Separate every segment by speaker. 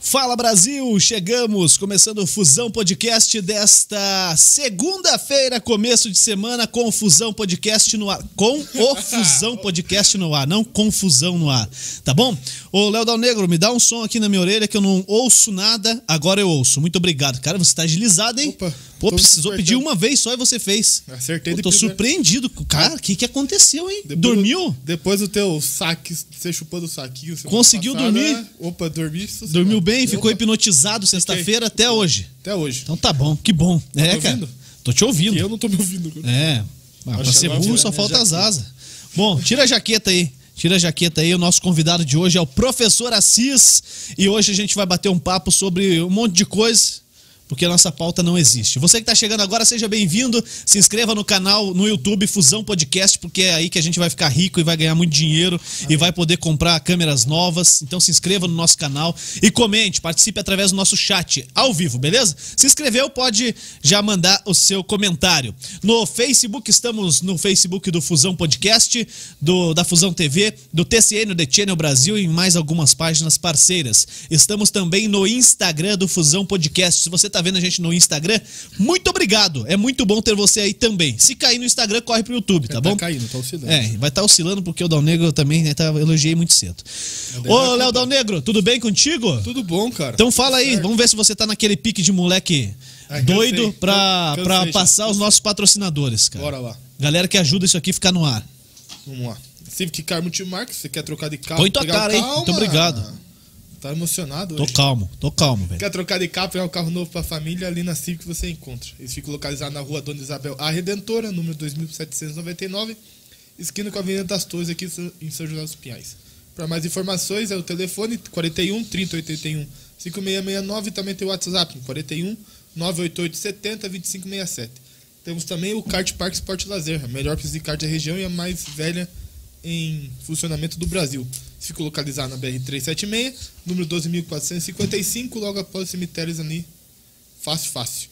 Speaker 1: Fala Brasil, chegamos começando o Fusão Podcast desta segunda-feira, começo de semana com o Fusão Podcast no ar, com o Fusão Podcast no ar, não confusão no ar, tá bom? Ô Léo Dal Negro, me dá um som aqui na minha orelha que eu não ouço nada, agora eu ouço. Muito obrigado, cara, você tá agilizado, hein?
Speaker 2: Opa,
Speaker 1: Pô,
Speaker 2: tô
Speaker 1: precisou
Speaker 2: despertando.
Speaker 1: pedir uma vez só e você fez.
Speaker 2: Acertei
Speaker 1: Eu
Speaker 2: de
Speaker 1: tô
Speaker 2: primeira.
Speaker 1: surpreendido, cara, o que que aconteceu, hein?
Speaker 2: Depois
Speaker 1: Dormiu?
Speaker 2: do- depois do teu saque, você chupando o saquinho. semana
Speaker 1: Conseguiu dormir?
Speaker 2: Opa, dormi. essa
Speaker 1: Dormiu
Speaker 2: semana.
Speaker 1: bem, ficou
Speaker 2: Opa,
Speaker 1: hipnotizado sexta-feira até hoje.
Speaker 2: Até hoje.
Speaker 1: Então tá bom, que bom. é,
Speaker 2: me
Speaker 1: cara.
Speaker 2: ouvindo?
Speaker 1: Tô te
Speaker 2: E
Speaker 1: ouvindo.
Speaker 2: eu não tô me ouvindo. cara.
Speaker 1: É. Ah, pra
Speaker 2: Acho
Speaker 1: ser
Speaker 2: que agora
Speaker 1: burro
Speaker 2: tira
Speaker 1: só
Speaker 2: minha
Speaker 1: falta as asas. Bom, tira a jaqueta aí. Tira a jaqueta aí. O nosso convidado de hoje é o professor Assis. E hoje a gente vai bater um papo sobre um monte de coisa. Porque a nossa pauta não existe. Você que tá chegando agora, seja bem-vindo. Se inscreva no canal no YouTube Fusão Podcast, porque é aí que a gente vai ficar rico e vai ganhar muito dinheiro e vai poder comprar câmeras novas. Então se inscreva no nosso canal e comente, participe através do nosso chat ao vivo, beleza? Se inscreveu, pode já mandar o seu comentário. No Facebook, estamos no Facebook do Fusão Podcast, do, da Fusão TV, do TCN, do The Channel Brasil e em mais algumas páginas parceiras. Estamos também no Instagram do Fusão Podcast. Se você tá vendo a gente no Instagram, muito obrigado. É muito bom ter você aí também. Se cair no Instagram, corre pro YouTube, tá bom?
Speaker 2: Tá caindo, tá oscilando.
Speaker 1: É, vai estar oscilando porque o Dal Negro também, né, tá, eu elogiei muito cedo. Ô, Léo Dal Negro, tudo bem contigo?
Speaker 2: Tudo bom, cara.
Speaker 1: Então fala aí,
Speaker 2: Certo.
Speaker 1: vamos ver se você tá naquele pique de moleque
Speaker 2: Ah, cansei.
Speaker 1: doido pra,
Speaker 2: Cansei
Speaker 1: pra
Speaker 2: já.
Speaker 1: passar os nossos patrocinadores, cara.
Speaker 2: Bora lá.
Speaker 1: Galera que ajuda isso aqui a ficar no ar.
Speaker 2: Vamos lá. Civic Car Multimarques, você quer trocar de carro?
Speaker 1: Põe tua
Speaker 2: pegar-
Speaker 1: cara aí. Muito obrigado.
Speaker 2: Tá emocionado
Speaker 1: Tô
Speaker 2: hoje.
Speaker 1: calmo, tô calmo, velho.
Speaker 2: Quer trocar de carro, pegar um carro novo pra família, ali na Civic você encontra. Eles ficam localizados na rua Dona Isabel A Redentora, número 2799, esquina com a Avenida das Torres, aqui em São- em São José dos Pinhais. Para mais informações é o telefone 41 3081 5669 e também tem o WhatsApp 41 988 70 2567. Temos também o Kart Park Sport Lazer, a melhor pista de kart da região e a mais velha em funcionamento do Brasil. Fica localizado na BR-376, número 12.455, logo após os cemitérios ali. Fácil, fácil.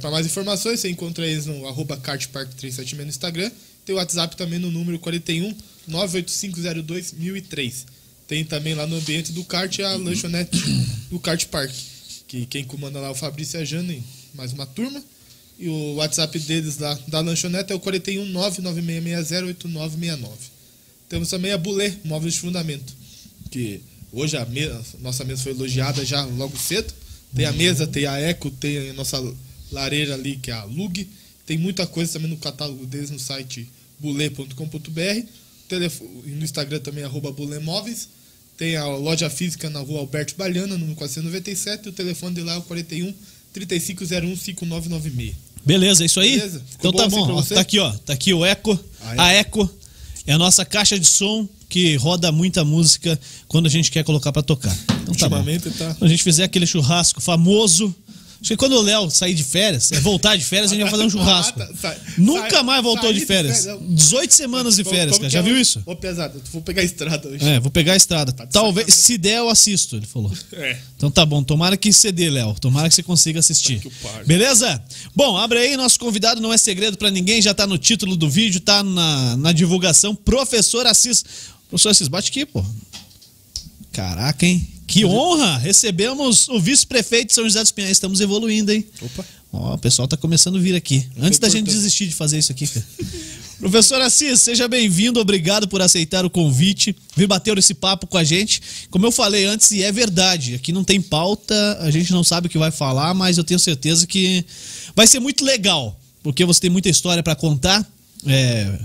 Speaker 2: Para mais informações, você encontra eles no arroba kartpark376 no Instagram. Tem o WhatsApp também no número 41 98502 1003. Tem também lá no ambiente do kart a lanchonete do Kart Park. Que quem comanda lá é o Fabrício e a Jane, mais uma turma. E o WhatsApp deles lá da lanchonete é o 41996608969. Temos também a Bulê, móveis de fundamento. Que hoje a me- nossa mesa foi elogiada já logo cedo. Tem
Speaker 1: Uhum.
Speaker 2: a mesa, tem a Eco, tem a nossa lareira ali, que é a Lug. Tem muita coisa também no catálogo deles no site bulê.com.br. Telefo- e No Instagram também, arroba Bulê Móveis. Tem a loja física na rua Alberto Baliana, número 497. O telefone de lá é o 41 3501 5996.
Speaker 1: Beleza, é isso aí?
Speaker 2: Beleza.
Speaker 1: Então
Speaker 2: Ficou
Speaker 1: tá
Speaker 2: bom assim
Speaker 1: bom,
Speaker 2: pra
Speaker 1: ó,
Speaker 2: você?
Speaker 1: tá aqui, ó. Tá aqui o Eco,
Speaker 2: Ah, é?
Speaker 1: a Eco. É a nossa caixa de som que roda muita música quando a gente quer colocar pra tocar. Então tá bom.
Speaker 2: Ultimamente tá.
Speaker 1: Quando a gente fizer aquele churrasco famoso. Acho que quando o Léo sair de férias, é voltar de férias, a gente vai fazer um churrasco.
Speaker 2: Ah, tá. Sai-
Speaker 1: Nunca
Speaker 2: sai-
Speaker 1: mais voltou
Speaker 2: sair
Speaker 1: de férias.
Speaker 2: não.
Speaker 1: 18 semanas de
Speaker 2: Como-
Speaker 1: férias, cara.
Speaker 2: como que
Speaker 1: Já
Speaker 2: é?
Speaker 1: viu isso?
Speaker 2: Ô, pesado, eu vou pegar a estrada hoje.
Speaker 1: É, vou pegar a estrada.
Speaker 2: Tá de
Speaker 1: Talvez,
Speaker 2: sacanagem.
Speaker 1: se der, eu assisto, ele falou.
Speaker 2: É.
Speaker 1: Então tá bom, tomara que ceder, Léo. Tomara que você consiga assistir.
Speaker 2: Que pardo.
Speaker 1: Beleza? Bom, abre aí, nosso convidado não é segredo pra ninguém, já tá no título do vídeo, tá na, na divulgação. Professor Assis. Professor Assis, bate aqui, pô. Caraca, hein? Que honra! Recebemos o vice-prefeito de São José dos Pinhais. Estamos evoluindo, hein?
Speaker 2: Opa.
Speaker 1: Ó, o pessoal tá começando a vir aqui. Antes da gente
Speaker 2: importante.
Speaker 1: desistir de fazer isso aqui, cara. Professor Assis, seja bem-vindo, obrigado por aceitar o convite, vir bater esse papo com a gente. Como eu falei antes, e é verdade, aqui não tem pauta, a gente não sabe o que vai falar, mas eu tenho certeza que vai ser muito legal, porque você tem muita história para contar. É,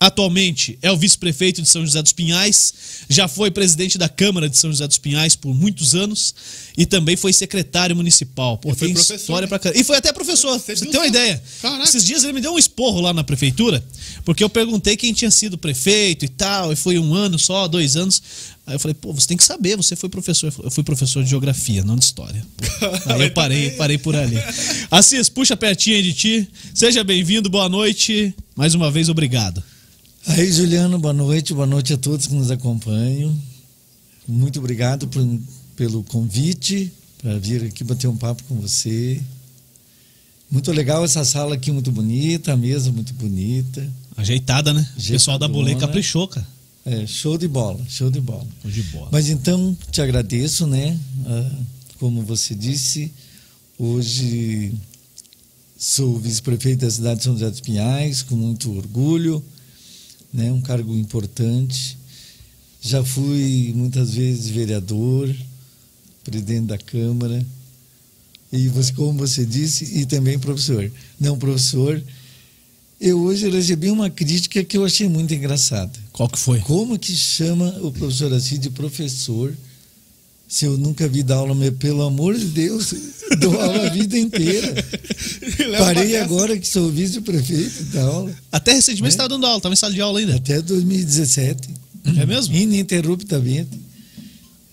Speaker 1: atualmente é o vice-prefeito de São José dos Pinhais, já foi presidente da Câmara de São José dos Pinhais por muitos anos e também foi secretário municipal. Pô,
Speaker 2: E foi
Speaker 1: tem
Speaker 2: professor,
Speaker 1: história
Speaker 2: né?
Speaker 1: pra caramba. E foi até professor,
Speaker 2: Você
Speaker 1: você
Speaker 2: viu
Speaker 1: tem uma
Speaker 2: só?
Speaker 1: ideia.
Speaker 2: Caraca.
Speaker 1: É. Esses dias ele me deu um esporro lá na prefeitura, porque eu perguntei quem tinha sido prefeito e tal, e foi um ano só, dois anos. Aí eu falei, pô, você tem que saber, você foi professor. Ele falou, Eu fui professor de geografia, não de história. Pô, Aí eu parei, parei por ali. Assis, puxa pertinho aí de ti. Seja bem-vindo, boa noite. Mais uma vez, obrigado.
Speaker 3: Aí, Juliano, boa noite, boa noite a todos que nos acompanham. Muito obrigado por- pelo convite para vir aqui bater um papo com você. Muito legal essa sala aqui, muito bonita, a mesa muito bonita.
Speaker 1: Ajeitada, né? O pessoal da
Speaker 3: Ajeitadona.
Speaker 1: Bolê caprichou, cara.
Speaker 3: É, show de bola, show de bola.
Speaker 1: Show de bola.
Speaker 3: Mas então, te agradeço, né? a- como você disse. Hoje sou vice-prefeito da cidade de São José dos Pinhais, com muito orgulho, né? um cargo importante. Já fui muitas vezes vereador, presidente da Câmara, e você, como você disse, e também professor. Não, professor, eu hoje recebi uma crítica que eu achei muito engraçada.
Speaker 1: Qual que foi?
Speaker 3: Como que chama o professor Assis de professor se eu nunca vi dar aula? Mas, pelo amor de Deus, dou aula a vida inteira.
Speaker 1: é um
Speaker 3: Parei agora que sou vice-prefeito da aula.
Speaker 1: Até recentemente estava dando aula, estava em sala de aula ainda.
Speaker 3: Até 2017.
Speaker 1: É mesmo?
Speaker 3: Ininterruptamente.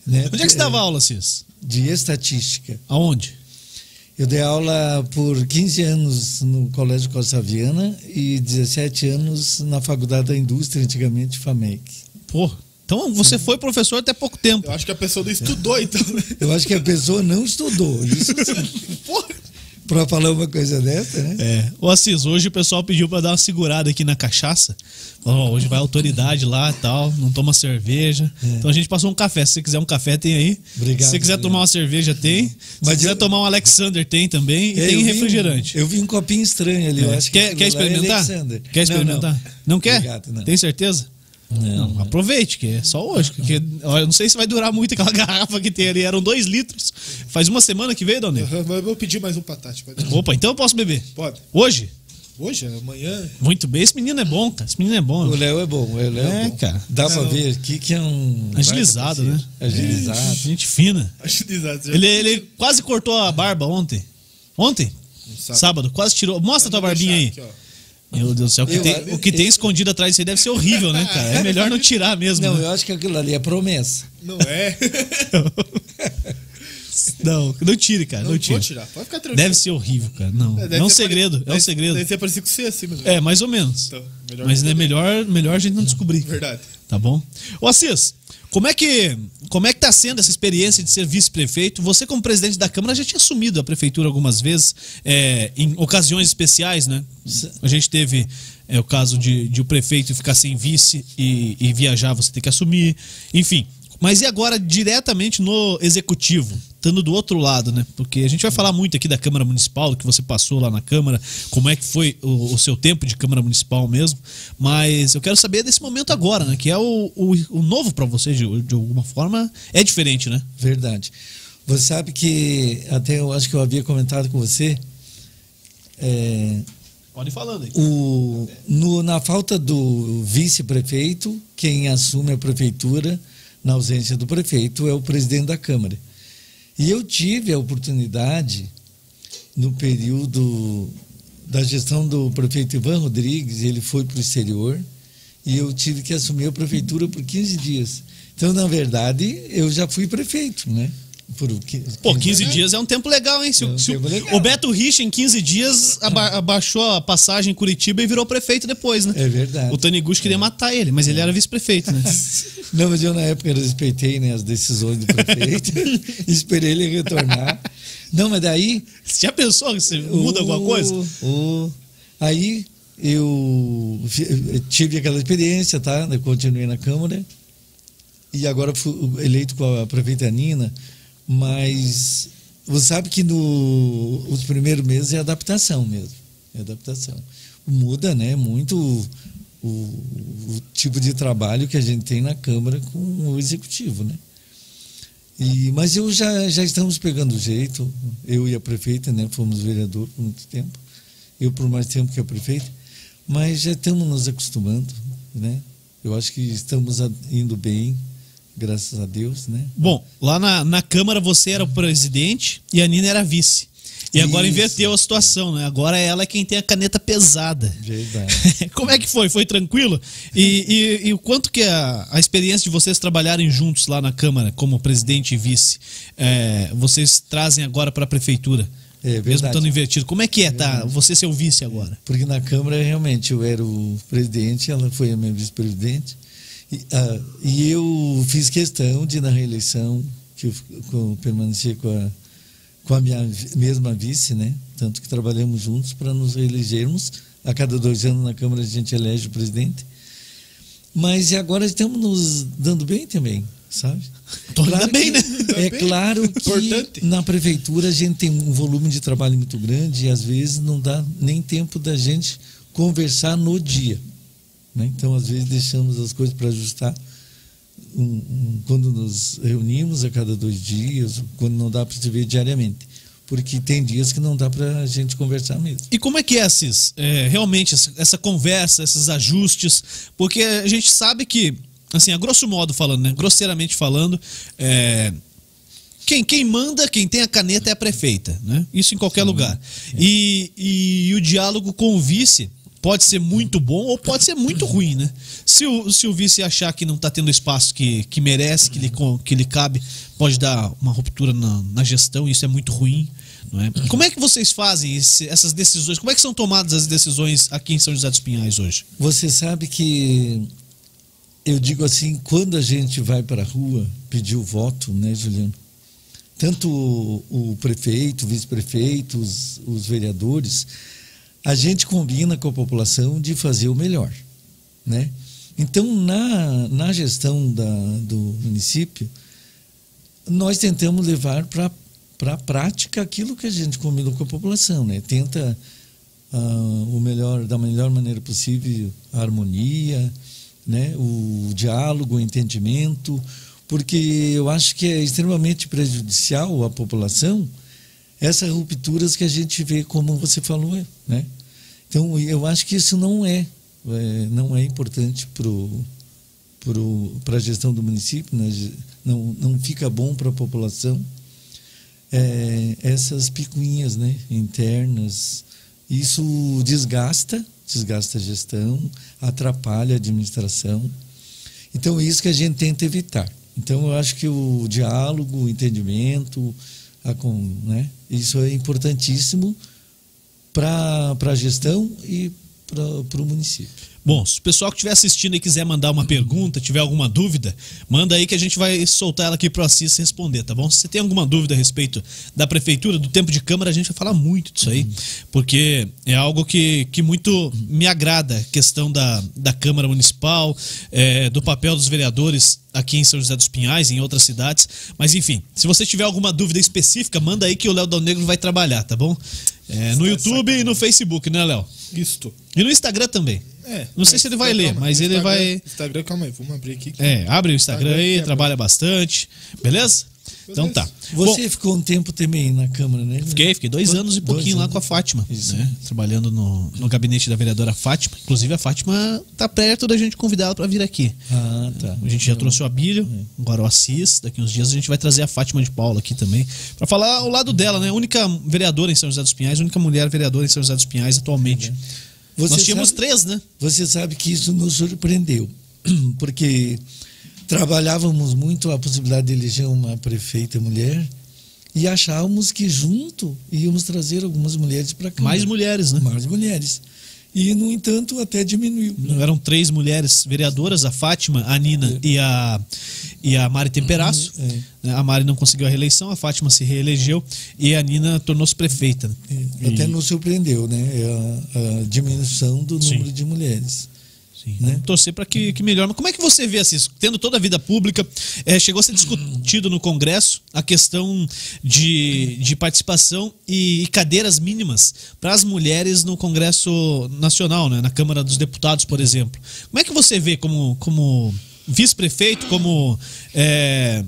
Speaker 3: né?
Speaker 1: Onde é que você dava aula, Cis?
Speaker 3: De estatística.
Speaker 1: Aonde?
Speaker 3: Eu dei aula por 15 anos no Colégio Costa Viana e 17 anos na Faculdade da Indústria, antigamente FAMEC.
Speaker 1: Pô, então você foi professor até pouco tempo.
Speaker 2: Eu acho que a pessoa não estudou, então.
Speaker 3: Eu acho que a pessoa não estudou, isso
Speaker 2: Porra.
Speaker 3: para falar uma coisa dessa, né?
Speaker 1: É. Ô Assis, hoje o pessoal pediu pra dar uma segurada aqui na cachaça. Falou, ó, hoje vai autoridade lá e tal, não toma cerveja. Então a gente passou um café. Se você quiser um café, tem aí.
Speaker 3: É. Obrigado,
Speaker 1: Se você quiser
Speaker 3: obrigado. Uhum.
Speaker 1: tomar uma cerveja, tem. Se
Speaker 3: Mas
Speaker 1: quiser
Speaker 3: eu-
Speaker 1: tomar um Alexander, tem também. E tem
Speaker 3: É, eu vi um-
Speaker 1: refrigerante.
Speaker 3: eu vi um copinho estranho ali, eu acho que
Speaker 1: Quer, quer
Speaker 3: aquilo lá é
Speaker 1: experimentar?
Speaker 3: Alexander.
Speaker 1: quer experimentar? Não,
Speaker 3: Não, não.
Speaker 1: quer?
Speaker 3: Obrigado, não.
Speaker 1: Tem certeza? Não, aproveite, que é só hoje. Porque, ó, eu não sei se vai durar muito aquela garrafa que tem ali. Eram dois litros. Faz uma semana que veio, Dona Neu.
Speaker 2: Aham, mas Eu vou pedir mais um patate. pode?
Speaker 1: Opa, então eu posso beber.
Speaker 2: Pode.
Speaker 1: Hoje?
Speaker 2: Hoje, amanhã.
Speaker 1: Muito bem, esse menino é bom, cara. Esse menino é bom.
Speaker 3: O Léo é bom, o Léo é,
Speaker 1: É,
Speaker 3: bom.
Speaker 1: cara.
Speaker 3: Dá pra
Speaker 2: Não.
Speaker 3: ver aqui que é um.
Speaker 1: Agilizado, né?
Speaker 3: Agilizado.
Speaker 1: Gente fina.
Speaker 2: Agilizado.
Speaker 1: Ele, ele quase cortou a barba ontem. Ontem?
Speaker 2: sábado.
Speaker 1: Sábado, quase tirou. Mostra tua barbinha aí. Meu Deus do céu, o que,
Speaker 3: Eu-
Speaker 1: tem, o que tem escondido atrás disso aí deve ser horrível, né, cara? É melhor não tirar mesmo.
Speaker 3: Não,
Speaker 1: né?
Speaker 3: eu acho que aquilo ali é promessa.
Speaker 2: Não é.
Speaker 1: Não, não tire, cara,
Speaker 2: Não
Speaker 1: não,
Speaker 2: vou
Speaker 1: tire.
Speaker 2: tirar. Pode ficar tranquilo.
Speaker 1: Deve ser horrível, cara. Não,
Speaker 2: É,
Speaker 1: é,
Speaker 2: deve
Speaker 1: um
Speaker 2: ser
Speaker 1: segredo, é
Speaker 2: pare-
Speaker 1: um
Speaker 2: deve- Deve
Speaker 1: segredo.
Speaker 2: ser parecido com você, assim, mas...
Speaker 1: É, mais ou menos.
Speaker 2: Então, melhor
Speaker 1: Mas
Speaker 2: não
Speaker 1: é melhor, melhor a gente não descobrir.
Speaker 2: Verdade.
Speaker 1: Tá bom? Ô Assis, como é que como é que tá sendo essa experiência de ser vice-prefeito? Você, como presidente da Câmara, já tinha assumido a prefeitura algumas vezes, é, em ocasiões especiais, né? A gente teve é, o caso de, de o prefeito ficar sem vice e, e viajar, você ter que assumir. Enfim. Mas e agora diretamente no executivo, estando do outro lado, né? Porque a gente vai falar muito aqui da Câmara Municipal, do que você passou lá na Câmara, como é que foi o, o seu tempo de Câmara Municipal mesmo. Mas eu quero saber desse momento agora, né? Que é o, o, o novo para você, de, de alguma forma. É diferente, né?
Speaker 3: Verdade. Você sabe que até eu acho que eu havia comentado com você. é,
Speaker 1: Pode ir falando aí.
Speaker 3: o, no- na falta do vice-prefeito, quem assume a prefeitura, na ausência do prefeito, é o presidente da Câmara. E eu tive a oportunidade, no período da gestão do prefeito Ivan Rodrigues, ele foi para o exterior, e eu tive que assumir a prefeitura por 15 dias. Então, na verdade, eu já fui prefeito, né? Por qui-
Speaker 1: Pô, 15 dias é um tempo legal, hein? Se, o-
Speaker 3: É um
Speaker 1: se o-
Speaker 3: tempo legal.
Speaker 1: O Beto Rich, em 15 dias, aba- abaixou a passagem em Curitiba e virou prefeito depois, né?
Speaker 3: É verdade.
Speaker 1: O Taniguchi queria matar ele, mas ele era vice-prefeito, né?
Speaker 3: Não, mas eu na época respeitei né, as decisões do prefeito, esperei ele retornar. Não, mas daí.
Speaker 1: Você já pensou que você muda alguma
Speaker 3: o-
Speaker 1: coisa?
Speaker 3: o- aí eu fi- tive aquela experiência, tá? Eu continuei na Câmara e agora fui eleito com a prefeita Nina, mas você sabe que no, os primeiros meses é adaptação mesmo. É adaptação. Muda, né? Muito o, o- o tipo de trabalho que a gente tem na Câmara com o Executivo, né? E, mas eu já, já estamos pegando jeito, eu e a prefeita, né? Fomos vereador por muito tempo, eu por mais tempo que a prefeita, mas já estamos nos acostumando, né? Eu acho que estamos a- indo bem, graças a Deus, né?
Speaker 1: Bom, lá na, na Câmara você era o presidente e a Nina era a vice. E agora
Speaker 3: Isso.
Speaker 1: inverteu a situação, né? Agora ela é quem tem a caneta pesada.
Speaker 3: Verdade.
Speaker 1: Como é que foi? Foi tranquilo? E, e- e o quanto que a, a experiência de vocês trabalharem juntos lá na Câmara, como presidente e vice, é, vocês trazem agora para a prefeitura?
Speaker 3: É
Speaker 1: Mesmo
Speaker 3: verdade.
Speaker 1: estando invertido. Como é que é, tá? Você ser o vice agora?
Speaker 3: Porque na Câmara, realmente, eu era o presidente, ela foi a minha vice-presidente. E, ah, e eu fiz questão de, na reeleição, que eu, f- co- permaneci com a, com a minha vi- mesma vice, né? Tanto que trabalhamos juntos para nos reelegermos. A cada dois anos na Câmara a gente elege o presidente. Mas e agora estamos nos dando bem também. sabe?
Speaker 1: Então, ainda bem, né?
Speaker 3: É
Speaker 2: bem.
Speaker 3: claro que
Speaker 2: Importante.
Speaker 3: na prefeitura a gente tem um volume de trabalho muito grande e às vezes não dá nem tempo da gente conversar no dia. né? Então, às vezes, deixamos as coisas para ajustar um- um- quando nos reunimos a cada dois dias, quando não dá para se ver diariamente. Porque tem dias que não dá para a gente conversar mesmo.
Speaker 1: E como é que é, Cis? É, realmente, essa- essa conversa, esses ajustes, porque a gente sabe que, assim, a grosso modo falando, né? Grosseiramente falando, é, quem, quem manda, quem tem a caneta é a prefeita, né? Isso em qualquer lugar. E, e o diálogo com o vice pode ser muito bom ou pode ser muito ruim, né? Se o, se o vice achar que não está tendo o espaço que, que merece, que lhe, co- que lhe cabe, pode dar uma ruptura na, na gestão, isso é muito ruim. Não é? Como é que vocês fazem esse- essas decisões? Como é que são tomadas as decisões aqui em São José dos Pinhais hoje?
Speaker 3: Você sabe que eu digo assim, quando a gente vai para a rua pedir o voto, né, Juliano? Tanto o, o prefeito, o vice-prefeito, os, os vereadores, a gente combina com a população de fazer o melhor, né? Então, na, na gestão da, do município, nós tentamos levar para a prática aquilo que a gente combinou com a população, né? Tenta ah, o melhor da melhor maneira possível a harmonia né o diálogo o entendimento porque eu acho que é extremamente prejudicial à população essas rupturas que a gente vê como você falou né então eu acho que isso não é, é, não é importante pro para a gestão do município né? ge- não não fica bom para a população é, essas picuinhas né, internas. Isso desgasta, desgasta a gestão, atrapalha a administração. Então, é isso que a gente tenta evitar. Então, eu acho que o diálogo, o entendimento, a com- né, isso é importantíssimo para a gestão e para o município.
Speaker 1: Bom, se o pessoal que estiver assistindo e quiser mandar uma pergunta, tiver alguma dúvida, manda aí que a gente vai soltar ela aqui pro Assis responder, tá bom? Se você tem alguma dúvida a respeito da prefeitura, do tempo de câmara, a gente vai falar muito disso aí, porque é algo que, que muito me agrada, a questão da, da Câmara Municipal, eh, do papel dos vereadores aqui em São José dos Pinhais, em outras cidades. Mas enfim, se você tiver alguma dúvida específica, manda aí que o Léo Dal Negro vai trabalhar, tá bom? Eh, no YouTube e no Facebook, né, Léo?
Speaker 2: Isto.
Speaker 1: E no Instagram também.
Speaker 2: É.
Speaker 1: Não sei se ele vai
Speaker 2: Então,
Speaker 1: ler,
Speaker 2: calma.
Speaker 1: mas ele
Speaker 2: Instagram-
Speaker 1: vai-
Speaker 2: Instagram, calma aí, vamos abrir aqui.
Speaker 1: É, abre o Instagram
Speaker 2: Instagram
Speaker 1: aí,
Speaker 2: quebra.
Speaker 1: trabalha bastante. Beleza? Então tá.
Speaker 3: Você
Speaker 1: Bom,
Speaker 3: ficou um tempo também na Câmara, né?
Speaker 1: fiquei, fiquei dois
Speaker 3: Quanto-
Speaker 1: anos e
Speaker 3: dois
Speaker 1: pouquinho lá
Speaker 3: anos.
Speaker 1: com a Fátima.
Speaker 3: Isso.
Speaker 1: né? Trabalhando no, no gabinete da vereadora Fátima. Inclusive, a Fátima tá perto da gente convidar ela pra vir aqui.
Speaker 3: Ah, tá.
Speaker 1: A gente já trouxe o Abílio,
Speaker 3: É.
Speaker 1: agora o Assis. Daqui uns dias a gente vai trazer a Fátima de Paula aqui também. Pra falar o lado dela, né? Única vereadora em São José dos Pinhais, única mulher vereadora em São José dos Pinhais atualmente.
Speaker 3: Você
Speaker 1: Nós tínhamos
Speaker 3: sabe-
Speaker 1: três, né?
Speaker 3: Você sabe que isso nos surpreendeu, porque trabalhávamos muito a possibilidade de eleger uma prefeita mulher e achávamos que junto íamos trazer algumas mulheres para cá.
Speaker 1: Mais mulheres, né?
Speaker 3: Hum. Mais mulheres. E, no entanto, até diminuiu. né?
Speaker 1: Eram três mulheres vereadoras, a Fátima, a Nina e a, e a Mari Temperaço.
Speaker 3: É.
Speaker 1: Né, A Mari não conseguiu a reeleição, a Fátima se reelegeu e a Nina tornou-se prefeita. né?
Speaker 3: É, Até
Speaker 1: E-
Speaker 3: nos surpreendeu, né? A, a diminuição do
Speaker 1: Sim.
Speaker 3: número de mulheres.
Speaker 1: Sim,
Speaker 3: né?
Speaker 1: vamos Torcer para que, que melhore. Mas como é que você vê assim, isso? tendo toda a vida pública, eh, chegou a ser discutido no Congresso a questão de, de participação e, e cadeiras mínimas para as mulheres no Congresso Nacional, né? na Câmara dos Deputados, por exemplo. Como é que você vê como, como vice-prefeito, como eh,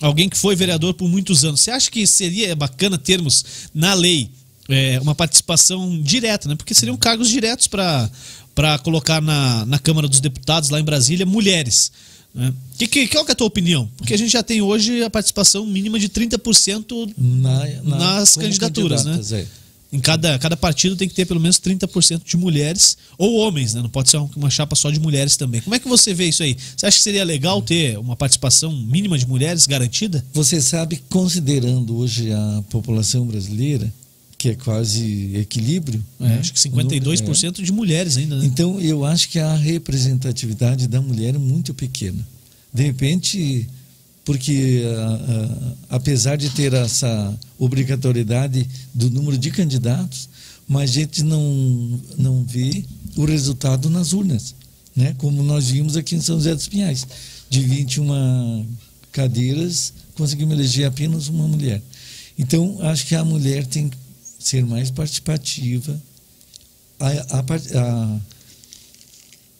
Speaker 1: alguém que foi vereador por muitos anos? Você acha que seria bacana termos na lei é, uma participação direta, né? Porque seriam cargos diretos para para colocar na, na Câmara dos Deputados lá em Brasília mulheres. Né? Que, que, qual que é a tua opinião? Porque a gente já tem hoje a participação mínima de 30%
Speaker 3: Na- na-
Speaker 1: nas
Speaker 3: como
Speaker 1: candidaturas,
Speaker 3: candidatas,
Speaker 1: né?
Speaker 3: é.
Speaker 1: Em cada, cada partido tem que ter pelo menos 30% de mulheres ou homens, né? Não pode ser uma chapa só de mulheres também. Como é que você vê isso aí? Você acha que seria legal ter uma participação mínima de mulheres garantida?
Speaker 3: Você sabe, considerando hoje a população brasileira, que é quase equilíbrio, né?
Speaker 1: é? Acho que
Speaker 3: O número-
Speaker 1: 52% de mulheres ainda, né?
Speaker 3: Então, eu acho que a representatividade da mulher é muito pequena. De repente, porque ah, ah, apesar de ter essa obrigatoriedade do número de candidatos, mas a gente não, não vê o resultado nas urnas, né? como nós vimos aqui em São José dos Pinhais, de 21 cadeiras, conseguimos eleger apenas uma mulher. Então, acho que a mulher tem que ser mais participativa. A, a, a,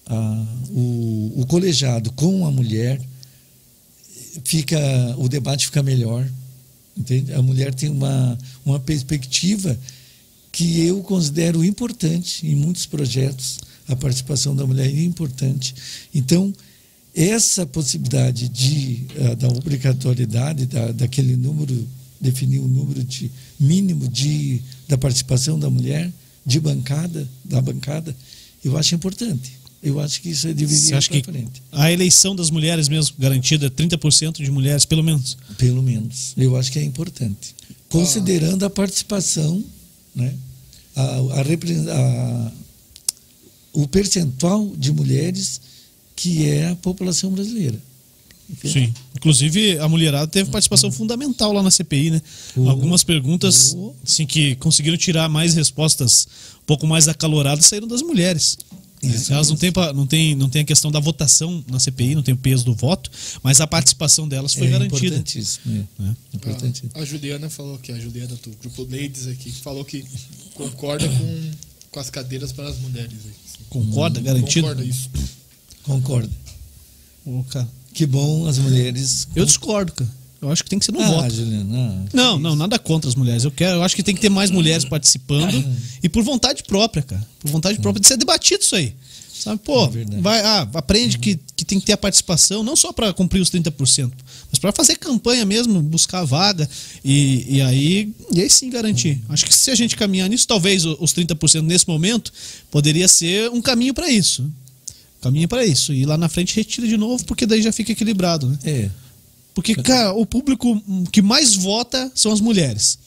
Speaker 3: a, o, o colegiado com a mulher fica o debate fica melhor entende a mulher tem uma uma perspectiva que eu considero importante em muitos projetos a participação da mulher é importante então essa possibilidade de ah, da obrigatoriedade da, daquele número definir um número de mínimo de da participação da mulher de bancada da bancada eu acho importante eu acho que isso deveria Você
Speaker 1: acha
Speaker 3: ir
Speaker 1: que
Speaker 3: para frente.
Speaker 1: A eleição das mulheres mesmo garantida, é 30% de mulheres, pelo menos.
Speaker 3: Pelo menos. Eu acho que é importante. Considerando a participação, né? a, a repre- a- o percentual de mulheres que é a população brasileira. Entende?
Speaker 1: Sim. Inclusive, a mulherada teve participação fundamental lá na CPI, né?
Speaker 3: Uhum.
Speaker 1: Algumas perguntas
Speaker 3: Uhum.
Speaker 1: assim, que conseguiram tirar mais respostas um pouco mais acaloradas saíram das mulheres.
Speaker 3: Isso
Speaker 1: Elas não têm, pa- não, têm, não têm a questão da votação na CPI, não tem o peso do voto, mas a participação delas foi
Speaker 3: é
Speaker 1: garantida.
Speaker 3: importantíssimo. É.
Speaker 1: né?
Speaker 3: Importantíssimo.
Speaker 2: A, a Juliana falou aqui, a Juliana do grupo Ladies aqui, falou que concorda com, com as cadeiras para as mulheres. Assim.
Speaker 1: Concorda? Garantido?
Speaker 2: Concorda isso.
Speaker 3: Concordo.
Speaker 1: Ô, cara,
Speaker 3: Que bom as mulheres.
Speaker 1: Eu discordo, cara. Eu acho que tem que ser no
Speaker 3: ah,
Speaker 1: voto.
Speaker 3: Juliana. ah,
Speaker 1: Não, não, nada contra as mulheres. Eu quero, eu acho que tem que ter mais mulheres participando
Speaker 3: É.
Speaker 1: e por vontade própria, cara. Por vontade própria de ser debatido isso aí. Sabe, pô,
Speaker 3: É verdade.
Speaker 1: vai, ah, aprende que, que tem que ter a participação, não só para cumprir os 30%, mas para fazer campanha mesmo, buscar a vaga e, e aí e aí sim garantir. Acho que se a gente caminhar nisso, talvez o- os 30% nesse momento poderia ser um caminho para isso. Caminho para isso. E lá na frente retira de novo, porque daí já fica equilibrado, né?
Speaker 3: É.
Speaker 1: Porque, cara, o público que mais vota são as mulheres.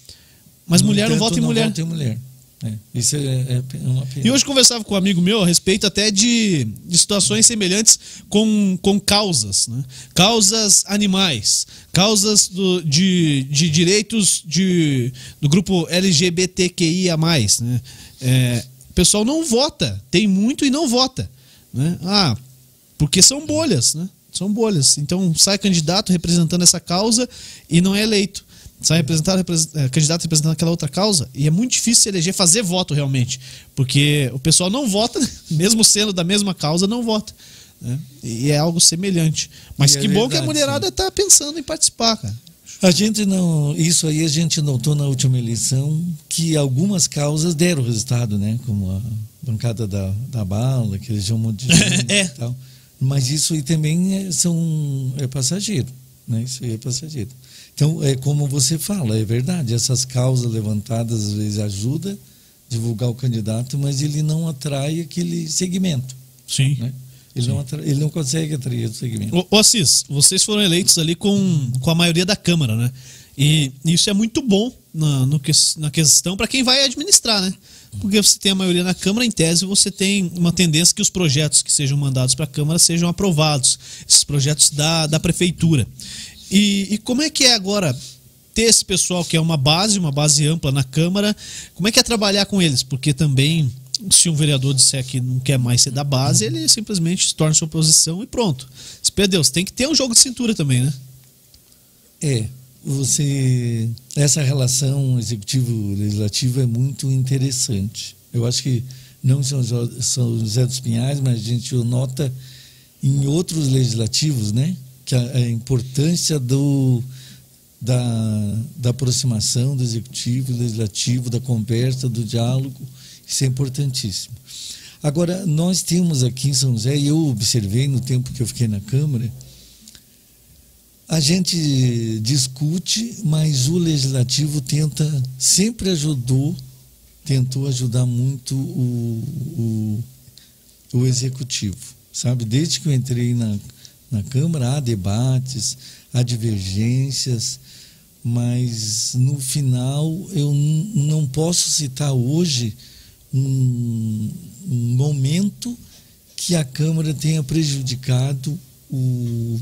Speaker 1: Mas
Speaker 3: No
Speaker 1: mulher não
Speaker 3: entanto,
Speaker 1: vota em mulher.
Speaker 3: vota em mulher. É. Isso é, é uma pena.
Speaker 1: E hoje eu conversava com um amigo meu a respeito até de, de situações semelhantes com, com causas, né? Causas animais, causas do- de, de direitos de, do grupo LGBTQIA+. Né? É, o pessoal não vota, tem muito e não vota. Né? Ah, porque são bolhas, né? São bolhas. Então sai candidato representando essa causa e não é eleito. Sai representado, represen- eh, candidato representando aquela outra causa e é muito difícil se eleger, fazer voto realmente. Porque o pessoal não vota, né? mesmo sendo da mesma causa, não vota. né? E é algo semelhante. Mas
Speaker 3: E é
Speaker 1: que bom que a
Speaker 3: verdade,
Speaker 1: mulherada está pensando em participar, cara.
Speaker 3: A gente não, isso aí a gente notou na última eleição que algumas causas deram resultado, né? Como a bancada da, da bala, que eles chamam de
Speaker 1: É.
Speaker 3: e tal. Mas isso aí também é, são, é passageiro, né? Isso aí é passageiro. Então, é como você fala, é verdade, essas causas levantadas às vezes ajudam a divulgar o candidato, mas ele não atrai aquele segmento,
Speaker 1: Sim.
Speaker 3: né? Ele não, atrai, ele não consegue atrair o segmento.
Speaker 1: Ô, ô, Assis, vocês foram eleitos ali com, com a maioria da Câmara, né? E isso é muito bom na, no que- na questão para quem vai administrar, né? Porque você tem a maioria na Câmara, em tese você tem uma tendência que os projetos que sejam mandados para a Câmara sejam aprovados, esses projetos da, da Prefeitura. E, e como é que é agora ter esse pessoal que é uma base, uma base ampla na Câmara, como é que é trabalhar com eles? Porque também, se um vereador disser que não quer mais ser da base, ele simplesmente se torna sua oposição e pronto. Se perdeu, você tem que ter um jogo de cintura também, né?
Speaker 3: É, você essa relação executivo-legislativo é muito interessante. Eu acho que não em São Jo- São José dos Pinhais, mas a gente o nota em outros legislativos, né? Que a, a importância do da, da aproximação do executivo, do legislativo, da conversa, do diálogo, isso é importantíssimo. Agora, nós temos aqui em São José, e eu observei no tempo que eu fiquei na Câmara, a gente discute, mas o legislativo tenta, sempre ajudou, tentou ajudar muito o, o, o executivo, sabe? Desde que eu entrei na, na Câmara, há debates, há divergências, mas no final eu n- não posso citar hoje um, um momento que a Câmara tenha prejudicado o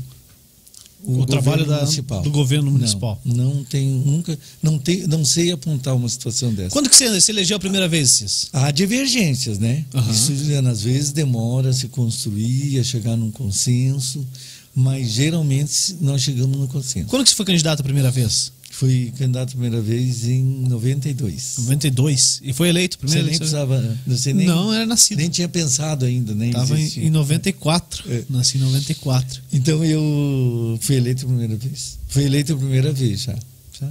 Speaker 1: O trabalho
Speaker 3: governo
Speaker 1: da- do governo municipal.
Speaker 3: Não, não tenho nunca, não tenho, não sei apontar uma situação dessa.
Speaker 1: Quando que você se elegeu a primeira vez, Cis?
Speaker 3: Há divergências, né?
Speaker 1: Aham.
Speaker 3: Isso, Juliana, às vezes demora a se construir, a chegar num consenso, mas geralmente nós chegamos no consenso.
Speaker 1: Quando que você foi candidato a primeira vez?
Speaker 3: Fui candidato a primeira vez em 92.
Speaker 1: 92. E foi eleito,
Speaker 3: Você
Speaker 1: primeira
Speaker 3: nem
Speaker 1: eleição?
Speaker 3: precisava, você nem,
Speaker 1: Não, era nascido.
Speaker 3: nem tinha pensado ainda, né, nem
Speaker 1: Tava em,
Speaker 3: existia.
Speaker 1: em 94.
Speaker 3: É.
Speaker 1: Nasci em 94.
Speaker 3: Então eu fui eleito a primeira vez. Fui eleito a primeira vez já. já.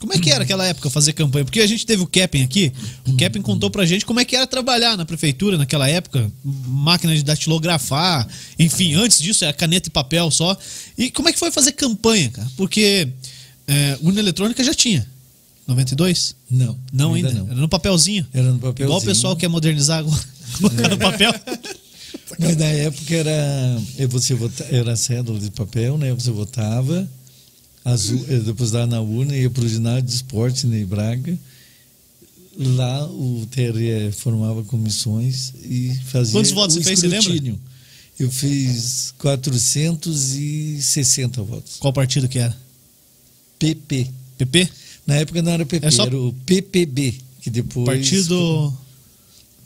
Speaker 1: Como é que era aquela época fazer campanha? Porque a gente teve o Kepin aqui, o Kepin contou pra gente como é que era trabalhar na prefeitura naquela época, máquina de datilografar, enfim, antes disso era caneta e papel só. E como é que foi fazer campanha, cara? Porque é, urna eletrônica já tinha, 92?
Speaker 3: Não,
Speaker 1: Não ainda, era no papelzinho.
Speaker 3: Era no papelzinho. É.
Speaker 1: Igual o pessoal quer modernizar agora, colocar no papel.
Speaker 3: Mas na época era, eh, você vota, era cédula de papel, né? Você votava, as u- eh, depois lá na urna, ia para o ginásio de esporte né, em Braga. Lá o TRE formava comissões e fazia
Speaker 1: Quantos votos
Speaker 3: o
Speaker 1: você fez, você lembra?
Speaker 3: escrutínio. Eu fiz 460 votos.
Speaker 1: Qual partido que era?
Speaker 3: PP.
Speaker 1: PP?
Speaker 3: Na época não era PP,
Speaker 1: É só-
Speaker 3: era o PPB, que depois...
Speaker 1: Partido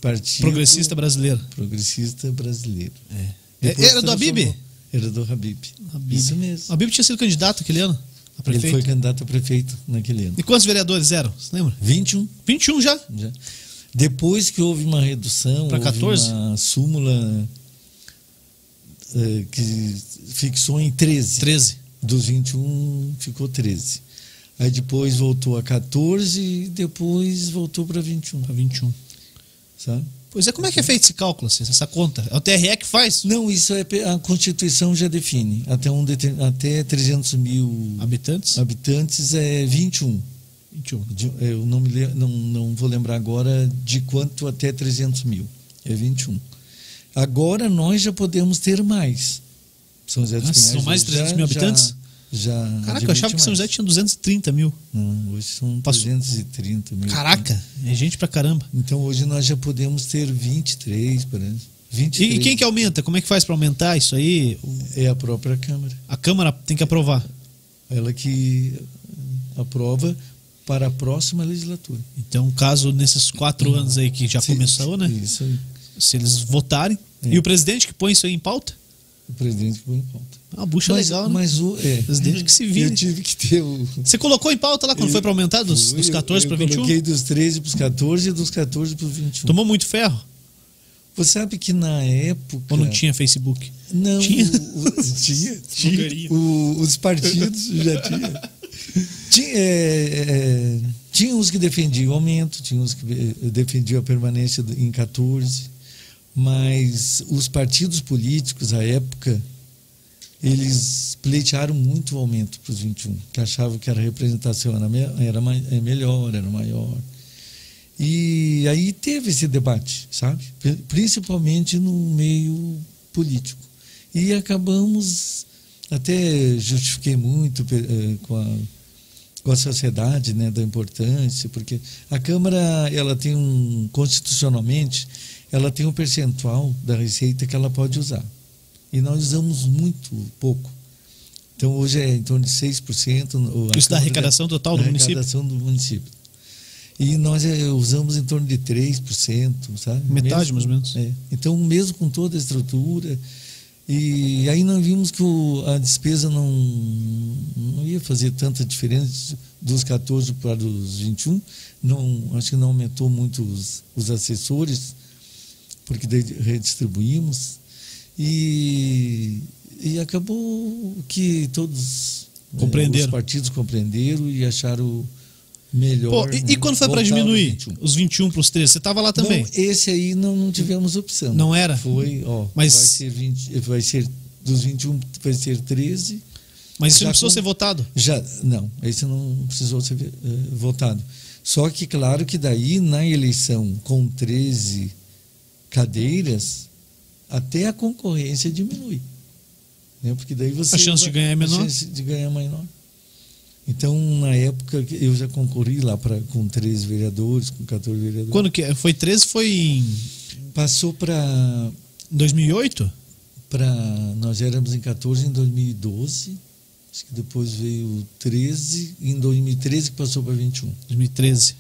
Speaker 3: Partido
Speaker 1: Progressista Brasileiro.
Speaker 3: Progressista Brasileiro.
Speaker 1: É,
Speaker 3: Depois
Speaker 1: era do
Speaker 3: transformou.
Speaker 1: Habib?
Speaker 3: Era do Habib.
Speaker 1: Habib.
Speaker 3: Isso mesmo.
Speaker 1: A Bíblia tinha sido candidato aquele ano a
Speaker 3: Ele
Speaker 1: prefeito.
Speaker 3: foi candidato a prefeito naquele ano.
Speaker 1: E quantos vereadores eram? Você lembra?
Speaker 3: 21.
Speaker 1: 21 já.
Speaker 3: Já. Depois que houve uma redução,
Speaker 1: Pra
Speaker 3: houve
Speaker 1: 14?
Speaker 3: uma súmula eh, que fixou em 13.
Speaker 1: 13.
Speaker 3: Dos 21 ficou 13. Aí depois voltou a 14 e depois voltou para 21. Para 21. Sabe?
Speaker 1: Pois é, como é que é feito esse cálculo, assim, essa conta? É o TRE que faz?
Speaker 3: Não, isso é pe- a Constituição já define. Até, um determin- até 300 mil
Speaker 1: Habitantes?
Speaker 3: habitantes é 21.
Speaker 1: 21.
Speaker 3: De- eu não, me, lem- não, não vou lembrar agora de quanto até 300 mil. É 21. Agora nós já podemos ter mais. São José dos
Speaker 1: Ah, são
Speaker 3: Pinhais
Speaker 1: mais
Speaker 3: hoje
Speaker 1: 300 mil habitantes?
Speaker 3: Já, já
Speaker 1: Caraca, eu
Speaker 3: admite
Speaker 1: achava que São
Speaker 3: mais.
Speaker 1: José tinha 230 mil.
Speaker 3: Não, hoje são
Speaker 1: Passou.
Speaker 3: 330 mil.
Speaker 1: Caraca, é gente pra caramba.
Speaker 3: Então hoje nós já podemos ter 23, parece.
Speaker 1: E,
Speaker 3: 23
Speaker 1: e quem que aumenta? Como é que faz pra aumentar isso aí? O-
Speaker 3: é a própria Câmara.
Speaker 1: A Câmara tem que aprovar.
Speaker 3: Ela que aprova para a próxima legislatura.
Speaker 1: Então, caso nesses
Speaker 3: Uhum.
Speaker 1: quatro anos aí que já
Speaker 3: Se-
Speaker 1: começou, né?
Speaker 3: Isso aí.
Speaker 1: Se eles votarem.
Speaker 3: É.
Speaker 1: E o presidente que põe isso aí em pauta?
Speaker 3: O presidente que põe em pauta.
Speaker 1: É uma bucha
Speaker 3: mas,
Speaker 1: legal, né?
Speaker 3: mas o. É,
Speaker 1: O presidente que se vira.
Speaker 3: Eu tive que ter o.
Speaker 1: Você colocou em pauta lá quando
Speaker 3: Eu-
Speaker 1: foi pra aumentar dos, dos
Speaker 3: eu-
Speaker 1: 14 pra
Speaker 3: eu
Speaker 1: 21?
Speaker 3: Coloquei dos 13 para os 14 e dos 14 para os 21.
Speaker 1: Tomou muito ferro?
Speaker 3: Você sabe que na época.
Speaker 1: Ou não tinha Facebook?
Speaker 3: Não,
Speaker 1: Tinha?
Speaker 3: o- o- tinha.
Speaker 2: Blogueirinha.
Speaker 3: tinha O- os partidos já tinha. Tinha, é, é, tinha uns que defendiam o aumento, tinha uns que eh, defendiam a permanência do- em 14, mas os partidos políticos, à época, eles pleitearam muito o aumento para os 21, que achavam que a representação era, me- era mai- é melhor, era maior. E aí teve esse debate, sabe? Pri- Principalmente no meio político. E acabamos, até justifiquei muito pe- eh, com a, com a sociedade, né, da importância, porque a Câmara, ela tem um, constitucionalmente, ela tem um percentual da receita que ela pode usar. E nós usamos muito pouco. Então, hoje é em torno de 6%. o- a
Speaker 1: Isso da
Speaker 3: Câmara é
Speaker 1: arrecadação total do
Speaker 3: da
Speaker 1: município?
Speaker 3: arrecadação do município. E nós eh, usamos em torno de 3%, sabe?
Speaker 1: Metade, mais ou menos.
Speaker 3: É. Então, mesmo com toda a estrutura, e aí nós vimos que o- a despesa não, não ia fazer tanta diferença dos 14 para os 21, não, acho que não aumentou muito os, os assessores, porque daí redistribuímos, e, e acabou que todos eh,
Speaker 1: Compreenderam.
Speaker 3: os partidos compreenderam e acharam melhor.
Speaker 1: Pô, e, e
Speaker 3: né,
Speaker 1: quando foi para
Speaker 3: voltar aos
Speaker 1: diminuir
Speaker 3: 21.
Speaker 1: os 21 para os 13? Você tava lá também.
Speaker 3: Não, esse aí não, não tivemos opção.
Speaker 1: Não era?
Speaker 3: Foi, ó.
Speaker 1: Mas-
Speaker 3: Vai ser, 20, vai ser dos 21, vai ser 13.
Speaker 1: mas isso
Speaker 3: já
Speaker 1: não precisou
Speaker 3: com-
Speaker 1: ser votado.
Speaker 3: Já, não, esse não precisou ser eh, votado. Só que, claro que daí, na eleição com 13 cadeiras, até a concorrência diminui. Né? Porque daí você...
Speaker 1: A chance de ganhar é menor?
Speaker 3: A chance de ganhar é menor. Então, na época, eu já concorri lá pra, com 13 vereadores, com 14 vereadores.
Speaker 1: Quando que foi 13? Foi em
Speaker 3: Passou para
Speaker 1: 2008?
Speaker 3: para nós éramos em 14 em 2012 acho que depois veio 13 em 2013 que passou para 21
Speaker 1: 2013.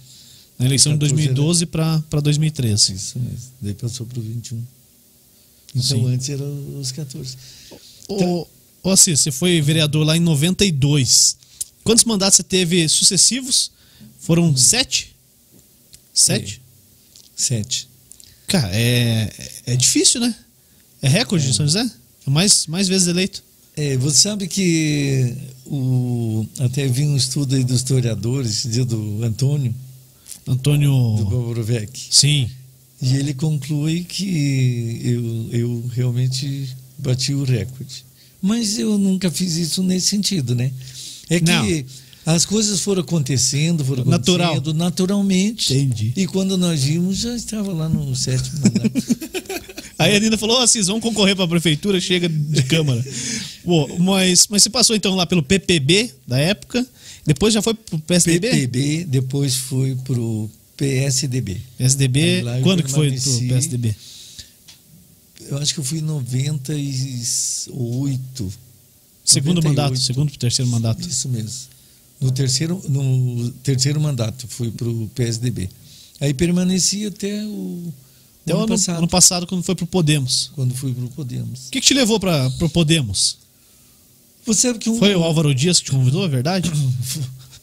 Speaker 1: Na eleição de
Speaker 3: 14 era-
Speaker 1: 2012 para 2013.
Speaker 3: né? isso mesmo daí passou para o 21 então
Speaker 1: Sim.
Speaker 3: antes eram os 14
Speaker 1: Ô, Ô, Assis, você foi vereador lá em 92. Quantos mandatos você teve sucessivos? Foram sete? Sete?
Speaker 3: É. Sete.
Speaker 1: Cara, é, é difícil, né? É recorde de São José? É mais, mais vezes eleito.
Speaker 3: É, você sabe que o, até vi um estudo aí dos historiadores, esse dia do Antônio, do
Speaker 1: Antônio.
Speaker 3: Bobrovec,
Speaker 1: Sim.
Speaker 3: e ele conclui que eu, eu realmente bati o recorde. Mas eu nunca fiz isso nesse sentido, né? É que
Speaker 1: Não.
Speaker 3: as coisas foram acontecendo, foram acontecendo
Speaker 1: Natural.
Speaker 3: naturalmente.
Speaker 1: Entendi.
Speaker 3: E quando nós vimos, já estava lá no sétimo mandato.
Speaker 1: Aí a Nina falou: Ó, Assis, vamos concorrer pra prefeitura, chega de Câmara. Pô, mas, mas você passou então lá pelo PPB da época, depois já foi pro PSDB?
Speaker 3: PTB, depois fui pro PSDB.
Speaker 1: PSDB,
Speaker 3: Aí lá eu
Speaker 1: quando que foi pro
Speaker 3: permaneci.
Speaker 1: PSDB?
Speaker 3: Eu acho que eu fui em 98.
Speaker 1: Segundo
Speaker 3: 98.
Speaker 1: mandato, segundo pro terceiro mandato.
Speaker 3: Isso mesmo. No terceiro, no terceiro mandato, fui pro PSDB. Aí permaneci até o
Speaker 1: Até
Speaker 3: ano
Speaker 1: ano,
Speaker 3: passado,
Speaker 1: ano passado, quando foi pro Podemos.
Speaker 3: quando fui pro Podemos.
Speaker 1: O que, que te levou pra, pro Podemos?
Speaker 3: Você sabe que um
Speaker 1: Foi o Álvaro Dias que te convidou, é verdade?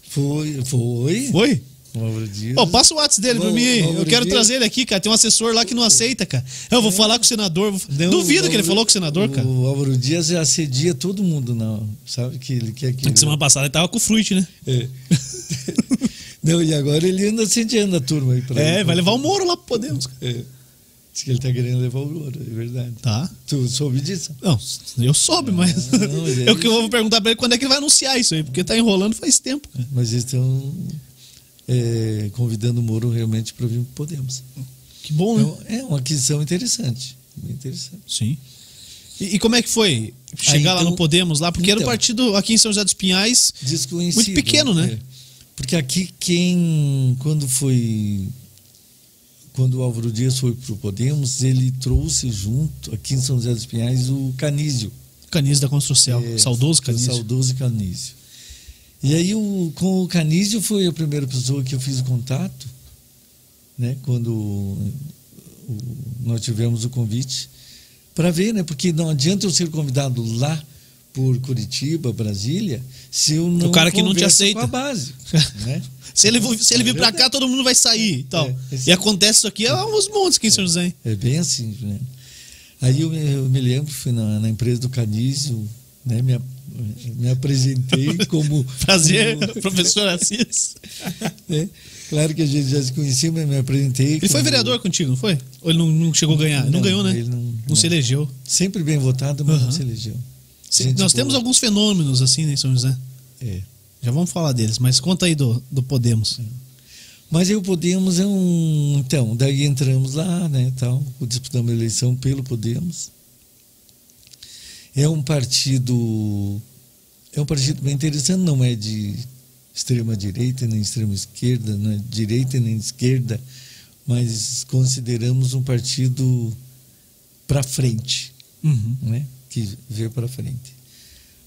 Speaker 3: foi, foi.
Speaker 1: Foi?
Speaker 3: Um Álvaro Dias.
Speaker 1: Pô, passa o WhatsApp dele pra
Speaker 3: Bom,
Speaker 1: mim.
Speaker 3: Álvaro
Speaker 1: Eu quero
Speaker 3: Dias. É.
Speaker 1: trazer ele aqui, cara. Tem um assessor lá que não aceita, cara. Eu vou falar com o senador. vou-
Speaker 3: Deu- um
Speaker 1: Duvido que ele
Speaker 3: é Álvaro-
Speaker 1: falou com o senador, cara.
Speaker 3: O Álvaro Dias assedia todo mundo, não. Sabe que ele quer que.
Speaker 1: Semana passada ele tava com o Fruit, né?
Speaker 3: É. Não, e agora ele anda sediando a turma aí pra
Speaker 1: É,
Speaker 3: ele.
Speaker 1: vai levar o Moro lá pro Podemos, cara.
Speaker 3: É. Diz que ele tá querendo levar o ouro, é verdade.
Speaker 1: Tá.
Speaker 3: Tu soube disso?
Speaker 1: Não, eu soube, mas.
Speaker 3: Ah, não, mas é
Speaker 1: eu que eu
Speaker 3: isso.
Speaker 1: vou perguntar pra ele quando é que ele vai anunciar isso aí, porque tá enrolando faz tempo, cara.
Speaker 3: Mas eles estão é, convidando o Moro realmente para vir pro Podemos.
Speaker 1: Que bom, né?
Speaker 3: Então, é uma aquisição interessante. Bem interessante.
Speaker 1: Sim. E, e como é que foi chegar lá
Speaker 3: então-
Speaker 1: no Podemos lá? Porque era um
Speaker 3: então.
Speaker 1: partido aqui em São José dos Pinhais.
Speaker 3: Desconhecido.
Speaker 1: Muito pequeno, né?
Speaker 3: É. Porque aqui quem. Quando foi. Quando o Álvaro Dias foi pro Podemos, ele trouxe junto, aqui em São José dos Pinhais, o Canísio.
Speaker 1: Canis da Construção.
Speaker 3: É,
Speaker 1: saudoso
Speaker 3: que é
Speaker 1: Canis.
Speaker 3: Saudoso Canísio. E aí o, com o Canísio foi a primeira pessoa que eu fiz o contato, né? Quando o- nós tivemos o convite para ver, né? Porque não adianta eu ser convidado lá por Curitiba, Brasília, se eu não
Speaker 1: cara que não te
Speaker 3: converso
Speaker 1: aceita.
Speaker 3: com a base, né?
Speaker 1: Se ele, vo- se ele vir pra cá, todo mundo vai sair e tal.
Speaker 3: É, esse-
Speaker 1: e acontece isso aqui há uns montes aqui em São José. hein?
Speaker 3: É bem assim, né? Aí eu, me- eu me lembro, fui na, na empresa do Canísio, né? Me, ap- me apresentei como um
Speaker 1: Prazer,
Speaker 3: como-
Speaker 1: professor Assis.
Speaker 3: né? Claro que a gente já se conhecia, mas me apresentei.
Speaker 1: Ele foi
Speaker 3: como-
Speaker 1: vereador contigo, não foi? Ou ele não, não chegou a ganhar? Não,
Speaker 3: Não,
Speaker 1: ganhou, né?
Speaker 3: ele não- não.
Speaker 1: se elegeu.
Speaker 3: Sempre bem votado, mas
Speaker 1: Aham.
Speaker 3: não se elegeu.
Speaker 1: Sim, Nós temos
Speaker 3: algum.
Speaker 1: alguns fenômenos assim né, em São José.
Speaker 3: É.
Speaker 1: Já vamos falar deles, mas conta aí do, do Podemos.
Speaker 3: Mas aí o Podemos é um. Então, daí entramos lá, né? Tal, disputamos a eleição pelo Podemos. É um partido. É um partido bem interessante, não é de extrema direita nem extrema esquerda, não é de direita nem de esquerda, mas consideramos um partido para frente.
Speaker 1: Uhum.
Speaker 3: né, que vê para frente.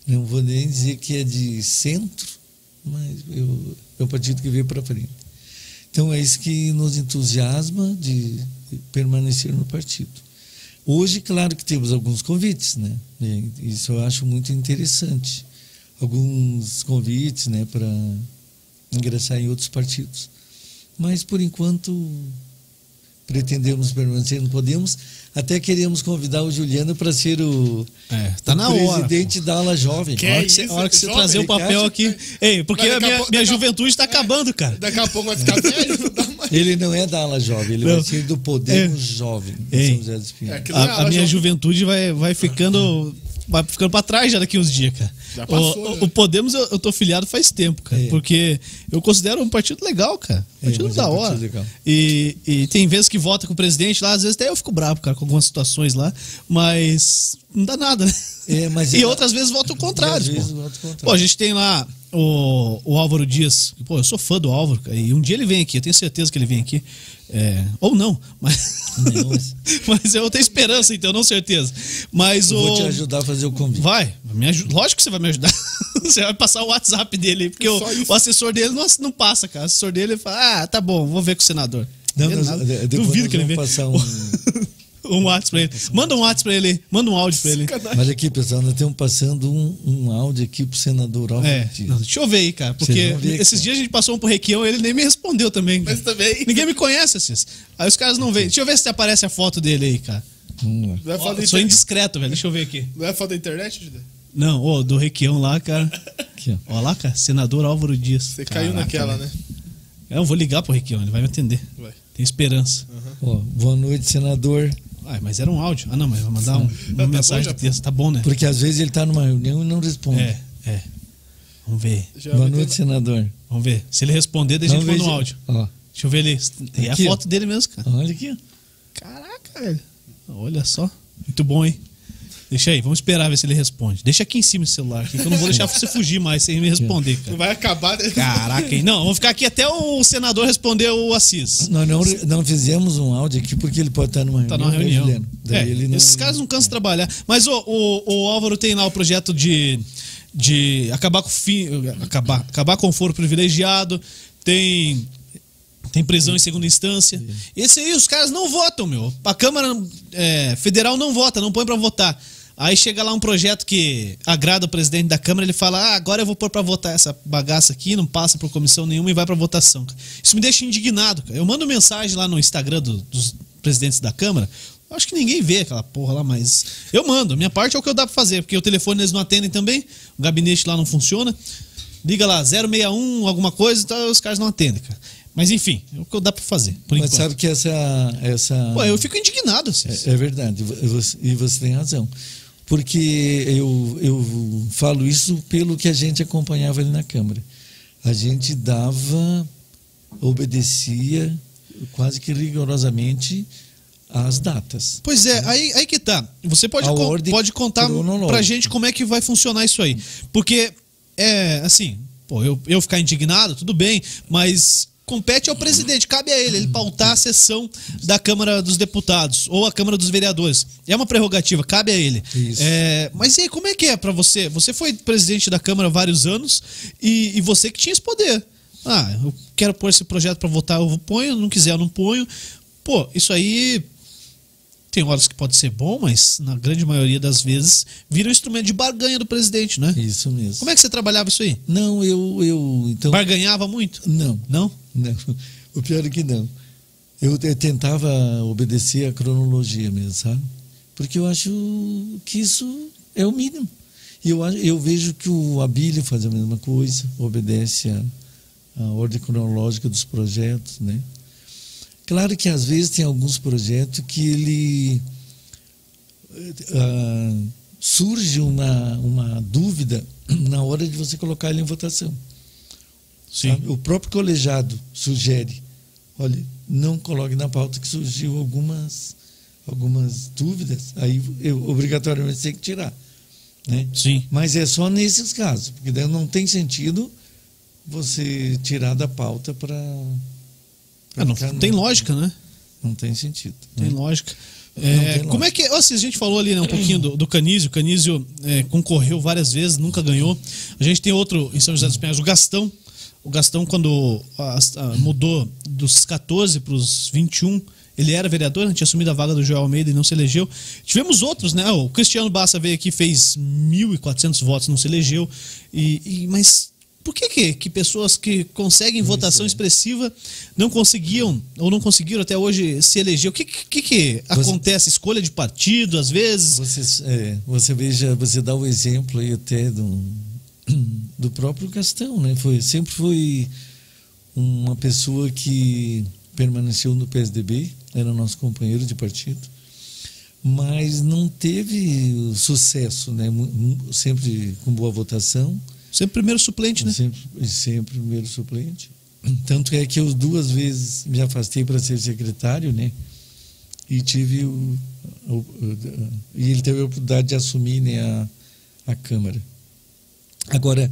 Speaker 3: Não vou nem dizer que é de centro, mas eu, é o partido que vê para frente. Então é isso que nos entusiasma de permanecer no partido. Hoje, claro que temos alguns convites, né? E Isso eu acho muito interessante. Alguns convites, né, para ingressar em outros partidos. Mas por enquanto pretendemos permanecer no Podemos. Até queremos convidar o Juliano para ser o,
Speaker 1: É, tá na
Speaker 3: o
Speaker 1: hora. pô.
Speaker 3: presidente da ala
Speaker 1: A hora
Speaker 3: jovem.
Speaker 1: que
Speaker 2: Que
Speaker 1: você, a
Speaker 2: isso,
Speaker 1: hora que você
Speaker 2: jovem,
Speaker 1: trazer o papel
Speaker 3: Ricardo?
Speaker 1: aqui. Ei, porque
Speaker 2: Mas
Speaker 1: a
Speaker 2: daqui a
Speaker 1: minha,
Speaker 2: pouco-
Speaker 1: minha
Speaker 2: daqui a-
Speaker 1: juventude tá acabando, cara.
Speaker 2: Daqui a pouco vai ficar velho, não dá mais.
Speaker 3: Ele não é da ala jovem, ele
Speaker 1: Não.
Speaker 3: vai ser do Podemos
Speaker 1: É.
Speaker 3: Jovem de
Speaker 1: Ei.
Speaker 3: São José dos Pinhais.
Speaker 2: É aquilo-
Speaker 1: A, a
Speaker 2: Ah,
Speaker 1: minha
Speaker 2: já-
Speaker 1: juventude vai, vai ficando. Vai ficando pra trás já daqui uns dias, cara.
Speaker 2: Já passou,
Speaker 1: o,
Speaker 2: né?
Speaker 1: o Podemos eu, eu tô filiado faz tempo, cara.
Speaker 3: É.
Speaker 1: Porque eu considero um partido legal, cara. Um
Speaker 3: É,
Speaker 1: partido
Speaker 3: mas é
Speaker 1: da
Speaker 3: um
Speaker 1: hora.
Speaker 3: partido legal.
Speaker 1: E, e tem vezes que vota com o presidente lá, às vezes até eu fico bravo, cara, com algumas situações lá. Mas não dá nada, né?
Speaker 3: É, mas
Speaker 1: e
Speaker 3: é-
Speaker 1: outras vezes vota o contrário.
Speaker 3: às
Speaker 1: pô.
Speaker 3: vezes vota o contrário.
Speaker 1: Pô, a gente tem lá o, o Álvaro Dias. Pô, eu sou fã do Álvaro, cara. E um dia ele vem aqui, eu tenho certeza que ele vem aqui. É, ou não, mas.
Speaker 3: Não.
Speaker 1: mas eu tenho esperança, então, não certeza. Mas
Speaker 3: Eu
Speaker 1: o.
Speaker 3: Ah, Vou te ajudar a fazer o convite.
Speaker 1: Vai, me aju- lógico que você vai me ajudar. você vai passar o WhatsApp dele aí, porque o,
Speaker 2: Só isso.
Speaker 1: o assessor dele não, ass- não passa, cara. O assessor dele fala: ah, tá bom, vou ver com o senador.
Speaker 3: Não,
Speaker 1: Ele
Speaker 3: nós-
Speaker 1: nada.
Speaker 3: de- depois
Speaker 1: Duvido
Speaker 3: nós
Speaker 1: que ele
Speaker 3: vamos
Speaker 1: vem.
Speaker 3: passar um-
Speaker 1: O- um WhatsApp pra ele. Manda um WhatsApp pra ele, aí, manda um áudio pra ele.
Speaker 2: Sacanagem.
Speaker 3: Olha aqui, pessoal, nós estamos passando um, um áudio aqui pro senador Álvaro
Speaker 1: É,
Speaker 3: Dias.
Speaker 1: não, deixa eu ver aí, cara, porque
Speaker 3: Vocês vão ver,
Speaker 1: esses
Speaker 3: cara.
Speaker 1: dias a gente passou um por Requião e ele nem me respondeu também. cara.
Speaker 2: Mas também.
Speaker 1: Ninguém me conhece, Assis. Aí os caras não veem. Deixa eu ver se aparece a foto dele aí, cara.
Speaker 3: Vamos lá.
Speaker 2: Não é
Speaker 1: Ó,
Speaker 2: foto da
Speaker 1: sou
Speaker 2: inter-
Speaker 1: indiscreto, velho. Deixa eu ver aqui.
Speaker 2: não é foto da internet, Judé?
Speaker 1: Não, ô, do Requião lá, cara.
Speaker 3: Aqui, ó.
Speaker 1: Ó lá, cara, senador Álvaro Dias.
Speaker 2: Você caiu
Speaker 1: Caraca,
Speaker 2: naquela, né?
Speaker 1: É, eu vou ligar pro Requião, ele vai me atender.
Speaker 2: Vai.
Speaker 1: Tem esperança.
Speaker 3: Ó, boa noite, senador.
Speaker 1: Ah, mas era um áudio. Ah, não, mas vai mandar um- uma
Speaker 2: tá
Speaker 1: mensagem
Speaker 2: bom,
Speaker 1: de
Speaker 2: já.
Speaker 1: texto. Tá bom, né?
Speaker 3: Porque às vezes ele está numa reunião e não responde.
Speaker 1: É, é. Vamos ver.
Speaker 2: Já
Speaker 3: Boa
Speaker 2: vai ter-
Speaker 3: noite, senador.
Speaker 1: Vamos ver. Se ele responder, daí a gente
Speaker 3: Vamos ver
Speaker 1: manda um
Speaker 3: se-
Speaker 1: áudio.
Speaker 3: Ó,
Speaker 1: Deixa eu ver ele. É a
Speaker 3: Aqui, ó.
Speaker 1: foto dele mesmo, cara.
Speaker 3: olha aqui.
Speaker 1: Caraca, velho. Olha só. Muito bom, hein? Deixa aí, vamos esperar ver se ele responde. Deixa aqui em cima esse celular, aqui, que eu não vou deixar você fugir mais sem me responder,
Speaker 2: Não
Speaker 1: cara.
Speaker 2: vai acabar. né?
Speaker 1: Caraca, hein? Não, vamos ficar aqui até o senador responder o Assis.
Speaker 3: Nós não, não fizemos um áudio aqui porque ele pode estar numa reunião.
Speaker 1: Tá numa
Speaker 3: né,
Speaker 1: reunião.
Speaker 3: Juliano? Daí
Speaker 1: É,
Speaker 3: ele não-
Speaker 1: Esses caras não cansam de trabalhar. Mas o, o, o Álvaro tem lá o projeto de, de acabar com o fim. Acabar, acabar com o foro privilegiado. Tem. Tem prisão em segunda instância. Esse aí, os caras não votam, meu. A Câmara é, Federal não vota, não põe pra votar. Aí chega lá um projeto que agrada o presidente da Câmara, ele fala: ah, agora eu vou pôr pra votar essa bagaça aqui, não passa por comissão nenhuma e vai pra votação. cara. Isso me deixa indignado, cara. Eu mando mensagem lá no Instagram do- dos presidentes da Câmara. Acho que ninguém vê aquela porra lá, mas eu mando. Minha parte é o que eu dá pra fazer, porque o telefone eles não atendem também, o gabinete lá não funciona. Liga lá, 061, alguma coisa, então os caras não atendem, cara. Mas enfim, é o que eu dá pra fazer, por
Speaker 3: Mas
Speaker 1: enquanto.
Speaker 3: sabe que essa. essa...
Speaker 1: Pô, eu fico indignado, assim.
Speaker 3: É, é verdade, vo- você- e você tem razão. Porque eu, eu falo isso pelo que a gente acompanhava ali na Câmara. A gente dava, obedecia quase que rigorosamente às datas.
Speaker 1: Pois é, aí, aí que tá. Você pode,
Speaker 3: Uhum. A
Speaker 1: con-
Speaker 3: ordem
Speaker 1: pode contar
Speaker 3: cronológica.
Speaker 1: pra gente como é que vai funcionar isso aí. Porque, é, assim, pô, eu, eu ficar indignado, tudo bem, mas compete ao presidente, cabe a ele, ele pautar a sessão da Câmara dos Deputados ou a Câmara dos Vereadores. É uma prerrogativa, cabe a ele.
Speaker 3: Isso.
Speaker 1: É, mas e aí, como é que é pra você? Você foi presidente da Câmara há vários anos e, e você que tinha esse poder. Ah, eu quero pôr esse projeto pra votar, eu ponho, não quiser, eu não ponho. Pô, isso aí tem horas que pode ser bom, mas na grande maioria das vezes vira um instrumento de barganha do presidente, né?
Speaker 3: Isso mesmo.
Speaker 1: Como é que você trabalhava isso aí?
Speaker 3: Não, eu. eu então,
Speaker 1: Barganhava muito?
Speaker 3: Não,
Speaker 1: Não?
Speaker 3: não. O pior é que não. Eu, eu tentava obedecer a cronologia mesmo, sabe? Porque eu acho que isso é o mínimo. E eu, a- eu vejo que o Abílio faz a mesma coisa, obedece a, a ordem cronológica dos projetos, né? Claro que às vezes tem alguns projetos que ele eh, ah, surge uma, uma dúvida na hora de você colocar ele em votação. Sabe? O próprio colegiado sugere, olha, não coloque na pauta que surgiu algumas algumas dúvidas, aí eu obrigatoriamente tem que tirar, né?
Speaker 1: Sim.
Speaker 3: Mas é só nesses casos, porque daí não tem sentido você tirar da pauta para
Speaker 1: Ah, não, não tem lógica, né?
Speaker 3: Não tem sentido.
Speaker 1: Tem
Speaker 3: né?
Speaker 1: lógica.
Speaker 3: Não
Speaker 1: É,
Speaker 3: tem lógica.
Speaker 1: como é que. Assim, a gente falou ali né, um pouquinho do, do Canizio. O Canizio é, concorreu várias vezes, nunca ganhou. A gente tem outro em São José dos Pinhais, o Gastão. O Gastão, quando a- a- mudou dos 14 para os 21, ele era vereador, né, tinha assumido a vaga do Joel Almeida e não se elegeu. Tivemos outros, né? O Cristiano Bassa veio aqui, fez 1.400 votos, não se elegeu. E, e- mas por que, que, que pessoas que conseguem
Speaker 3: é.
Speaker 1: votação expressiva não conseguiam ou não conseguiram até hoje se eleger? O que, que, que que
Speaker 3: é.
Speaker 1: acontece? Escolha de partido, às vezes?
Speaker 3: Você, é, você veja, você dá o exemplo aí até do, do próprio Gastão, né? Foi, sempre foi uma pessoa que permaneceu no PSDB, era nosso companheiro de partido, mas não teve sucesso, né? Mu- mu- Sempre com boa votação,
Speaker 1: Sempre é primeiro suplente, né?
Speaker 3: sempre, sempre primeiro suplente. Tanto é que eu duas vezes me afastei para ser secretário, né? E tive o, o- o- e ele teve a oportunidade de assumir né, a, a Câmara. Agora,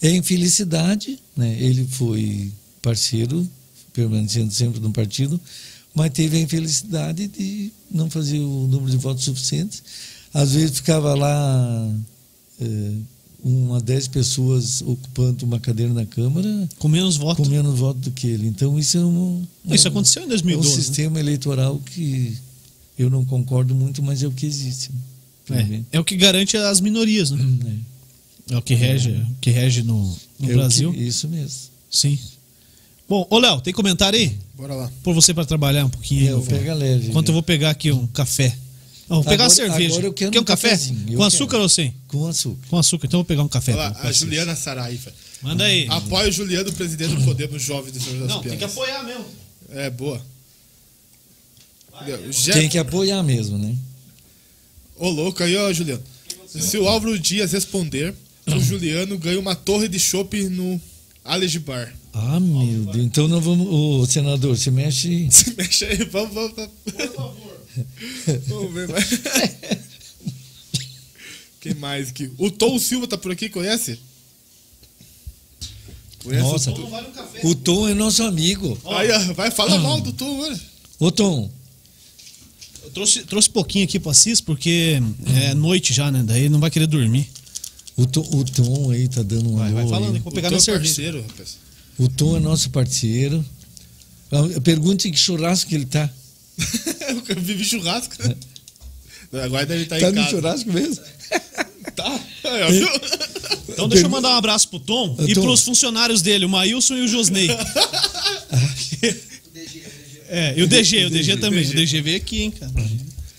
Speaker 3: é infelicidade, né? Ele foi parceiro, permanecendo sempre no partido, mas teve a infelicidade de não fazer o número de votos suficientes. Às vezes ficava lá eh, uma dez pessoas ocupando uma cadeira na Câmara
Speaker 1: Com menos votos.
Speaker 3: com menos voto do que ele. Então isso é um,
Speaker 1: Isso
Speaker 3: é um-
Speaker 1: aconteceu em
Speaker 3: é um
Speaker 1: 2012. né?
Speaker 3: sistema eleitoral que Eu não concordo muito, mas é o que existe. pra mim.
Speaker 1: É, é o que garante as minorias, né?
Speaker 3: né? É.
Speaker 1: É o que rege, o que rege no, no
Speaker 3: É o
Speaker 1: Brasil.
Speaker 3: que- isso mesmo.
Speaker 1: Sim. Bom, ô Léo, tem comentário aí?
Speaker 2: Bora lá.
Speaker 1: Por você para trabalhar um pouquinho. aí,
Speaker 3: É, o
Speaker 1: meu filho.
Speaker 3: pega leve.
Speaker 1: Enquanto eu vou pegar aqui um café. Não, vou pegar uma
Speaker 3: Agora-
Speaker 1: cerveja.
Speaker 3: agora eu quero
Speaker 1: Quer um
Speaker 3: um
Speaker 1: café?
Speaker 3: cafezinho, eu
Speaker 1: Com
Speaker 3: quero.
Speaker 1: açúcar ou sem?
Speaker 3: Com açúcar.
Speaker 1: Com açúcar, então eu vou pegar um café.
Speaker 2: Olha lá,
Speaker 1: pra- pra
Speaker 2: a
Speaker 1: vocês.
Speaker 2: Juliana Saraiva.
Speaker 1: Manda aí.
Speaker 3: Ah,
Speaker 2: Apoia o Juliano, presidente do Podemos Jovem de São José dos
Speaker 1: Não, tem que
Speaker 2: Pinhais.
Speaker 1: apoiar mesmo.
Speaker 2: É, boa. Entendeu?
Speaker 3: Tem
Speaker 2: Já...
Speaker 3: que apoiar mesmo, né?
Speaker 2: Ô, louco aí, ó, Juliano. Se o Álvaro Dias responder, o Juliano ganha uma torre de chopp no Alege Bar.
Speaker 3: Ah, meu Deus. Então não vamos. Ô, senador, se mexe.
Speaker 2: Se mexe aí, vamos, vamos, vamos. Por favor. Vamos ver mais. Quem mais aqui? O Tom Silva tá por aqui, conhece? Conhece?
Speaker 3: Nossa.
Speaker 2: o Tom?
Speaker 1: Vale um café.
Speaker 3: O Tom é nosso amigo.
Speaker 2: Aí, ó, vai falar mal do Tom, mano.
Speaker 3: Ô, Tom.
Speaker 1: Eu trouxe, trouxe pouquinho aqui pro Assis, porque é noite já, né? Daí ele não vai querer dormir.
Speaker 3: O Tom, o Tom aí tá dando um
Speaker 1: Vai,
Speaker 3: alô.
Speaker 1: vai falando,
Speaker 3: aí.
Speaker 1: que eu vou pegar
Speaker 2: o Tom
Speaker 1: minha
Speaker 2: é
Speaker 1: cerveja.
Speaker 2: parceiro, rapaz.
Speaker 3: O Tom é nosso parceiro. Ah, Pergunte que churrasco que ele tá.
Speaker 2: Eu vive churrasco. né? Agora deve estar
Speaker 3: tá
Speaker 2: em
Speaker 3: no
Speaker 2: casa.
Speaker 3: churrasco mesmo?
Speaker 2: Tá. É, ó, viu?
Speaker 1: Então deixa eu mandar um abraço pro Tom
Speaker 3: Ô,
Speaker 1: e
Speaker 3: Tom.
Speaker 1: pros funcionários dele, o Maílson e o Josnei. É, e o DG, o DG também. O DG veio aqui, hein, cara.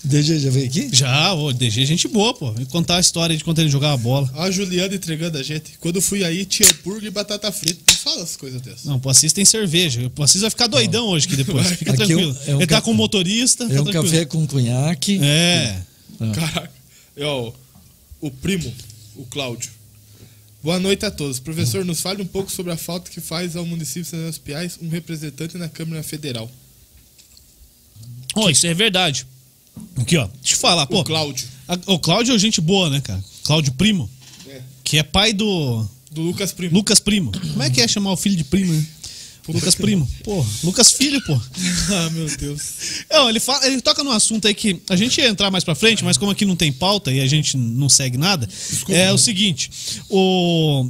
Speaker 3: DG já veio aqui?
Speaker 1: Já, o DG é gente boa, pô. E contar a história de quando ele jogava bola.
Speaker 2: Ó, a Juliana entregando a gente. Quando fui aí, tinha hambúrguer e batata frita. Não fala as coisas dessas.
Speaker 1: Não, o Assis tem cerveja. O Assis vai ficar doidão hoje aqui depois. Fica
Speaker 3: Aqui é um-
Speaker 1: tranquilo.
Speaker 3: é um
Speaker 1: ele tá
Speaker 3: café-
Speaker 1: com o motorista.
Speaker 3: É
Speaker 1: fica
Speaker 3: um
Speaker 1: tranquilo.
Speaker 3: café com conhaque.
Speaker 1: É.
Speaker 2: Caraca. E, ó, o primo, o Cláudio. Boa noite a todos. Professor, nos fale um pouco sobre a falta que faz ao município de São José dos Piais um representante na Câmara Federal.
Speaker 1: Ó, isso é verdade. Aqui, ó. Deixa eu falar, pô.
Speaker 2: O Cláudio,
Speaker 1: A- o Cláudio é gente boa, né, cara? Cláudio Primo.
Speaker 2: É.
Speaker 1: Que é pai do
Speaker 2: do Lucas Primo.
Speaker 1: Lucas Primo. Como é que é chamar o filho de primo, né? Lucas Primo. Pô, Lucas Filho, pô.
Speaker 2: ah, meu Deus.
Speaker 1: Não, É, ele, fala, ele toca num assunto aí que a gente ia entrar mais pra frente, mas como aqui não tem pauta e a gente não segue nada, é o seguinte: o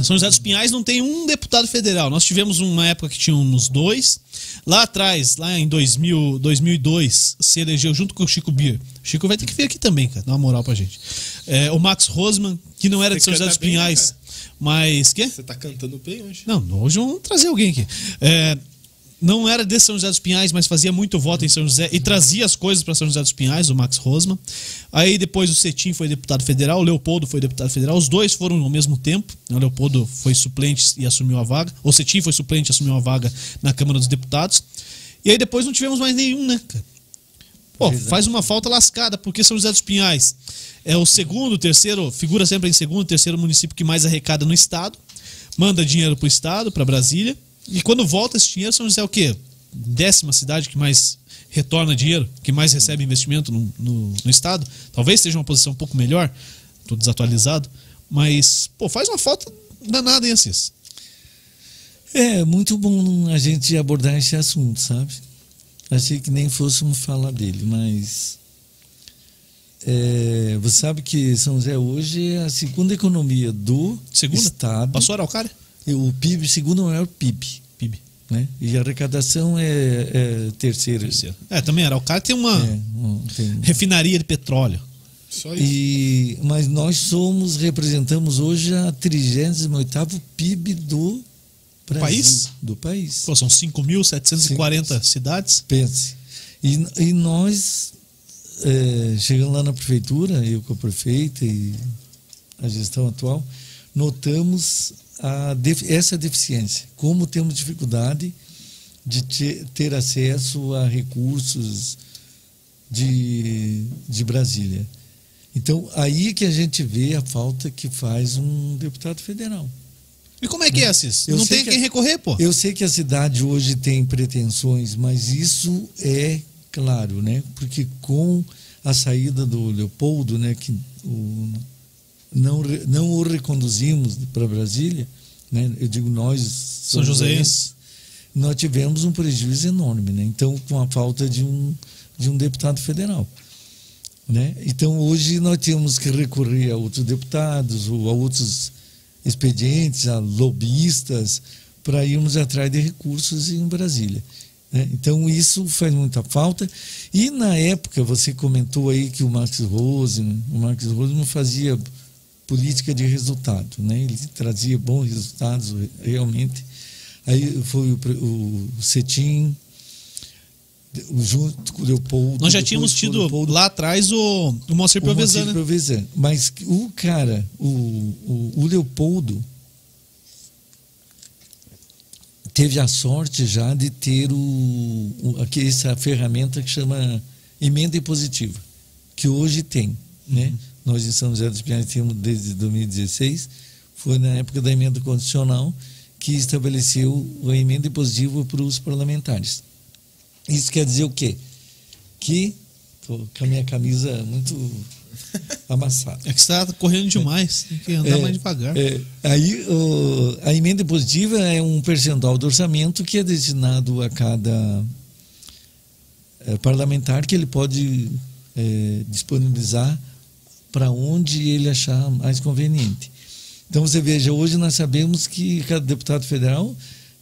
Speaker 1: São José dos Pinhais não tem um deputado federal. Nós tivemos uma época que tínhamos dois. Lá atrás, lá em 2000, 2002, se elegeu junto com o Chico Bier. O Chico vai ter que vir aqui também, cara, dar uma moral pra gente. É, o Max Rosman, que não era de
Speaker 2: Você
Speaker 1: São José
Speaker 2: canta
Speaker 1: dos
Speaker 2: bem,
Speaker 1: Pinhais, mas. Quê?
Speaker 2: Você tá cantando bem hoje.
Speaker 1: Não, hoje vamos trazer alguém aqui. É, não era de São José dos Pinhais, mas fazia muito voto em São José e trazia as coisas para São José dos Pinhais, o Max Rosman. Aí depois o Cetim foi deputado federal, o Leopoldo foi deputado federal, os dois foram ao mesmo tempo. O Leopoldo foi suplente e assumiu a vaga, o Cetim foi suplente e assumiu a vaga na Câmara dos Deputados. E aí depois não tivemos mais nenhum, né, cara? Pô,
Speaker 3: Pois é.
Speaker 1: faz uma falta lascada, porque São José dos Pinhais é o segundo, terceiro, figura sempre em segundo, terceiro município que mais arrecada no estado, manda dinheiro pro estado, pra Brasília, e quando volta esse dinheiro, São José é o quê? Décima cidade que mais retorna dinheiro, que mais recebe investimento no, no- no estado. Talvez seja uma posição um pouco melhor, tô desatualizado, mas, pô, faz uma falta danada, hein, Assis?
Speaker 3: É, muito bom a gente abordar esse assunto, sabe? Achei que nem fôssemos falar dele, mas. é, você sabe que São José hoje é a segunda economia do
Speaker 1: Segunda?
Speaker 3: Estado.
Speaker 1: Passou a Araucária?
Speaker 3: E O PIB, segundo maior PIB.
Speaker 1: PIB.
Speaker 3: Né? E a arrecadação é, é terceira.
Speaker 1: Terceiro. É, também Araucária tem uma
Speaker 3: É, um, tem-
Speaker 1: refinaria de petróleo.
Speaker 2: Só isso.
Speaker 3: E, mas nós somos, representamos hoje a 38 PIB do Brasil,
Speaker 1: país?
Speaker 3: Do país.
Speaker 1: Pô, são 5.740 cidades.
Speaker 3: Pense. E, e nós, eh, chegando lá na prefeitura, eu com a prefeita e a gestão atual, notamos a def- essa deficiência. Como temos dificuldade de te- ter acesso a recursos de, de Brasília. Então, aí que a gente vê a falta que faz um deputado federal.
Speaker 1: E como é que é, Assis?
Speaker 3: Eu
Speaker 1: não
Speaker 3: sei
Speaker 1: tem
Speaker 3: que-
Speaker 1: quem recorrer, pô.
Speaker 3: Eu sei que a cidade hoje tem pretensões, mas isso é claro, né? Porque com a saída do Leopoldo, né, que o, não, re- não o reconduzimos para Brasília, né? Eu digo nós,
Speaker 1: São Joséenses.
Speaker 3: nós tivemos um prejuízo enorme, né? Então, com a falta de um de um deputado federal, né? Então, hoje nós temos que recorrer a outros deputados ou a outros expedientes, a lobistas, para irmos atrás de recursos em Brasília. né? Então isso faz muita falta. E na época você comentou aí que o Max Rosen, o Max Rosen fazia política de resultado, né? Ele trazia bons resultados realmente. Aí foi o, o Cetim, o junto com o Leopoldo.
Speaker 1: Nós já tínhamos
Speaker 3: depois com o
Speaker 1: tido
Speaker 3: Leopoldo,
Speaker 1: lá atrás o, o Moacir
Speaker 3: o Moacir
Speaker 1: Provesana.
Speaker 3: Provenzano. Mas que o cara, o, o, o Leopoldo, teve a sorte já de ter o, o aqui, essa ferramenta que chama emenda impositiva, que hoje tem. Né? Nós em São José dos Pinhais temos desde 2016, foi na época da emenda condicional que estabeleceu a emenda impositiva para os parlamentares. Isso quer dizer o quê? Que tô com a minha camisa muito amassada.
Speaker 1: É que você está correndo demais, tem que andar
Speaker 3: É,
Speaker 1: mais devagar.
Speaker 3: é, aí o- a emenda impositiva é um percentual do orçamento que é destinado a cada eh, parlamentar que ele pode eh, disponibilizar para onde ele achar mais conveniente. Então você veja, hoje nós sabemos que cada deputado federal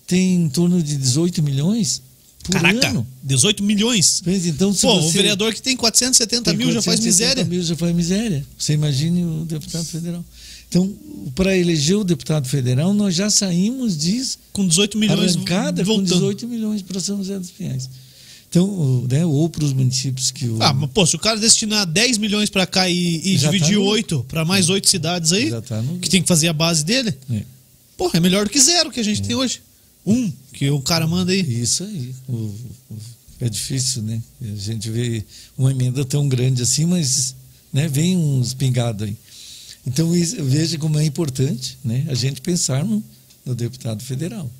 Speaker 3: tem em torno de 18 milhões por
Speaker 1: Caraca,
Speaker 3: ano.
Speaker 1: 18 milhões.
Speaker 3: Entende? Então, se
Speaker 1: Pô, o
Speaker 3: você
Speaker 1: vereador que tem 470
Speaker 3: tem
Speaker 1: mil já faz
Speaker 3: 470
Speaker 1: miséria.
Speaker 3: mil já faz miséria. Você imagine o deputado federal. Então, para eleger o deputado federal, nós já saímos disso
Speaker 1: Com 18 milhões
Speaker 3: arrancada com
Speaker 1: voltando.
Speaker 3: 18 milhões para São José dos Pinhais. Então, o- né, ou para os municípios que o.
Speaker 1: Ah, mas pô, se o cara destinar 10 milhões pra cá e, e
Speaker 3: Já tá
Speaker 1: dividir
Speaker 3: no-
Speaker 1: 8 pra mais 8 cidades aí,
Speaker 3: Já tá no-
Speaker 1: que tem que fazer a base dele,
Speaker 3: É.
Speaker 1: porra, é melhor do que zero que a gente tem hoje. Um, que o cara manda aí.
Speaker 3: Isso aí. O- o- é difícil, né? A gente vê uma emenda tão grande assim, mas né, vem uns pingados aí. Então, isso- veja como é importante né, a gente pensar no, no deputado federal.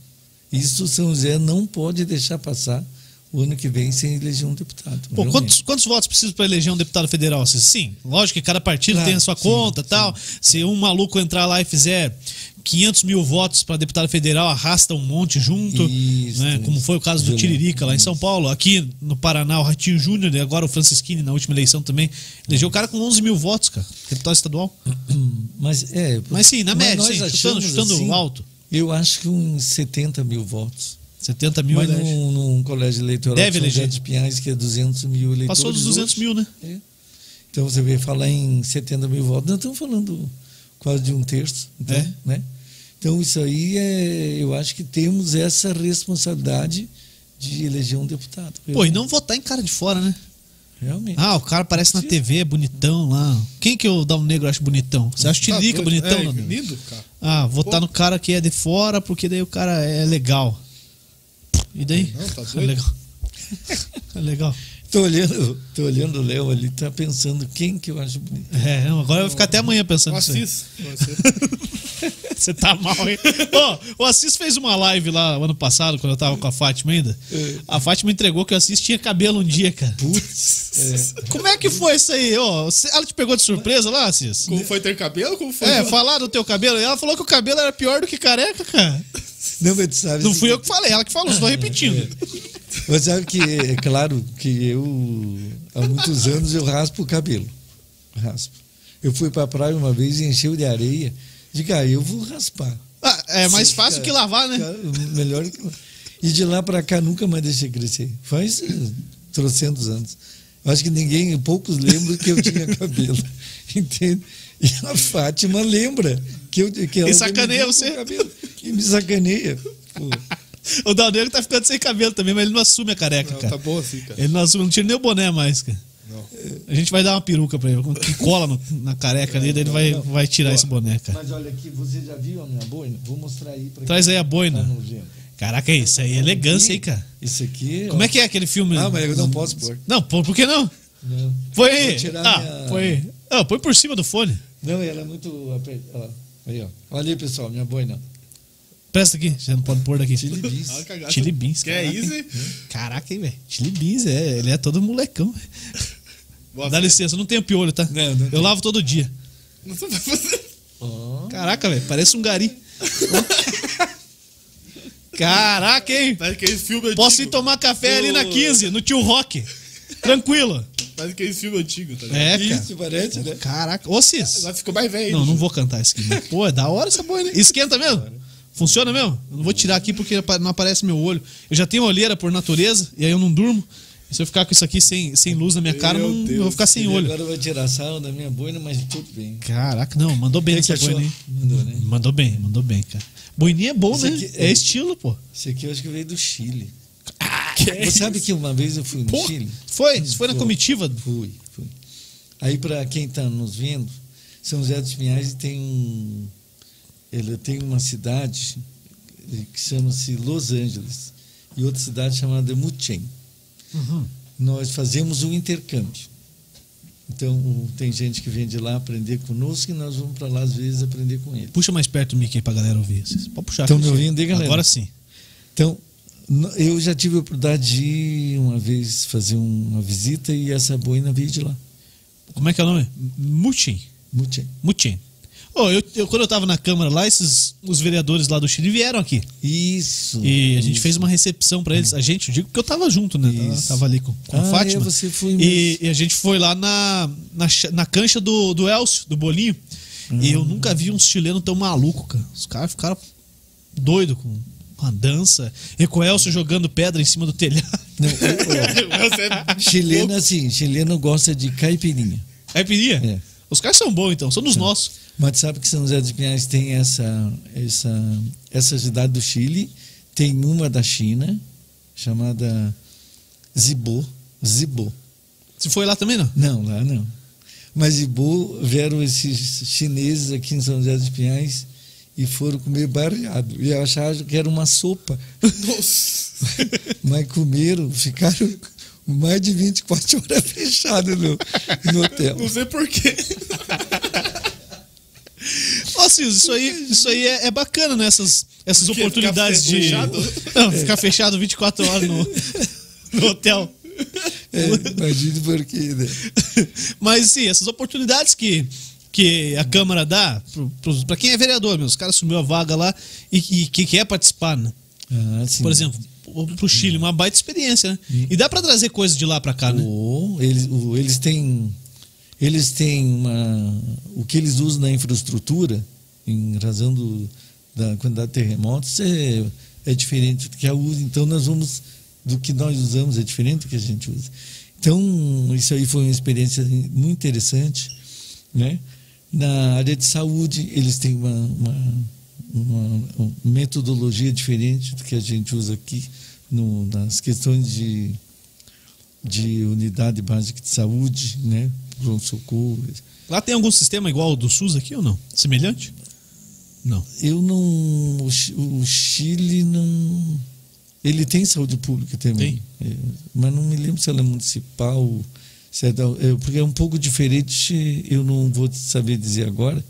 Speaker 3: Isso São José não pode deixar passar o ano que vem sem eleger um deputado.
Speaker 1: Pô,
Speaker 3: realmente.
Speaker 1: quantos, quantos votos precisa pra eleger um deputado federal? Assim, Sim, lógico que cada partido
Speaker 3: Claro,
Speaker 1: tem a sua
Speaker 3: sim,
Speaker 1: conta e tal. Se um maluco entrar lá e fizer 500 mil votos pra deputado federal, arrasta um monte junto.
Speaker 3: Isso,
Speaker 1: né?
Speaker 3: isso.
Speaker 1: Como foi o caso do
Speaker 3: Violento,
Speaker 1: Tiririca lá em
Speaker 3: isso.
Speaker 1: São Paulo. Aqui no Paraná, o Ratinho Júnior, e agora o Francisquini na última eleição também. Elegeu o cara com 11 mil votos, cara. Deputado estadual.
Speaker 3: Mas, é,
Speaker 1: Mas sim, na média,
Speaker 3: nós
Speaker 1: sim, chutando,
Speaker 3: achamos,
Speaker 1: chutando
Speaker 3: assim,
Speaker 1: alto.
Speaker 3: Eu acho que uns 70 mil votos.
Speaker 1: 70 mil,
Speaker 3: Mas
Speaker 1: né?
Speaker 3: num, num colégio eleitoral
Speaker 1: Deve
Speaker 3: de São José
Speaker 1: eleger.
Speaker 3: dos Pinhais, que é 200 mil eleitores.
Speaker 1: Passou dos 200
Speaker 3: hoje.
Speaker 1: mil, né?
Speaker 3: É. Então você vê falar em 70 mil votos, nós estamos falando quase de um terço. Então,
Speaker 1: É.
Speaker 3: né? então isso aí é, eu acho que temos essa responsabilidade de eleger um deputado.
Speaker 1: Pô, e não votar em cara de fora, né?
Speaker 3: Realmente.
Speaker 1: Ah, o cara aparece na TV, é bonitão lá. Quem que o Down Negro acha bonitão? Você acha o Tilica
Speaker 2: doido?
Speaker 1: bonitão? né,
Speaker 2: É,
Speaker 1: Dal Negro?
Speaker 2: lindo, cara.
Speaker 1: Ah, votar no cara que é de fora, porque daí o cara é legal. E daí?
Speaker 2: Não, tá doido.
Speaker 1: é legal. É legal.
Speaker 3: Estou olhando, tô olhando o Léo ali, tá pensando quem que eu acho bonito.
Speaker 1: É, não, agora eu vou ficar até amanhã
Speaker 2: O
Speaker 1: pensando nisso. aí.
Speaker 2: Assis. tá o Assis.
Speaker 1: Você tá mal, hein? Ô, o Assis fez uma live lá o ano passado, quando eu tava com a Fátima ainda.
Speaker 2: É.
Speaker 1: A Fátima entregou que o Assis tinha cabelo um dia, cara.
Speaker 3: Putz.
Speaker 1: Como é que foi isso aí? Ô, você- ela te pegou de surpresa lá, Assis?
Speaker 2: Como foi ter cabelo? Como foi?
Speaker 1: É, falar do teu cabelo. Ela falou que o cabelo era pior do que careca, cara.
Speaker 3: Não, mas tu sabe
Speaker 1: Não
Speaker 3: assim,
Speaker 1: fui eu que falei, ela que falou,
Speaker 3: É.
Speaker 1: estou repetindo.
Speaker 3: Mas sabe que é claro que eu há muitos anos eu raspo o cabelo. Raspo. Eu fui para a praia uma vez e encheu de areia. Diga, ah, eu vou raspar.
Speaker 1: Ah, é mais
Speaker 3: Sim,
Speaker 1: fácil
Speaker 3: cara.
Speaker 1: que lavar, né?
Speaker 3: Cara, Melhor que... E de lá para cá nunca mais deixei crescer. Faz eh, trocentos anos. Eu acho que ninguém, poucos lembram que eu tinha cabelo. Entende? E a Fátima lembra que eu que ela
Speaker 1: E sacaneia
Speaker 3: que me viu com
Speaker 1: você.
Speaker 3: o cabelo. E me sacaneia. Pô,
Speaker 1: O Dal Negro tá ficando sem cabelo também, mas ele não assume a careca,
Speaker 2: Não,
Speaker 1: cara. É
Speaker 2: tá bom assim, cara.
Speaker 1: Ele não assume, não tira nem o boné mais, cara.
Speaker 2: Não.
Speaker 1: A gente vai dar uma peruca pra ele, que cola no- na careca ali, daí ele vai, vai tirar esse boné, cara.
Speaker 3: Mas olha aqui, você já viu a minha boina? Vou mostrar aí para
Speaker 1: Traz aí a boina.
Speaker 3: vendo.
Speaker 1: Caraca, isso aí é elegância, hein, cara.
Speaker 3: Isso aqui.
Speaker 1: Como é que é aquele filme?
Speaker 3: Ah, mas eu não posso pôr.
Speaker 1: Não, pô, por que não?
Speaker 3: Não,
Speaker 1: Põe aí.
Speaker 3: Vou tirar
Speaker 1: Ah,
Speaker 3: minha-
Speaker 1: põe aí. Ah, põe por cima do fone.
Speaker 3: não ela é muito. aper- ó, Aí, ó. Olha aí, pessoal, minha boina.
Speaker 1: Presta aqui, você não pode pôr daqui.
Speaker 3: Chili Beans.
Speaker 1: Ah,
Speaker 2: Olha que gata.
Speaker 1: Chili Beans,
Speaker 2: Que é
Speaker 1: caraca,
Speaker 2: isso,
Speaker 1: hein?
Speaker 2: hein?
Speaker 1: Caraca, hein, velho. Chili Beans, é, ele é todo molecão. velho.
Speaker 2: Boa
Speaker 1: Dá
Speaker 2: sorte.
Speaker 1: licença, eu não tenho piolho, tá?
Speaker 3: Não, não
Speaker 1: eu
Speaker 3: tem.
Speaker 1: lavo todo dia.
Speaker 2: Não sou pra você.
Speaker 3: Ó.
Speaker 1: Caraca, velho, parece um gari. Caraca, hein?
Speaker 2: Parece que é esse filme antigo.
Speaker 1: Posso ir tomar café ali na 15, no tio Rock. Tranquilo.
Speaker 2: Parece que esse filme antigo, tá ligado?
Speaker 1: então- É, cara.
Speaker 3: Isso parece, né?
Speaker 1: Caraca. Ô, Cis.
Speaker 2: Agora ficou mais velho. né?
Speaker 1: Não, não vou cantar isso aqui. mas, Pô, é da hora essa boina, hein? né? Esquenta mesmo? Funciona mesmo? Eu não vou tirar aqui porque apa- não aparece meu olho. Eu já tenho olheira por natureza e aí eu não durmo. E se eu ficar com isso aqui sem, sem luz na minha cara, eu
Speaker 2: Meu
Speaker 1: não- eu
Speaker 2: Deus,
Speaker 1: vou ficar sem
Speaker 3: E
Speaker 1: olho.
Speaker 3: Agora vai tirar sarro da minha boina, mas tudo bem.
Speaker 1: Caraca, não, mandou bem
Speaker 3: O que
Speaker 1: essa
Speaker 3: que achou?
Speaker 1: boina, hein?
Speaker 3: Mandou, né?
Speaker 1: Mandou bem, mandou bem, cara. Boininha é bom,
Speaker 3: Esse
Speaker 1: né?
Speaker 3: aqui-
Speaker 1: é estilo, pô.
Speaker 3: Esse aqui eu acho que veio do Chile.
Speaker 1: Que
Speaker 3: Você sabe que é uma vez eu fui no
Speaker 1: Pô,
Speaker 3: Chile?
Speaker 1: foi, foi na
Speaker 3: Fui.
Speaker 1: comitiva.
Speaker 3: Fui, fui. Aí, para quem está nos vendo, São José dos Pinhais tem um. Ele tem uma cidade eh, que chama-se Los Angeles e outra cidade chamada Mutchen.
Speaker 1: Uhum.
Speaker 3: Nós fazemos um intercâmbio. Então, o- tem gente que vem de lá aprender conosco e nós vamos para lá às vezes aprender com ele.
Speaker 1: Puxa mais perto o Mickey aí pra galera ouvir. Vocês Pode puxar.
Speaker 3: Tão me
Speaker 1: Cristiano.
Speaker 3: ouvindo aí, galera?
Speaker 1: Agora sim.
Speaker 3: Então, n- eu já tive a oportunidade de ir uma vez fazer um- uma visita e essa boina veio de lá,
Speaker 1: Como é que é o nome? Mutin.
Speaker 3: Mutchen.
Speaker 1: Mutin. Oh, eu, eu- quando eu tava na Câmara lá, esses, os vereadores lá do Chile vieram aqui.
Speaker 3: Isso.
Speaker 1: E a gente
Speaker 3: isso.
Speaker 1: fez uma recepção pra eles. A gente, eu digo que eu tava junto, né? Tava-
Speaker 3: Isso.
Speaker 1: Tava ali com, com
Speaker 3: Ah,
Speaker 1: a
Speaker 3: é,
Speaker 1: Fátima.
Speaker 3: você foi
Speaker 1: e,
Speaker 3: mesmo.
Speaker 1: e a gente foi lá na, na, cha- na cancha do, do Elcio, do Bolinho.
Speaker 3: Hum.
Speaker 1: E eu nunca vi um chileno tão maluco, cara. Os caras ficaram doidos com uma dança. E com o Elcio jogando pedra em cima do telhado.
Speaker 3: Não, o-
Speaker 2: Você é
Speaker 3: o- chileno, assim, chileno gosta de caipirinha.
Speaker 1: Aí pedia.
Speaker 3: É.
Speaker 1: Os caras são bons, então. São dos nossos.
Speaker 3: Mas sabe que São José dos Pinhais tem essa, essa, essa cidade do Chile, tem uma da China, chamada Zibo. Zibo.
Speaker 1: Você foi lá também, não?
Speaker 3: Não, lá não. Mas Zibo vieram esses chineses aqui em São José dos Pinhais e foram comer barreado. E acharam que era uma sopa.
Speaker 2: Nossa.
Speaker 3: Mas comeram, ficaram mais de 24 horas fechados no, no hotel.
Speaker 1: é um
Speaker 2: Não sei porquê.
Speaker 1: Ó, Cis, isso aí, isso aí é, é bacana, né? Essas, essas
Speaker 2: O quê?
Speaker 1: oportunidades
Speaker 2: Ficar
Speaker 1: de.
Speaker 2: fechado?
Speaker 1: Não, ficar fechado 24 horas no, no hotel.
Speaker 3: É, imagine por quê, né?
Speaker 1: Mas, sim, essas oportunidades que, que a Câmara dá, pro- pros- pra quem é vereador, meu, os caras assumiu a vaga lá e, e que quer participar, né?
Speaker 3: Ah, sim.
Speaker 1: Por exemplo, pro- pro Chile, uma baita experiência, né? E dá pra trazer coisa de lá pra cá, né?
Speaker 3: O- eles, o- eles têm eles têm uma o que eles usam na infraestrutura em razão do, da quantidade de terremotos é, é diferente do que a usa. Então nós vamos do que nós usamos é diferente do que a gente usa. Então isso aí foi uma experiência muito interessante, né? Na área de saúde eles têm uma, uma, uma- uma metodologia diferente do que a gente usa aqui no, nas questões de de unidade básica de saúde, né? Pronto-socorro.
Speaker 1: Lá tem algum sistema igual ao do SUS aqui ou não? Semelhante? Não.
Speaker 3: Eu não. O, Chi- o Chile não. Ele tem saúde pública também. É, mas não me lembro se ela é municipal, se é da, é, porque é um pouco diferente, eu não vou saber dizer agora.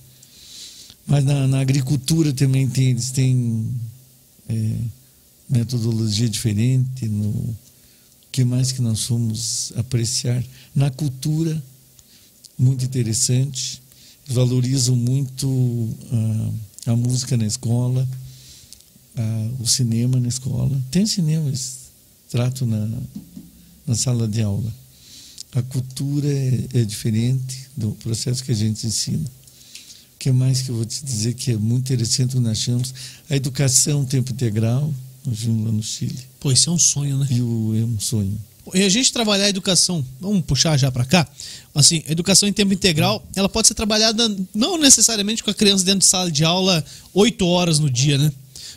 Speaker 3: Mas na, na agricultura também tem, eles têm é, metodologia diferente. No que mais que nós fomos apreciar? Na cultura, muito interessante. Valorizam muito ah, a música na escola, ah, o cinema na escola. Tem cinema, eles tratam na, na sala de aula. A cultura é, é diferente do processo que a gente ensina. O que mais que eu vou te dizer que é muito interessante nós achamos? A educação tempo integral, nós vimos lá no Chile,
Speaker 1: Pô, isso é um sonho, né?
Speaker 3: e o É um Sonho.
Speaker 1: E a gente trabalhar a educação, vamos puxar já para cá, assim, a educação em tempo integral, ela pode ser trabalhada não necessariamente com a criança dentro de sala de aula oito horas no dia, né?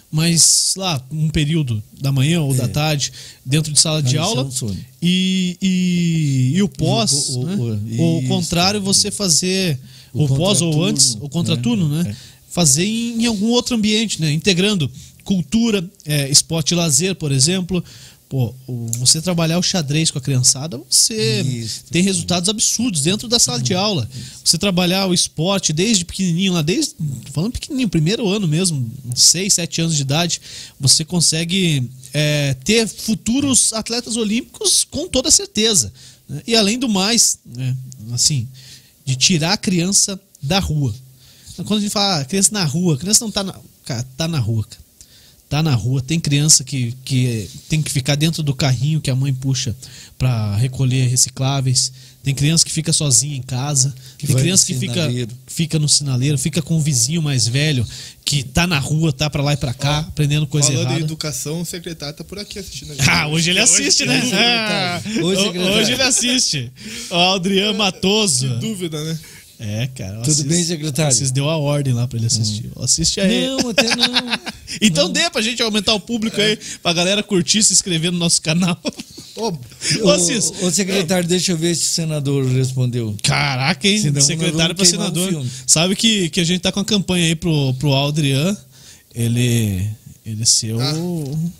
Speaker 1: Mas lá, um período da manhã ou da
Speaker 3: É.
Speaker 1: tarde, dentro de sala
Speaker 3: Mas
Speaker 1: de
Speaker 3: isso é
Speaker 1: aula.
Speaker 3: um sonho.
Speaker 1: e, e, e o pós,
Speaker 3: o-
Speaker 1: né?
Speaker 3: o-
Speaker 1: ou o
Speaker 3: isso,
Speaker 1: contrário, você fazer
Speaker 3: O
Speaker 1: o pós ou
Speaker 3: contraturno,
Speaker 1: antes, o contraturno,
Speaker 3: né?
Speaker 1: né? Fazer em, em algum outro ambiente, né? Integrando cultura, é, esporte e lazer, por exemplo. Pô, o- você trabalhar o xadrez com a criançada, você
Speaker 3: Isso.
Speaker 1: tem resultados absurdos dentro da sala de aula. Você trabalhar o esporte desde pequenininho, lá desde, tô falando pequenininho, primeiro ano mesmo, uns 6, 7 anos de idade, você consegue é, ter futuros atletas olímpicos com toda certeza. né? E além do mais, né, assim, de tirar a criança da rua. Quando a gente fala ah, criança na rua, criança não tá na, cara, tá na rua, cara. tá na rua, tem criança que, que tem que ficar dentro do carrinho que a mãe puxa para recolher recicláveis, tem criança que fica sozinha em casa,
Speaker 3: Que
Speaker 1: tem
Speaker 3: vai no
Speaker 1: criança que fica,
Speaker 3: sinaleiro.
Speaker 1: fica no sinaleiro, fica com o vizinho mais velho que tá na rua, tá para lá e para cá, aprendendo coisa
Speaker 2: Falando
Speaker 1: errada.
Speaker 2: em educação, o secretário tá por aqui assistindo a gente.
Speaker 1: Ah, hoje ele assiste, né? Ah,
Speaker 3: tá. Hoje, é
Speaker 1: ho-
Speaker 3: secretário.
Speaker 1: hoje ele assiste. O Adriano Matoso.
Speaker 2: Dúvida, né?
Speaker 1: É, cara.
Speaker 3: Tudo bem, secretário? Hum.
Speaker 1: Vocês deu a ordem lá pra ele assistir. Assiste aí.
Speaker 3: Não, até não.
Speaker 1: Então dê pra gente aumentar o público aí, pra galera curtir, se inscrever no nosso canal.
Speaker 2: Ô,
Speaker 1: Ô, é- Cis.
Speaker 3: Ô, ô, secretário, deixa eu ver se o senador respondeu.
Speaker 1: Caraca, hein?
Speaker 3: Senão nós
Speaker 1: Secretário
Speaker 3: vamos
Speaker 1: pra
Speaker 3: queimar o
Speaker 1: senador.
Speaker 3: filme.
Speaker 1: Sabe que, que a gente tá com a campanha aí pro, pro Adrian. Ele. Ele ser
Speaker 2: ah,
Speaker 3: Ah.
Speaker 1: o.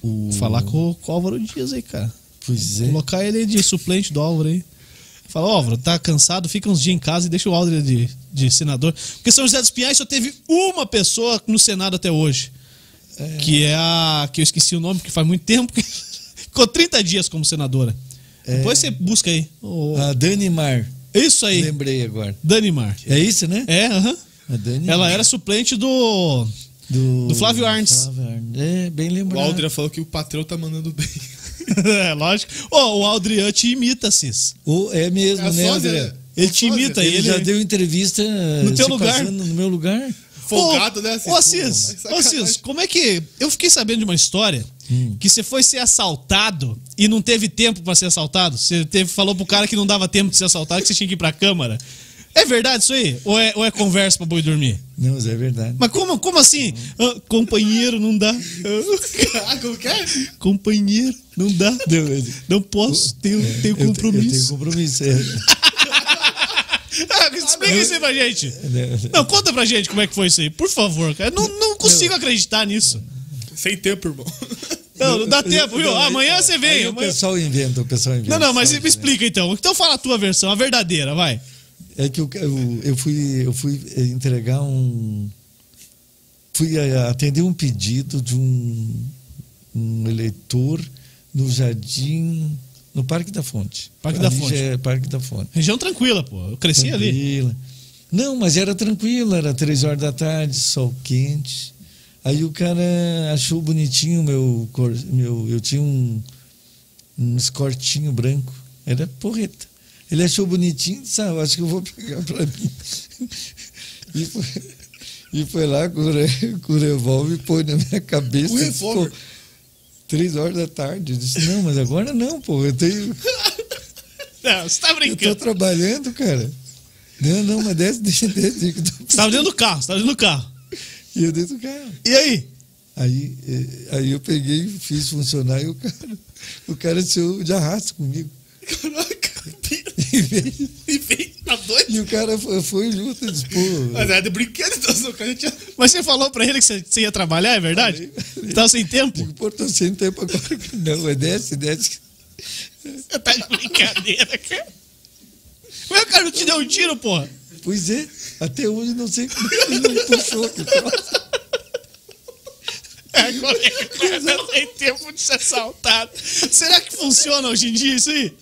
Speaker 3: O...
Speaker 1: Falar com, com o Álvaro Dias aí, cara.
Speaker 3: Pois é.
Speaker 1: Colocar ele de suplente do Álvaro aí. Fala, "Ó, Álvaro, tá cansado, fica uns dias em casa e deixa o Álvaro de, de senador. Porque São José dos Pinhais só teve uma pessoa no Senado até hoje. Que é a. que eu esqueci o nome, porque faz muito tempo. que- Ficou 30 dias como senadora. Depois você busca aí. Ô, ô.
Speaker 3: A Dani Mar.
Speaker 1: Isso aí,
Speaker 3: Lembrei agora.
Speaker 1: Danimar.
Speaker 3: É isso, né?
Speaker 1: É, aham.
Speaker 3: A Dani
Speaker 1: Ela
Speaker 3: Mar.
Speaker 1: era suplente do.
Speaker 3: Do,
Speaker 1: do Flávio Arns.
Speaker 3: Flávio Arns. É, bem
Speaker 2: o
Speaker 3: lembrado.
Speaker 2: Aldria falou que o patrão tá mandando bem.
Speaker 1: é, lógico. Ô, o Aldrian te imita, Cis.
Speaker 3: Ô, é mesmo,
Speaker 2: É a
Speaker 3: né,
Speaker 2: sósia,
Speaker 3: André?
Speaker 2: né?
Speaker 1: Ele te
Speaker 2: Sósia.
Speaker 1: imita,
Speaker 3: Ele,
Speaker 1: ele.
Speaker 3: já deu entrevista
Speaker 1: No teu
Speaker 3: se
Speaker 1: lugar.
Speaker 3: passando no meu lugar.
Speaker 2: Folgado,
Speaker 1: Ô,
Speaker 2: né?
Speaker 1: Ô,
Speaker 2: pô,
Speaker 1: Assis,
Speaker 2: mas
Speaker 1: ô, Assis,
Speaker 2: sacanagem.
Speaker 1: como é que. Eu fiquei sabendo de uma história
Speaker 3: Hum.
Speaker 1: que você foi ser assaltado e não teve tempo pra ser assaltado. Você teve, falou pro cara que não dava tempo de ser assaltado, que você tinha que ir pra câmara. É verdade isso aí? Ou é, ou é conversa pra boi dormir?
Speaker 3: Não, mas é verdade.
Speaker 1: Mas como, como assim? Ah, companheiro, não dá. Ah,
Speaker 2: Hum. Ah, como que é?
Speaker 1: companheiro, não dá.
Speaker 3: Não, mas-
Speaker 1: Não posso, tenho, tenho
Speaker 3: É, eu- Eu, tenho
Speaker 1: compromisso.
Speaker 3: compromisso. é.
Speaker 1: Ah, Explica isso aí pra gente. Não, conta pra gente como é que foi isso aí, por favor, cara. Eu Não, não consigo acreditar nisso.
Speaker 2: Sem tempo, irmão.
Speaker 1: Não, não dá tempo, viu?
Speaker 3: Não, aí-
Speaker 1: Amanhã você vem.
Speaker 3: aí O
Speaker 1: amanhã-
Speaker 3: pessoal inventa, o pessoal inventa.
Speaker 1: Não, não, mas
Speaker 3: Sabe,
Speaker 1: me explica então. Então fala a tua versão, a verdadeira, vai.
Speaker 3: É que eu, eu, eu fui, eu fui eh, entregar um. Fui eh, atender um pedido de um, um eleitor no Jardim. No Parque da Fonte.
Speaker 1: Parque da
Speaker 3: Ali
Speaker 1: Fonte.
Speaker 3: já É Parque da Fonte.
Speaker 1: Região tranquila, pô. Eu cresci ali.
Speaker 3: Tranquila. Não, mas era tranquila, era três horas da tarde, sol quente. Aí o cara achou bonitinho o meu, cor- meu. Eu tinha um, um escortinho branco. Era porreta. Ele achou bonitinho, sabe? eu Acho que eu vou pegar pra mim. E foi, e foi lá com o, re- com o revólver e pôs na minha cabeça.
Speaker 2: O revólver?
Speaker 3: Ficou Três horas da tarde. Eu disse, não, mas agora não, pô. Eu tenho.
Speaker 1: Não, você tá
Speaker 3: Eu tô
Speaker 1: brincando.
Speaker 3: trabalhando, cara. Não, não, mas desce, desce, desce. que eu tô-
Speaker 1: Você tava dentro do carro, você tava dentro do carro.
Speaker 3: E eu dentro do carro.
Speaker 1: E aí?
Speaker 3: Aí, eh, aí eu peguei, fiz funcionar e o cara, o cara saiu de arrasto comigo.
Speaker 2: Caraca.
Speaker 3: E, veio-
Speaker 2: Enfim, tá doido?
Speaker 3: e o cara foi, foi luta, disse, pô,
Speaker 2: Mas
Speaker 1: é
Speaker 2: era de brinquedo, então, senão o cara tinha...
Speaker 1: Mas você falou pra ele que você você ia trabalhar, é verdade? Você Tava sem tempo?
Speaker 2: é
Speaker 3: digo, pô, tô tá sem tempo agora. Não, é desce, desce.
Speaker 1: Você tá de brincadeira, cara. Mas o cara não te deu um tiro, porra.
Speaker 3: Pois é, até hoje não sei como é ele não puxou. que troço.
Speaker 1: Agora é que o cara não tem tempo de ser assaltado. Será que funciona hoje em dia isso aí?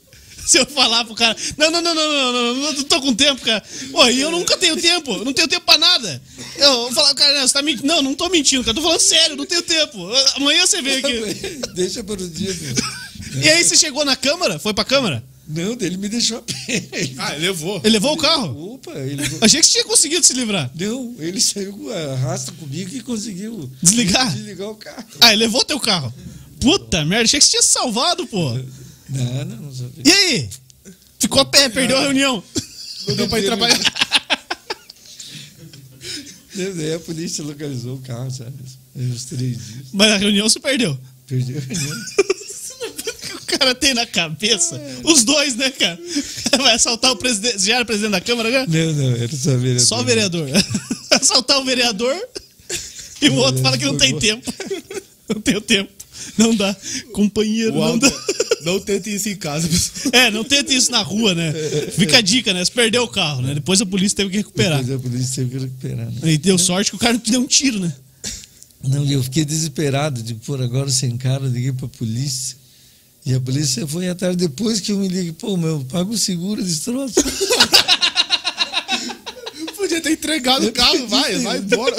Speaker 1: Se eu falar pro cara, não, não, não, não, não, não, não, não tô com tempo, cara. Pô, e eu nunca tenho tempo, eu não tenho tempo pra nada. Eu vou falar, cara, não, você tá mentindo. Não, não tô mentindo, cara, tô falando sério, não tenho tempo. Amanhã você
Speaker 2: é
Speaker 1: vem aqui.
Speaker 3: Deixa para o dia. meu.
Speaker 1: E aí você chegou na câmara? Foi pra câmara?
Speaker 3: Não, ele me deixou a pé. Ele-
Speaker 2: Ah, levou.
Speaker 1: Ele levou o carro?
Speaker 3: Opa, ele...
Speaker 1: Achei que você tinha conseguido se livrar.
Speaker 3: Não, ele saiu com a arrasta comigo e conseguiu
Speaker 1: Desligar?
Speaker 3: desligar o carro.
Speaker 1: Ah, ele levou teu carro. Puta merda, achei que você tinha se salvado, pô.
Speaker 3: Não, não, não sabia.
Speaker 1: E aí? Ficou a pé, perdeu a reunião.
Speaker 2: Não deu pra ir trabalhar.
Speaker 3: Daí a polícia localizou o carro, sabe? Aí Os três dias.
Speaker 1: Mas a reunião se perdeu.
Speaker 3: Perdeu né? a reunião.
Speaker 1: que o cara tem na cabeça?
Speaker 2: É.
Speaker 1: Os dois, né, cara? Vai assaltar o presidente. Já era presidente da Câmara, já?
Speaker 3: Não, não, era só vereador.
Speaker 1: Só vereador. Assaltar o vereador e o outro fala que não tem tempo. Não tenho tempo. Não dá. Companheiro,
Speaker 2: O
Speaker 1: não
Speaker 2: Aldo,
Speaker 1: dá.
Speaker 2: não tentem isso em casa, pessoal.
Speaker 1: É, não tenta isso na rua, né? Fica a dica, né? Você perdeu o carro, né? Depois a polícia teve que recuperar.
Speaker 3: Depois a polícia teve que recuperar.
Speaker 2: é.
Speaker 3: Né?
Speaker 1: E deu sorte que o cara não te deu um tiro, né?
Speaker 3: Não, e eu fiquei desesperado de pôr agora sem cara, liguei pra polícia. E a polícia foi atrás depois que eu me liguei, pô, meu, paga o seguro desse troço.
Speaker 2: Podia ter entregado o carro, vai, vai embora.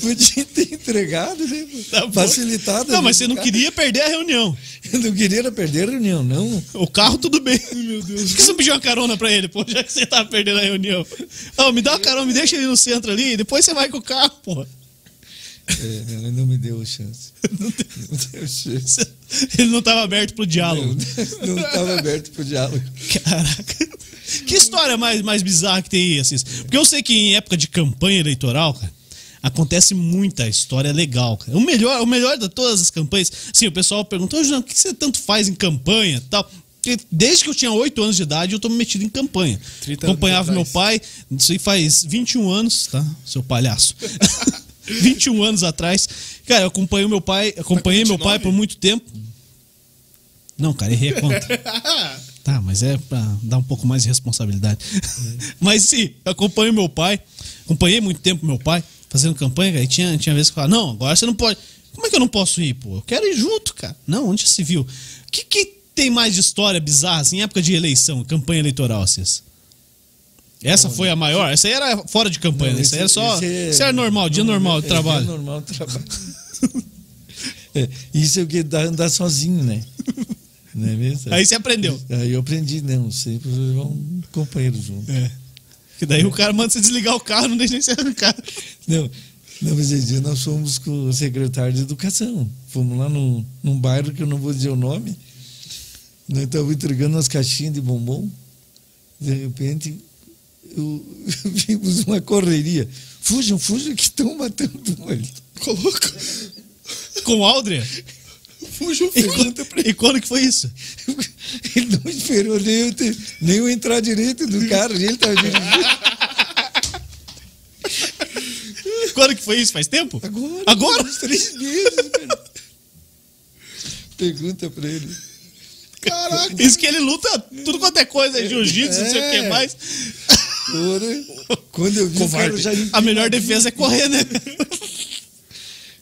Speaker 3: Podia ter entregado, né?
Speaker 1: Tá bom.
Speaker 3: Facilitado.
Speaker 1: Não, mas
Speaker 3: né?
Speaker 1: você não queria perder a reunião.
Speaker 3: Eu não queria era perder a reunião, não.
Speaker 1: O carro, tudo bem. Meu Deus. Por que você não pediu uma carona pra ele, pô? Já que você tá perdendo a reunião. Ô, me dá uma carona, me deixa ele no centro ali, e depois você vai com o carro, pô.
Speaker 3: É, ela não me deu chance.
Speaker 1: Não tem-
Speaker 3: Não deu chance.
Speaker 1: Ele não tava aberto pro diálogo.
Speaker 3: Não estava aberto pro diálogo.
Speaker 1: Caraca. Que história mais, mais bizarra que tem aí, Assis? Porque eu sei que em época de campanha eleitoral, cara, acontece muita história legal, cara. O melhor, o melhor de todas as campanhas. Sim, o pessoal pergunta, ô, Juliano, o que você tanto faz em campanha e tal? Porque Desde que eu tinha 8 anos de idade, eu tô metido em campanha.
Speaker 2: 30 anos
Speaker 1: Acompanhava meu
Speaker 2: atrás.
Speaker 1: pai, isso aí faz 21 anos, tá? Seu palhaço. 21 anos atrás. Cara, eu acompanho meu pai, acompanhei meu pai
Speaker 2: 29?
Speaker 1: por muito tempo. Não, cara, errei a conta. Tá, mas é pra dar um pouco mais de responsabilidade. mas sim, eu acompanho meu pai, acompanhei muito tempo meu pai fazendo campanha, cara, e tinha, tinha vezes que eu falava, não, agora você não pode. Como é que eu não posso ir, pô? Eu quero ir junto, cara. Não, onde já se viu? O que, que tem mais de história bizarra assim, em época de eleição, campanha eleitoral, vocês? Essa foi a maior? Essa aí era fora de campanha, né? essa aí era só.
Speaker 3: é-
Speaker 1: Isso era normal, dia
Speaker 3: não,
Speaker 1: normal de
Speaker 3: é,
Speaker 1: trabalho.
Speaker 3: Dia normal de trabalho. É, isso é o que dá andar sozinho, né? Não é mesmo?
Speaker 1: Aí você aprendeu.
Speaker 3: Aí eu aprendi, né? Não sei, vou levar um companheiro junto.
Speaker 1: É. Que daí o cara manda você desligar o carro, não deixa nem você arrancar.
Speaker 3: Não, não, mas esse dia nós fomos com o secretário de educação. Fomos lá num, num bairro que eu não vou dizer o nome. Nós estávamos entregando umas caixinhas de bombom. De repente, eu, vimos uma correria. Fujam, fujam que estão matando ele.
Speaker 2: Coloca.
Speaker 1: Com o Aldria?
Speaker 2: Fugiu,
Speaker 1: E
Speaker 2: filho.
Speaker 1: quando, e quando que foi isso?
Speaker 3: Ele não esperou nem eu, ter- nem eu entrar direito do carro. Ele tá estava dirigindo.
Speaker 1: Quando que foi isso? Faz tempo?
Speaker 3: Agora?
Speaker 1: Agora?
Speaker 3: Uns três meses, cara. Pergunta pra ele.
Speaker 2: Caraca.
Speaker 1: Isso que ele luta tudo quanto é coisa, é jiu-jitsu, não sei o que
Speaker 3: É.
Speaker 1: mais.
Speaker 3: Ora, quando eu vi o carro já
Speaker 1: A melhor defesa é correr, né?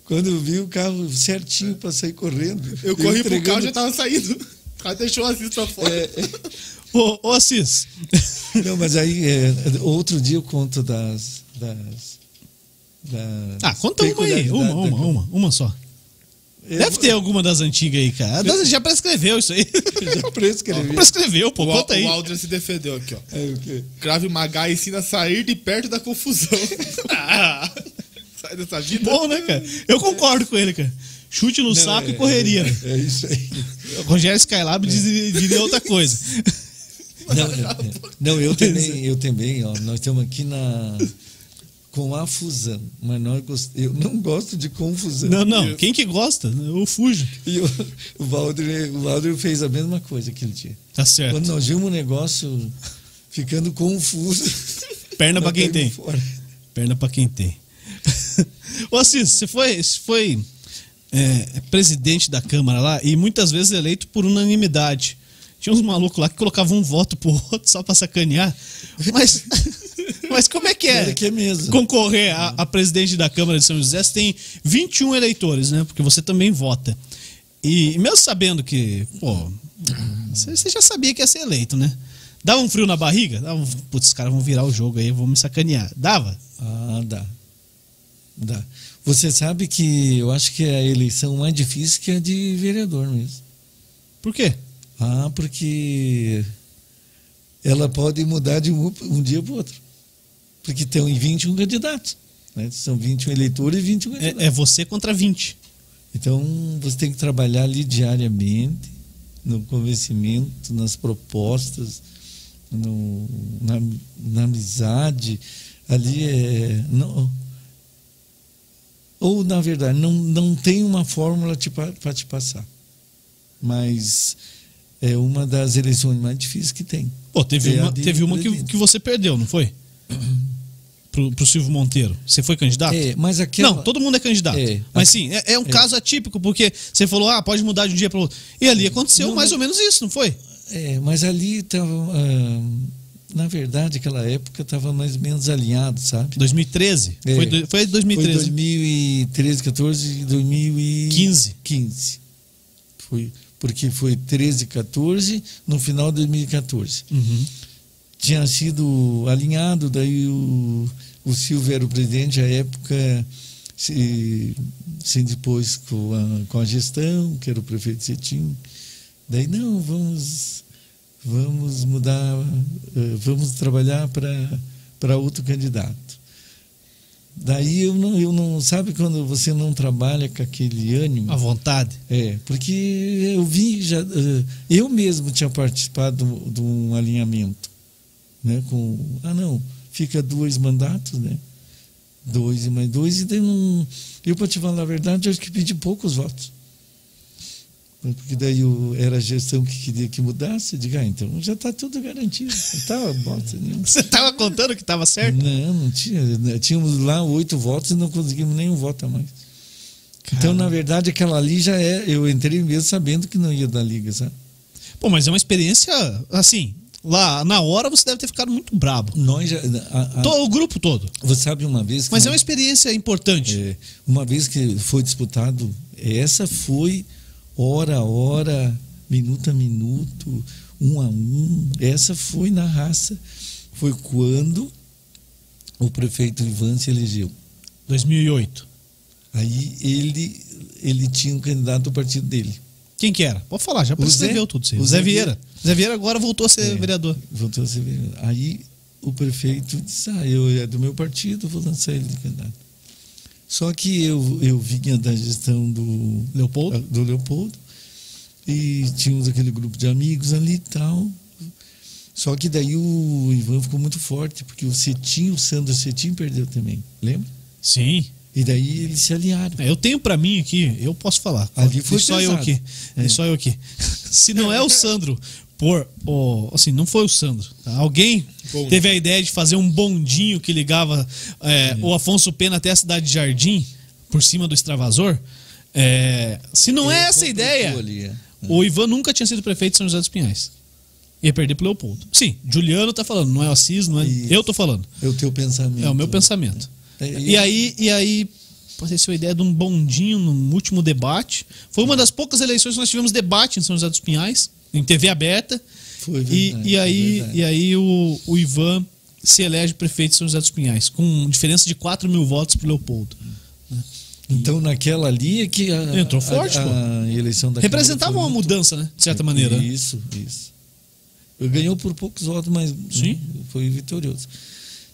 Speaker 3: Quando eu vi o carro certinho pra sair correndo.
Speaker 2: Eu corri pro
Speaker 3: entregando-
Speaker 2: carro e já tava saindo. O cara deixou o Assis pra fora.
Speaker 3: É, é.
Speaker 1: Ô, ô Assis,
Speaker 3: Não, mas aí é, outro dia eu conto das. das, das
Speaker 1: ah, conta uma aí.
Speaker 3: peculiaridades
Speaker 1: Uma,
Speaker 3: da-
Speaker 1: uma, uma, uma só.
Speaker 3: É,
Speaker 1: Deve ter alguma das antigas aí, cara. Das- Já prescreveu isso aí.
Speaker 3: Já prescrevi.
Speaker 1: Prescreveu, pô,
Speaker 2: O, Al-
Speaker 1: conta aí.
Speaker 2: o Aldrin se defendeu aqui, ó.
Speaker 3: É, o quê?
Speaker 2: Grave Magá ensina a sair de perto da confusão. Ah, Sai dessa vida.
Speaker 1: Bom, né, cara? Eu concordo com ele, cara. Chute no
Speaker 3: Não,
Speaker 1: saco
Speaker 3: é,
Speaker 1: e correria. né?
Speaker 3: É, é isso aí.
Speaker 1: O Rogério Skylab diz- diria outra coisa.
Speaker 3: Não, é, é. Não, eu também, eu também, ó. Nós estamos aqui na. Com a fusão. Mas nós gost... eu não gosto de confusão.
Speaker 1: Não, não. Quem que gosta? Eu fujo.
Speaker 3: E o, o, Valdir, o Valdir fez a mesma coisa aquele dia.
Speaker 1: Tá certo.
Speaker 3: Quando nós vimos o negócio ficando confuso.
Speaker 1: Perna pra
Speaker 3: nós
Speaker 1: quem tem.
Speaker 3: caímos fora.
Speaker 1: Perna pra quem tem. Ô Assis, você foi, você foi é, presidente da Câmara lá e muitas vezes eleito por unanimidade. Tinha uns malucos lá que colocavam um voto pro outro só pra sacanear. Mas, mas como é que é?
Speaker 3: Pior que é mesmo.
Speaker 1: Concorrer a, a presidente da Câmara de São José, você tem 21 eleitores, né? Porque você também vota. E mesmo sabendo que, pô, você você já sabia que ia ser eleito, né? Dava um frio na barriga? Dava um, putz, os caras vão virar o jogo aí, vão me sacanear. Dava?
Speaker 3: Ah, dá. Dá. Você sabe que eu acho que é a eleição mais difícil que é a de vereador mesmo.
Speaker 1: Por quê?
Speaker 3: Ah, porque ela pode mudar de um, um dia para o outro. Porque estão em 21 candidatos. Né? São 21 eleitores e 21 candidatos.
Speaker 1: É, é você contra 20.
Speaker 3: Então, você tem que trabalhar ali diariamente, no convencimento, nas propostas, no- na, na amizade. Ali é. Não, ou, na verdade, não, não tem uma fórmula para te passar. Mas é uma das eleições mais difíceis que tem.
Speaker 1: Pô, teve
Speaker 3: É,
Speaker 1: uma,
Speaker 3: a de
Speaker 1: teve uma que,
Speaker 3: presidente.
Speaker 1: que você perdeu, não foi? Pro, pro Silvio Monteiro. Você foi candidato?
Speaker 3: É, mas aquela,
Speaker 1: Ah, Não, todo mundo é candidato.
Speaker 3: É.
Speaker 1: Mas sim, é, é um caso atípico, porque você falou, ah, pode mudar de um dia para outro. E ali aconteceu
Speaker 3: Não,
Speaker 1: mais
Speaker 3: mas-
Speaker 1: ou menos isso, não foi?
Speaker 3: É, mas ali estava. na verdade, aquela época estava mais ou menos alinhado, sabe?
Speaker 1: 2013.
Speaker 3: É.
Speaker 1: Foi, do- foi
Speaker 3: Foi
Speaker 1: 2013.
Speaker 3: 2013, 14 e 2015.
Speaker 1: 15.
Speaker 3: 15. Foi, porque foi 13, 14, no final de 2014.
Speaker 1: Uhum.
Speaker 3: Tinha sido alinhado, daí o, o Silvio era o presidente à época, se, se depois com a, com a gestão, que era o prefeito Cetim, daí não, vamos, vamos mudar, eh, vamos trabalhar para outro candidato. Daí eu não, eu não, sabe quando você não trabalha com aquele ânimo?
Speaker 1: À vontade.
Speaker 3: É, porque eu vi já, eh, eu mesmo tinha participado de um- de um alinhamento, né? Com ah não, fica dois mandatos, né? Dois e mais dois e daí não, eu para te falar a verdade, eu acho que pedi poucos votos, Né, porque daí eu, era a gestão que queria que mudasse, eu digo, ah, então já está tudo garantido, não tava bota nenhuma.
Speaker 1: Você tava contando que tava certo?
Speaker 3: Não, não tinha. né, Tínhamos lá oito votos e não conseguimos nenhum voto a mais. Então, na verdade, aquela ali já é. Eu entrei mesmo sabendo que não ia da liga, sabe?
Speaker 1: Pô, mas é uma experiência, assim, lá na hora você deve ter ficado muito brabo.
Speaker 3: Nós já. a- a-
Speaker 1: To- o grupo todo.
Speaker 3: Você sabe uma vez que.
Speaker 1: Mas é uma
Speaker 3: nós-
Speaker 1: experiência importante.
Speaker 3: é, uma vez que foi disputado, essa foi hora a hora, minuto a minuto, um a um. Essa foi na raça. Foi quando o prefeito Ivan se elegeu.
Speaker 1: 2008.
Speaker 3: Aí ele, ele tinha um candidato do partido dele.
Speaker 1: Quem que era? Pode falar, já
Speaker 3: O Zé-
Speaker 1: percebeu tudo isso aí.
Speaker 3: o
Speaker 1: O Zé
Speaker 3: Zé
Speaker 1: Vieira. Zé Vieira agora voltou a ser
Speaker 3: É.
Speaker 1: vereador.
Speaker 3: Voltou a ser vereador. Aí o prefeito disse: Ah, eu é do meu partido, vou lançar ele de candidato. Só que eu, eu vinha da gestão do,
Speaker 1: Leopoldo?
Speaker 3: do Leopoldo e tínhamos aquele grupo de amigos ali e tal. Só que daí o Ivan ficou muito forte, porque o Cetim, o Sandro Cetim perdeu também, lembra?
Speaker 1: Sim.
Speaker 3: E daí eles se aliaram.
Speaker 1: É, eu tenho pra mim aqui, eu posso falar.
Speaker 3: Ali foi
Speaker 1: Deixa só eu
Speaker 3: pesado.
Speaker 1: aqui.
Speaker 3: É.
Speaker 1: Deixa só eu aqui. Se não é o Sandro, por o- assim, não foi o Sandro. tá? Alguém
Speaker 2: Bom.
Speaker 1: teve a ideia de fazer um bondinho que ligava é, o Afonso Pena até a cidade de Jardim, por cima do extravasor. É, se não é
Speaker 3: Ele
Speaker 1: essa a ideia,
Speaker 3: completou ali, é.
Speaker 1: o Ivan nunca tinha sido prefeito de São José dos Pinhais. Ia perder pro Leopoldo. Sim, Juliano tá falando, não é o Assis, não é.
Speaker 3: Isso.
Speaker 1: Eu tô falando.
Speaker 3: É o teu pensamento.
Speaker 1: É o meu pensamento.
Speaker 3: É,
Speaker 1: e, aí, e aí, apareceu a ideia de um bondinho no último debate. Foi uma das poucas eleições que nós tivemos debate em São José dos Pinhais, em TV aberta. e,
Speaker 3: Foi É verdade, é
Speaker 1: e aí,
Speaker 3: verdade.
Speaker 1: e aí o, o Ivan se elege prefeito de São José dos Pinhais, com diferença de 4 mil votos pro Leopoldo.
Speaker 3: Então naquela ali é que a,
Speaker 1: Entrou
Speaker 3: a-
Speaker 1: forte,
Speaker 3: a,
Speaker 1: pô.
Speaker 3: eleição da
Speaker 1: Representava
Speaker 3: Câmara
Speaker 1: uma
Speaker 3: foi muito-
Speaker 1: mudança, né? De certa maneira. né?
Speaker 3: Isso, isso. Ganhou por poucos votos, mas
Speaker 1: Sim.
Speaker 3: né, foi vitorioso.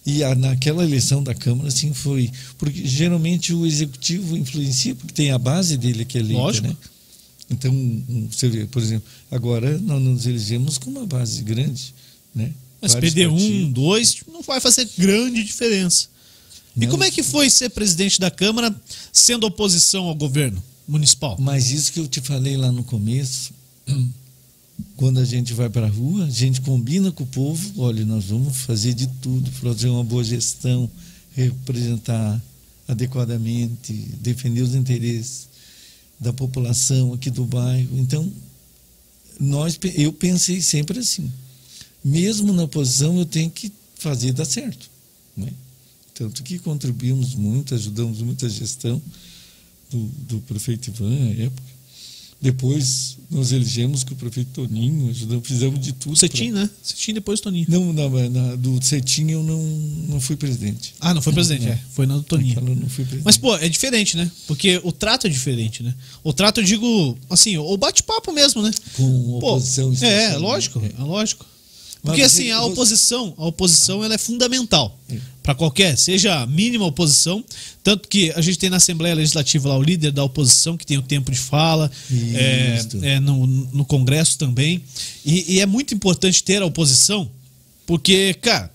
Speaker 3: E a- naquela eleição da Câmara, assim, foi. Porque geralmente o executivo influencia, porque tem a base dele que é eleita,
Speaker 1: Lógico.
Speaker 3: né? Então, um, você vê, por exemplo, agora nós nos elegemos com uma base grande, né?
Speaker 1: Mas
Speaker 3: Vários
Speaker 1: perder um,
Speaker 3: partidos.
Speaker 1: dois, tipo, não vai fazer grande diferença. E
Speaker 3: Não.
Speaker 1: como é que foi ser presidente da Câmara sendo oposição ao governo municipal?
Speaker 3: Mas isso que eu te falei lá no começo, quando a gente vai para a rua, a gente combina com o povo, olha, nós vamos fazer de tudo, para fazer uma boa gestão, representar adequadamente, defender os interesses da população aqui do bairro. Então, nós, pe- eu pensei sempre assim, mesmo na oposição eu tenho que fazer dar certo. Né? Tanto que contribuímos muito, ajudamos muito a gestão do, do prefeito Ivan à época. Depois nós elegemos com o prefeito Toninho, ajudamos, fizemos de tudo.
Speaker 1: O Cetim, né? Cetim depois o Toninho.
Speaker 3: pra- Não, na, na, do Cetim eu não, não fui presidente.
Speaker 1: Ah, não foi presidente,
Speaker 3: Não.
Speaker 1: é. Foi na do Toninho.
Speaker 3: Aquela eu não fui presidente.
Speaker 1: Mas, pô, é diferente, né? Porque o trato é diferente, né? O trato, eu digo, assim, o bate-papo mesmo, né?
Speaker 3: Com
Speaker 1: Pô,
Speaker 3: oposição
Speaker 1: é,
Speaker 3: especial,
Speaker 1: é, lógico,
Speaker 3: né?
Speaker 1: é lógico.
Speaker 3: Mas
Speaker 1: Porque,
Speaker 3: você-
Speaker 1: assim, a
Speaker 3: você-
Speaker 1: oposição, a oposição, ela é fundamental
Speaker 3: É.
Speaker 1: para qualquer, seja a mínima oposição. Tanto que a gente tem na Assembleia Legislativa lá o líder da oposição, que tem o tempo de fala, é,
Speaker 3: Isso.
Speaker 1: é, no, no Congresso também. E, e é muito importante ter a oposição, porque, cara,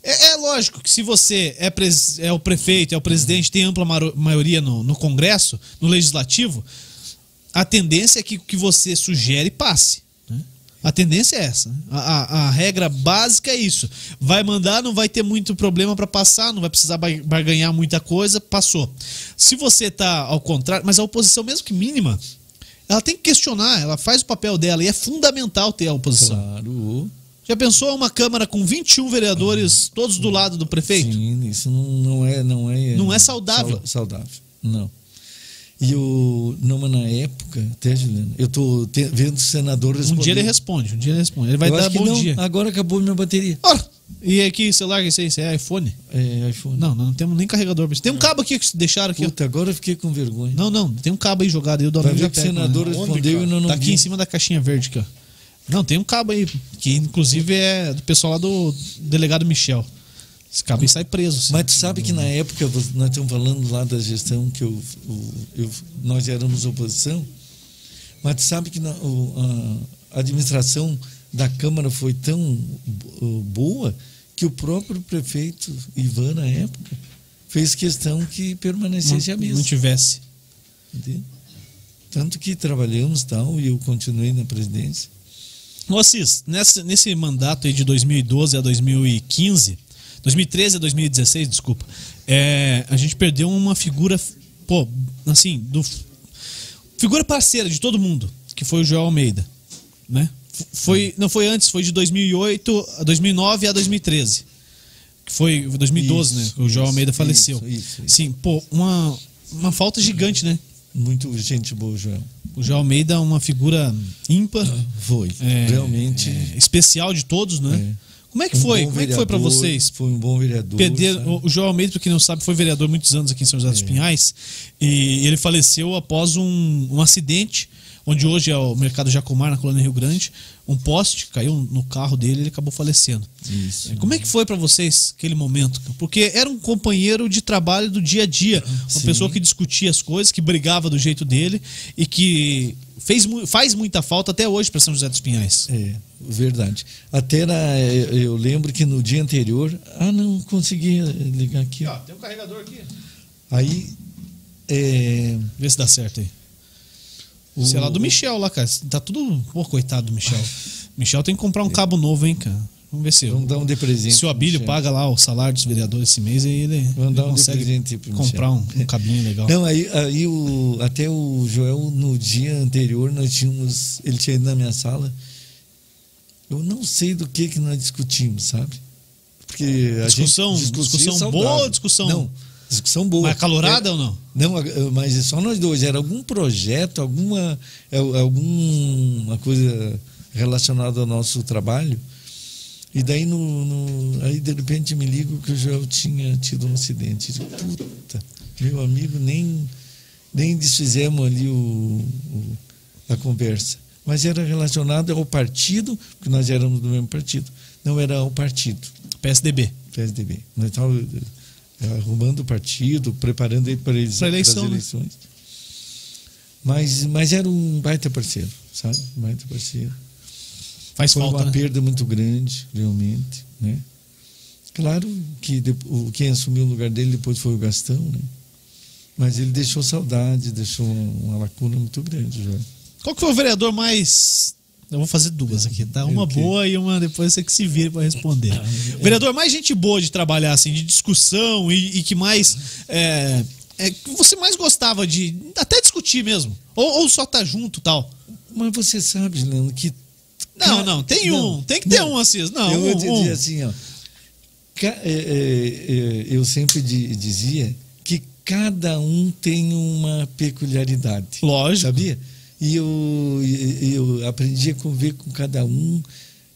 Speaker 1: é, é lógico que se você é, pres- é o prefeito, é o presidente, tem ampla maro- maioria no, no Congresso, no Legislativo, a tendência é que o que você sugere passe. né? A tendência é essa. né? A, a- a regra básica é isso. Vai mandar, não vai ter muito problema para passar, não vai precisar ba- barganhar muita coisa, passou. Se você tá ao contrário, mas a oposição, mesmo que mínima, ela tem que questionar, ela faz o papel dela e é fundamental ter a oposição.
Speaker 3: Claro.
Speaker 1: Já pensou uma Câmara com 21 vereadores, todos do lado do prefeito?
Speaker 3: Hum. Sim, isso não, não é, não é.
Speaker 1: Não é saudável.
Speaker 3: sau- saudável, não. E o não, mas na época, até Juliana, eu tô te- vendo o senador
Speaker 1: Um
Speaker 3: responder.
Speaker 1: dia ele responde, um dia ele responde. Ele vai
Speaker 3: Eu
Speaker 1: dar
Speaker 3: acho que
Speaker 1: bom
Speaker 3: não, Ah.
Speaker 1: dia.
Speaker 3: Agora acabou minha bateria.
Speaker 1: Ora, E aqui, celular, esse aí, esse é iPhone?
Speaker 3: É, iPhone. É.
Speaker 1: Não, não temos nem carregador. pra isso. Tem um cabo aqui que deixaram aqui. ó.
Speaker 3: Puta, agora eu fiquei com vergonha.
Speaker 1: Não, não, tem um cabo aí jogado aí, o
Speaker 3: Vai
Speaker 1: Domingo já
Speaker 3: ver que o
Speaker 1: pega. né?
Speaker 3: senador
Speaker 2: Onde,
Speaker 3: respondeu e
Speaker 2: cara?
Speaker 3: não, não
Speaker 1: Tá aqui em cima da caixinha verde aqui, ó. Não, tem um cabo aí, que inclusive é do pessoal lá do delegado Michel. Esse cabo aí sai preso. assim.
Speaker 3: Mas tu sabe que na época, vo- nós estamos falando lá da gestão que eu, o- eu- nós éramos oposição, mas tu sabe que na- o- a administração da Câmara foi tão bo- boa que o próprio prefeito Ivan, na época, fez questão que
Speaker 1: não,
Speaker 3: permanecesse a
Speaker 1: não
Speaker 3: mesma.
Speaker 1: tivesse.
Speaker 3: entende? Tanto que trabalhamos tal, e eu continuei na presidência.
Speaker 1: Ô, Assis, nessa- nesse mandato aí de 2012 a 2015, 2013 a 2016, desculpa, é, a gente perdeu uma figura, pô, assim, do, figura parceira de todo mundo, que foi o Joel Almeida, né? F- Foi, não foi antes, foi de 2008 a 2009 a 2013. Que foi 2012,
Speaker 3: Isso,
Speaker 1: né? O Joel
Speaker 3: isso,
Speaker 1: Almeida faleceu.
Speaker 3: isso, isso, isso.
Speaker 1: Sim, pô, uma, uma falta gigante, né?
Speaker 3: Muito gente boa, Joel.
Speaker 1: O Joel Almeida é uma figura ímpar.
Speaker 3: Foi.
Speaker 1: É,
Speaker 3: Realmente.
Speaker 1: é, especial de todos, né? Como é que
Speaker 3: um
Speaker 1: foi?
Speaker 3: bom
Speaker 1: Como é que foi para
Speaker 3: vereador,
Speaker 1: vocês?
Speaker 3: Foi um bom vereador. É.
Speaker 1: Perder,
Speaker 3: sabe?
Speaker 1: o o João Almeida, pra quem não sabe, foi vereador muitos anos aqui em São José dos Pinhais e ele faleceu após um, um acidente, onde hoje é o Mercado Jacomar, na Colônia Rio Grande. Um poste caiu no carro dele e ele acabou falecendo.
Speaker 3: Isso.
Speaker 1: Como é que foi pra vocês aquele momento? cara? Porque era um companheiro de trabalho do dia a dia, uma
Speaker 3: Sim.
Speaker 1: pessoa que discutia as coisas, que brigava do jeito dele e que fez, mu- faz muita falta até hoje pra São José dos Pinhais.
Speaker 3: É, verdade. Até na, eu lembro que no dia anterior. Ah, não consegui ligar aqui. ó.
Speaker 2: tem um carregador aqui.
Speaker 3: Aí. É,
Speaker 1: Vê se dá certo aí.
Speaker 3: o-
Speaker 1: Sei lá, do Michel lá, cara. Tá tudo. Pô, coitado do Michel. Michel tem que comprar um cabo novo, hein, cara. Vamos ver se,
Speaker 3: É. Vamos dar um de presente.
Speaker 1: se o Abílio
Speaker 3: Michel.
Speaker 1: paga lá o salário dos vereadores esse mês, aí ele,
Speaker 3: Vamos dar
Speaker 1: ele
Speaker 3: um de
Speaker 1: consegue
Speaker 3: presente pro Michel.
Speaker 1: comprar um, um cabinho legal.
Speaker 3: Não, aí, aí o, até o Joel, no dia anterior, nós tínhamos. Ele tinha ido na minha sala. Eu não sei do que, que nós discutimos, sabe? Porque a
Speaker 1: Discussão-
Speaker 3: gente,
Speaker 1: discussão
Speaker 3: saudável.
Speaker 1: boa ou discussão-
Speaker 3: Não, discussão boa.
Speaker 1: Mas é
Speaker 3: é.
Speaker 1: calorada ou não?
Speaker 3: Não, eh, mas é só nós dois. Era algum projeto, alguma, eh, alguma coisa relacionada ao nosso trabalho. E daí, no, no- aí de repente me ligo que o Joel tinha tido um acidente. Eu digo, Puta, meu amigo, nem, nem desfizemos ali o, o- a conversa. Mas era relacionado ao partido, porque nós éramos do mesmo partido. Não era ao partido.
Speaker 1: PSDB.
Speaker 3: PSDB. Nós estávamos eh, arrumando o partido, preparando ele para eles,
Speaker 1: Pra eleição,
Speaker 3: as
Speaker 1: né?
Speaker 3: eleições. Mas, mas era um baita parceiro, sabe? Um baita parceiro.
Speaker 1: Faz
Speaker 3: Foi
Speaker 1: falta.
Speaker 3: uma
Speaker 1: né?
Speaker 3: perda muito grande, realmente, né? Claro que de- o- quem assumiu o lugar dele depois foi o Gastão, né? Mas ele deixou saudade, deixou um, uma lacuna muito grande, João.
Speaker 1: Qual que foi o vereador mais. Eu vou fazer duas aqui, tá? Uma
Speaker 3: Ok. Tá,
Speaker 1: boa e uma depois você que se vira pra responder. O vereador mais gente boa de trabalhar, assim, de discussão e, e que mais. É, é, que você mais gostava de até discutir mesmo. Ou, ou só tá junto tal.
Speaker 3: Mas você sabe, Leandro, que
Speaker 1: Não, não, tem um. Tem que ter um, Assis. Não,
Speaker 3: eu vou
Speaker 1: um,
Speaker 3: te
Speaker 1: um.
Speaker 3: dizer assim, ó. Ca- é, é, é, eu sempre di- dizia que cada um tem uma peculiaridade.
Speaker 1: Lógico.
Speaker 3: Sabia? E eu, e- e eu aprendi a conviver com cada um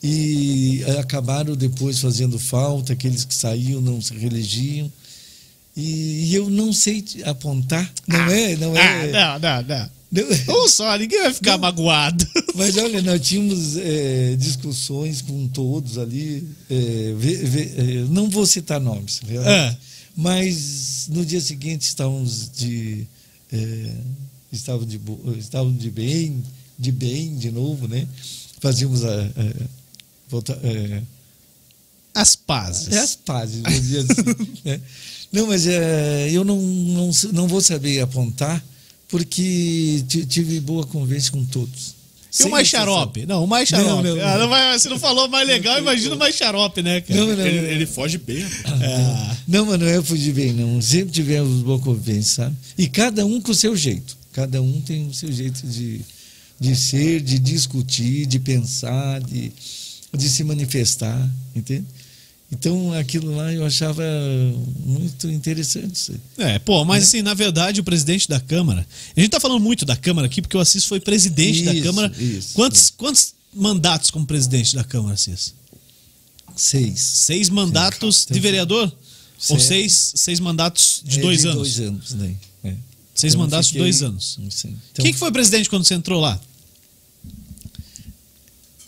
Speaker 3: e acabaram depois fazendo falta, aqueles que saíam não se reelegiam. E, e eu não sei te apontar, não é, não é.
Speaker 1: Ah, não, não,
Speaker 3: não é.
Speaker 1: não. Um só, ninguém vai ficar magoado.
Speaker 3: Mas olha, nós tínhamos eh, discussões com todos ali. eh, ve- ve- eh, não vou citar nomes, realmente.
Speaker 1: É.
Speaker 3: mas no dia seguinte estávamos de eh, estavam de bo- estavam de bem, de bem de novo, né? Fazíamos a, eh, volta- eh,
Speaker 1: As pazes.
Speaker 3: é as pazes, vou dizer assim. né? Não, mas é, eu não, não, não vou saber apontar, porque ti- tive boa conversa com todos.
Speaker 1: E o
Speaker 3: Sem
Speaker 1: um mais
Speaker 3: exceção.
Speaker 1: xarope? Não, o mais xarope.
Speaker 3: assim. Não, não, não.
Speaker 1: Ah, não vai- você não falou mais legal, imagina o mais xarope, né, cara?
Speaker 3: Não, não,
Speaker 2: Ele,
Speaker 3: não.
Speaker 2: ele foge bem. rapaz.
Speaker 1: Ah.
Speaker 3: Não, mas não é fugir bem, não. Sempre tivemos boa convivência, sabe? E cada um com o seu jeito. Cada um tem o seu jeito de, de ser, de discutir, de pensar, de, de se manifestar, entende? Então, aquilo lá eu achava muito interessante. Isso aí.
Speaker 1: É, pô,
Speaker 3: Né?
Speaker 1: mas assim, na verdade, o presidente da Câmara. A gente tá falando muito da Câmara aqui, porque o Assis foi presidente da
Speaker 3: Isso,
Speaker 1: Câmara.
Speaker 3: isso.
Speaker 1: quantos, quantos mandatos como presidente da Câmara, Assis?
Speaker 3: Seis.
Speaker 1: Seis mandatos
Speaker 3: Tem-
Speaker 1: de
Speaker 3: tem-
Speaker 1: vereador? Ou
Speaker 3: Certo.
Speaker 1: seis, seis mandatos de
Speaker 3: É,
Speaker 1: dois anos?
Speaker 3: Dois anos, né? É.
Speaker 1: Seis
Speaker 3: Então,
Speaker 1: mandatos de
Speaker 3: fiquei-
Speaker 1: dois anos.
Speaker 3: Sim. Então,
Speaker 1: Quem que foi presidente quando você entrou lá?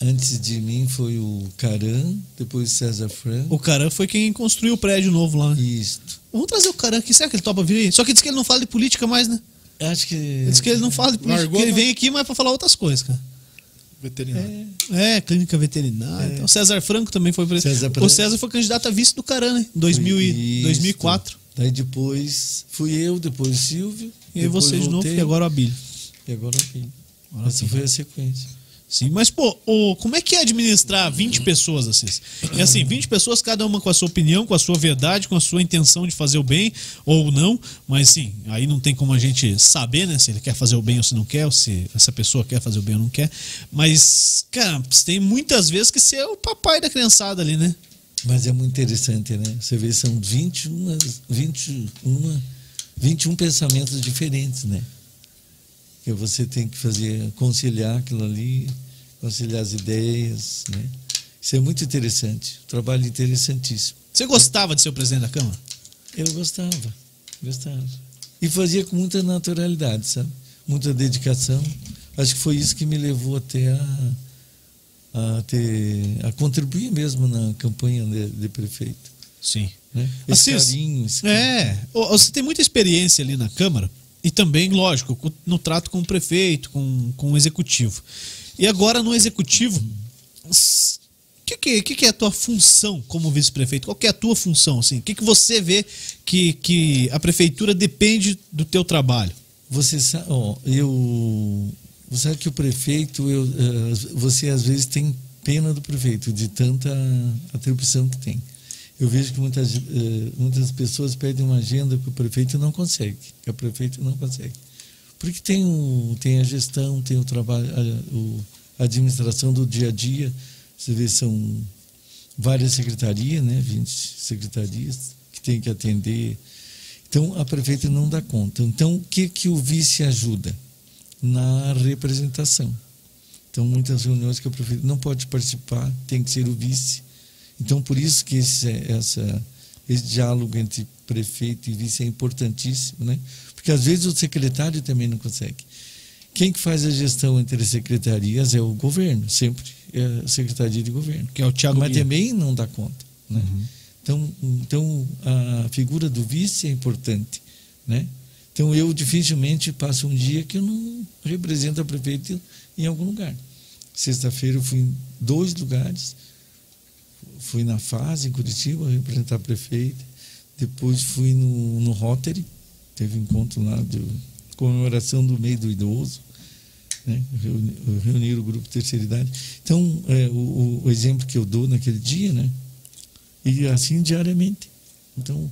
Speaker 3: Antes de mim foi o Caran, depois o César Franco.
Speaker 1: O Caran foi quem construiu o prédio novo lá. né?
Speaker 3: Isto.
Speaker 1: Vamos trazer o Caran aqui. Será que ele topa vir aí? Só que diz que ele não fala de política mais, né?
Speaker 3: Acho que.
Speaker 1: Ele diz que ele não fala de política.
Speaker 2: Largou,
Speaker 1: porque ele
Speaker 2: né?
Speaker 1: vem aqui, mas é pra falar outras coisas, cara.
Speaker 2: Veterinário.
Speaker 1: É, clínica veterinária. e tal. O César Franco também foi presidente.
Speaker 3: É. César
Speaker 1: o
Speaker 3: Franco.
Speaker 1: César foi candidato a vice do Caran, né? Em 2000 e-
Speaker 3: Isto.
Speaker 1: 2004.
Speaker 3: Daí depois fui eu, depois o Silvio.
Speaker 1: E aí
Speaker 3: depois
Speaker 1: você de novo
Speaker 3: voltei,
Speaker 1: e agora o Abílio.
Speaker 3: E agora aqui. Essa foi a sequência.
Speaker 1: Sim, mas pô, o- como é que é administrar 20 pessoas assim? É assim, 20 pessoas, cada uma com a sua opinião, com a sua verdade, com a sua intenção de fazer o bem ou não, mas sim, aí não tem como a gente saber, né, se ele quer fazer o bem ou se não quer, ou se essa pessoa quer fazer o bem ou não quer. Mas, cara, tem muitas vezes que você é o papai da criançada ali, né?
Speaker 3: Mas é muito interessante, né? Você vê, são 21, 21, 21 pensamentos diferentes, né? Que você tem que fazer, conciliar aquilo ali, conciliar as ideias, né? Isso é muito interessante, um trabalho interessantíssimo.
Speaker 1: Você gostava de ser o presidente da Câmara?
Speaker 3: Eu gostava, gostava. E fazia com muita naturalidade, sabe? Muita dedicação. Acho que foi isso que me levou até a, a, ter, a contribuir mesmo na campanha de, de prefeito.
Speaker 1: Sim.
Speaker 3: Né? Esse
Speaker 1: Assis,
Speaker 3: carinho, esse
Speaker 1: É, ô, ô, você tem muita experiência ali na Câmara e também, lógico, co- no trato com o prefeito, com, com o executivo. E agora no executivo, o que, que, que que é a tua função como vice-prefeito? Qual que é a tua função? Assim? O que, que você vê que, que a prefeitura depende do teu trabalho?
Speaker 3: Você sabe, ó, eu, você sabe que o prefeito, eu, eh, você às vezes tem pena do prefeito, de tanta atribuição que tem. Eu vejo que muitas, eh, muitas pessoas pedem uma agenda que o prefeito não consegue, que o prefeito não consegue. Porque tem, o, tem a gestão, tem o trabalho, a, o- a administração do dia a dia. Você vê, são várias secretarias, né? 20 secretarias que tem que atender então, a prefeita não dá conta. Então, o que, que o vice ajuda? Na representação. Então, muitas reuniões que a prefeita não pode participar, tem que ser o vice. Então, por isso que esse, é, essa, esse diálogo entre prefeito e vice é importantíssimo, né? Porque, às vezes, o secretário também não consegue. Quem que faz a gestão entre as secretarias é o governo, sempre é a secretaria de governo.
Speaker 1: Que é o Thiago Uhum.
Speaker 3: Mas
Speaker 1: Bia.
Speaker 3: também não dá conta, né? Então, então a figura do vice é importante, né? Então eu dificilmente passo um dia que eu não represento a prefeita em algum lugar. Sexta-feira eu fui em dois lugares. Fui na fase em Curitiba representar a prefeita. Depois fui no, no Rotary, teve um encontro lá de comemoração do meio do idoso né? Reuni- reunir o grupo terceira idade. Então, é, o, o exemplo que eu dou naquele dia, né? E assim diariamente. Então,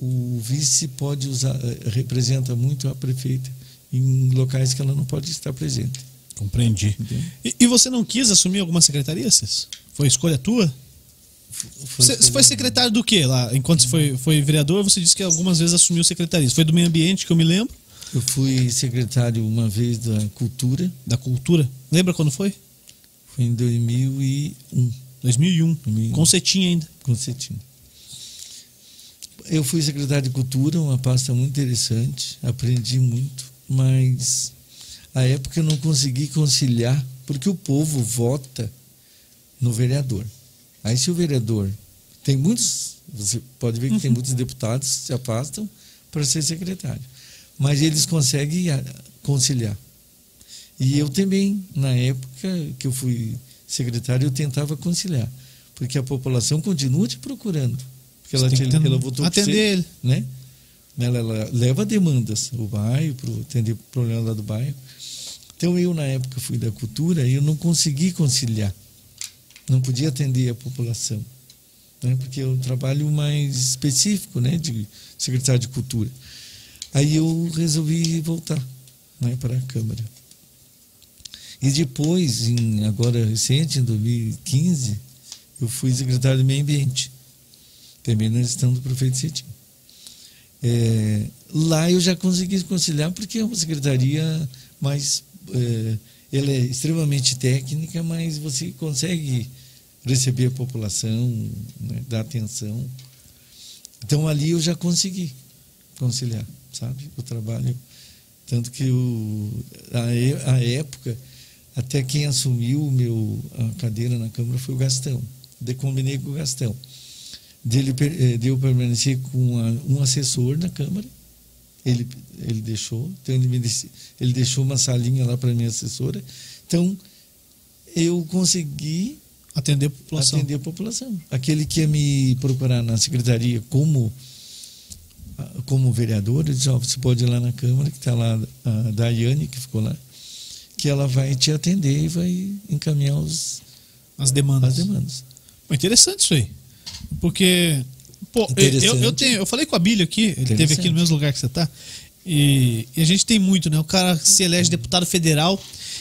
Speaker 3: o vice pode usar, eh, representa muito a prefeita em locais que ela não pode estar presente.
Speaker 1: Compreendi.
Speaker 3: Entendo.
Speaker 1: E, e você não quis assumir alguma secretaria, Cis? Foi escolha tua? Você você foi secretário do quê lá? Enquanto você foi, foi vereador, você disse que algumas vezes assumiu secretaria. Você Foi do meio ambiente, que eu me lembro,
Speaker 3: Eu fui secretário uma vez da cultura,
Speaker 1: da cultura. Lembra quando foi?
Speaker 3: foi em 2001.
Speaker 1: 2001.
Speaker 3: 2001.
Speaker 1: Com Cetim ainda.
Speaker 3: com o Cetim. Eu fui secretário de Cultura, uma pasta muito interessante, aprendi muito, mas a época eu não consegui conciliar, porque o povo vota no vereador. Aí se o vereador tem muitos, você pode ver que tem muitos deputados que se afastam para ser secretário, mas eles conseguem ah, conciliar. E eu também, na época que eu fui secretário, eu tentava conciliar, porque a população continua te procurando, porque ela,
Speaker 1: Você
Speaker 3: te,
Speaker 1: tem que ten-
Speaker 3: ela votou por
Speaker 1: atender ele.
Speaker 3: você, né? Ela, ela leva demandas, o bairro, para atender o problema lá do bairro. Então eu na época fui da cultura e eu não consegui conciliar, não podia atender a população, né? Porque é um trabalho mais específico, né? De secretário de cultura. Aí eu resolvi voltar, né? Para a Câmara. E depois, em, agora recente, em 2015, eu fui secretário do Meio Ambiente, também na gestão do prefeito Cetim. É, lá eu já consegui conciliar, porque é uma secretaria mais. É, ela é extremamente técnica, mas você consegue receber a população, né, dar atenção. Então ali eu já consegui conciliar, sabe? O trabalho. Tanto que o, a, e- a época, até quem assumiu o meu, a cadeira na Câmara foi o Gastão. De, combinei com o Gastão. Dele, per- eh, de eu permanecer com a- um assessor na Câmara, ele, ele deixou, então ele, me disse- ele deixou uma salinha lá para minha assessora. Então, eu consegui
Speaker 1: Atender a população.
Speaker 3: atender a população. Aquele que ia me procurar na secretaria como ah, como vereador, eu disse, ó, você pode ir lá na Câmara, que está lá a Daiane, que ficou lá, que ela vai te atender e vai encaminhar os,
Speaker 1: As demandas.
Speaker 3: as demandas.
Speaker 1: Pô, Interessante isso aí. Porque, pô, eu, eu- eu, tenho, eu falei com a Bíblia aqui, ele esteve aqui no mesmo lugar que você tá. E, e a gente tem muito, né? O cara se elege deputado federal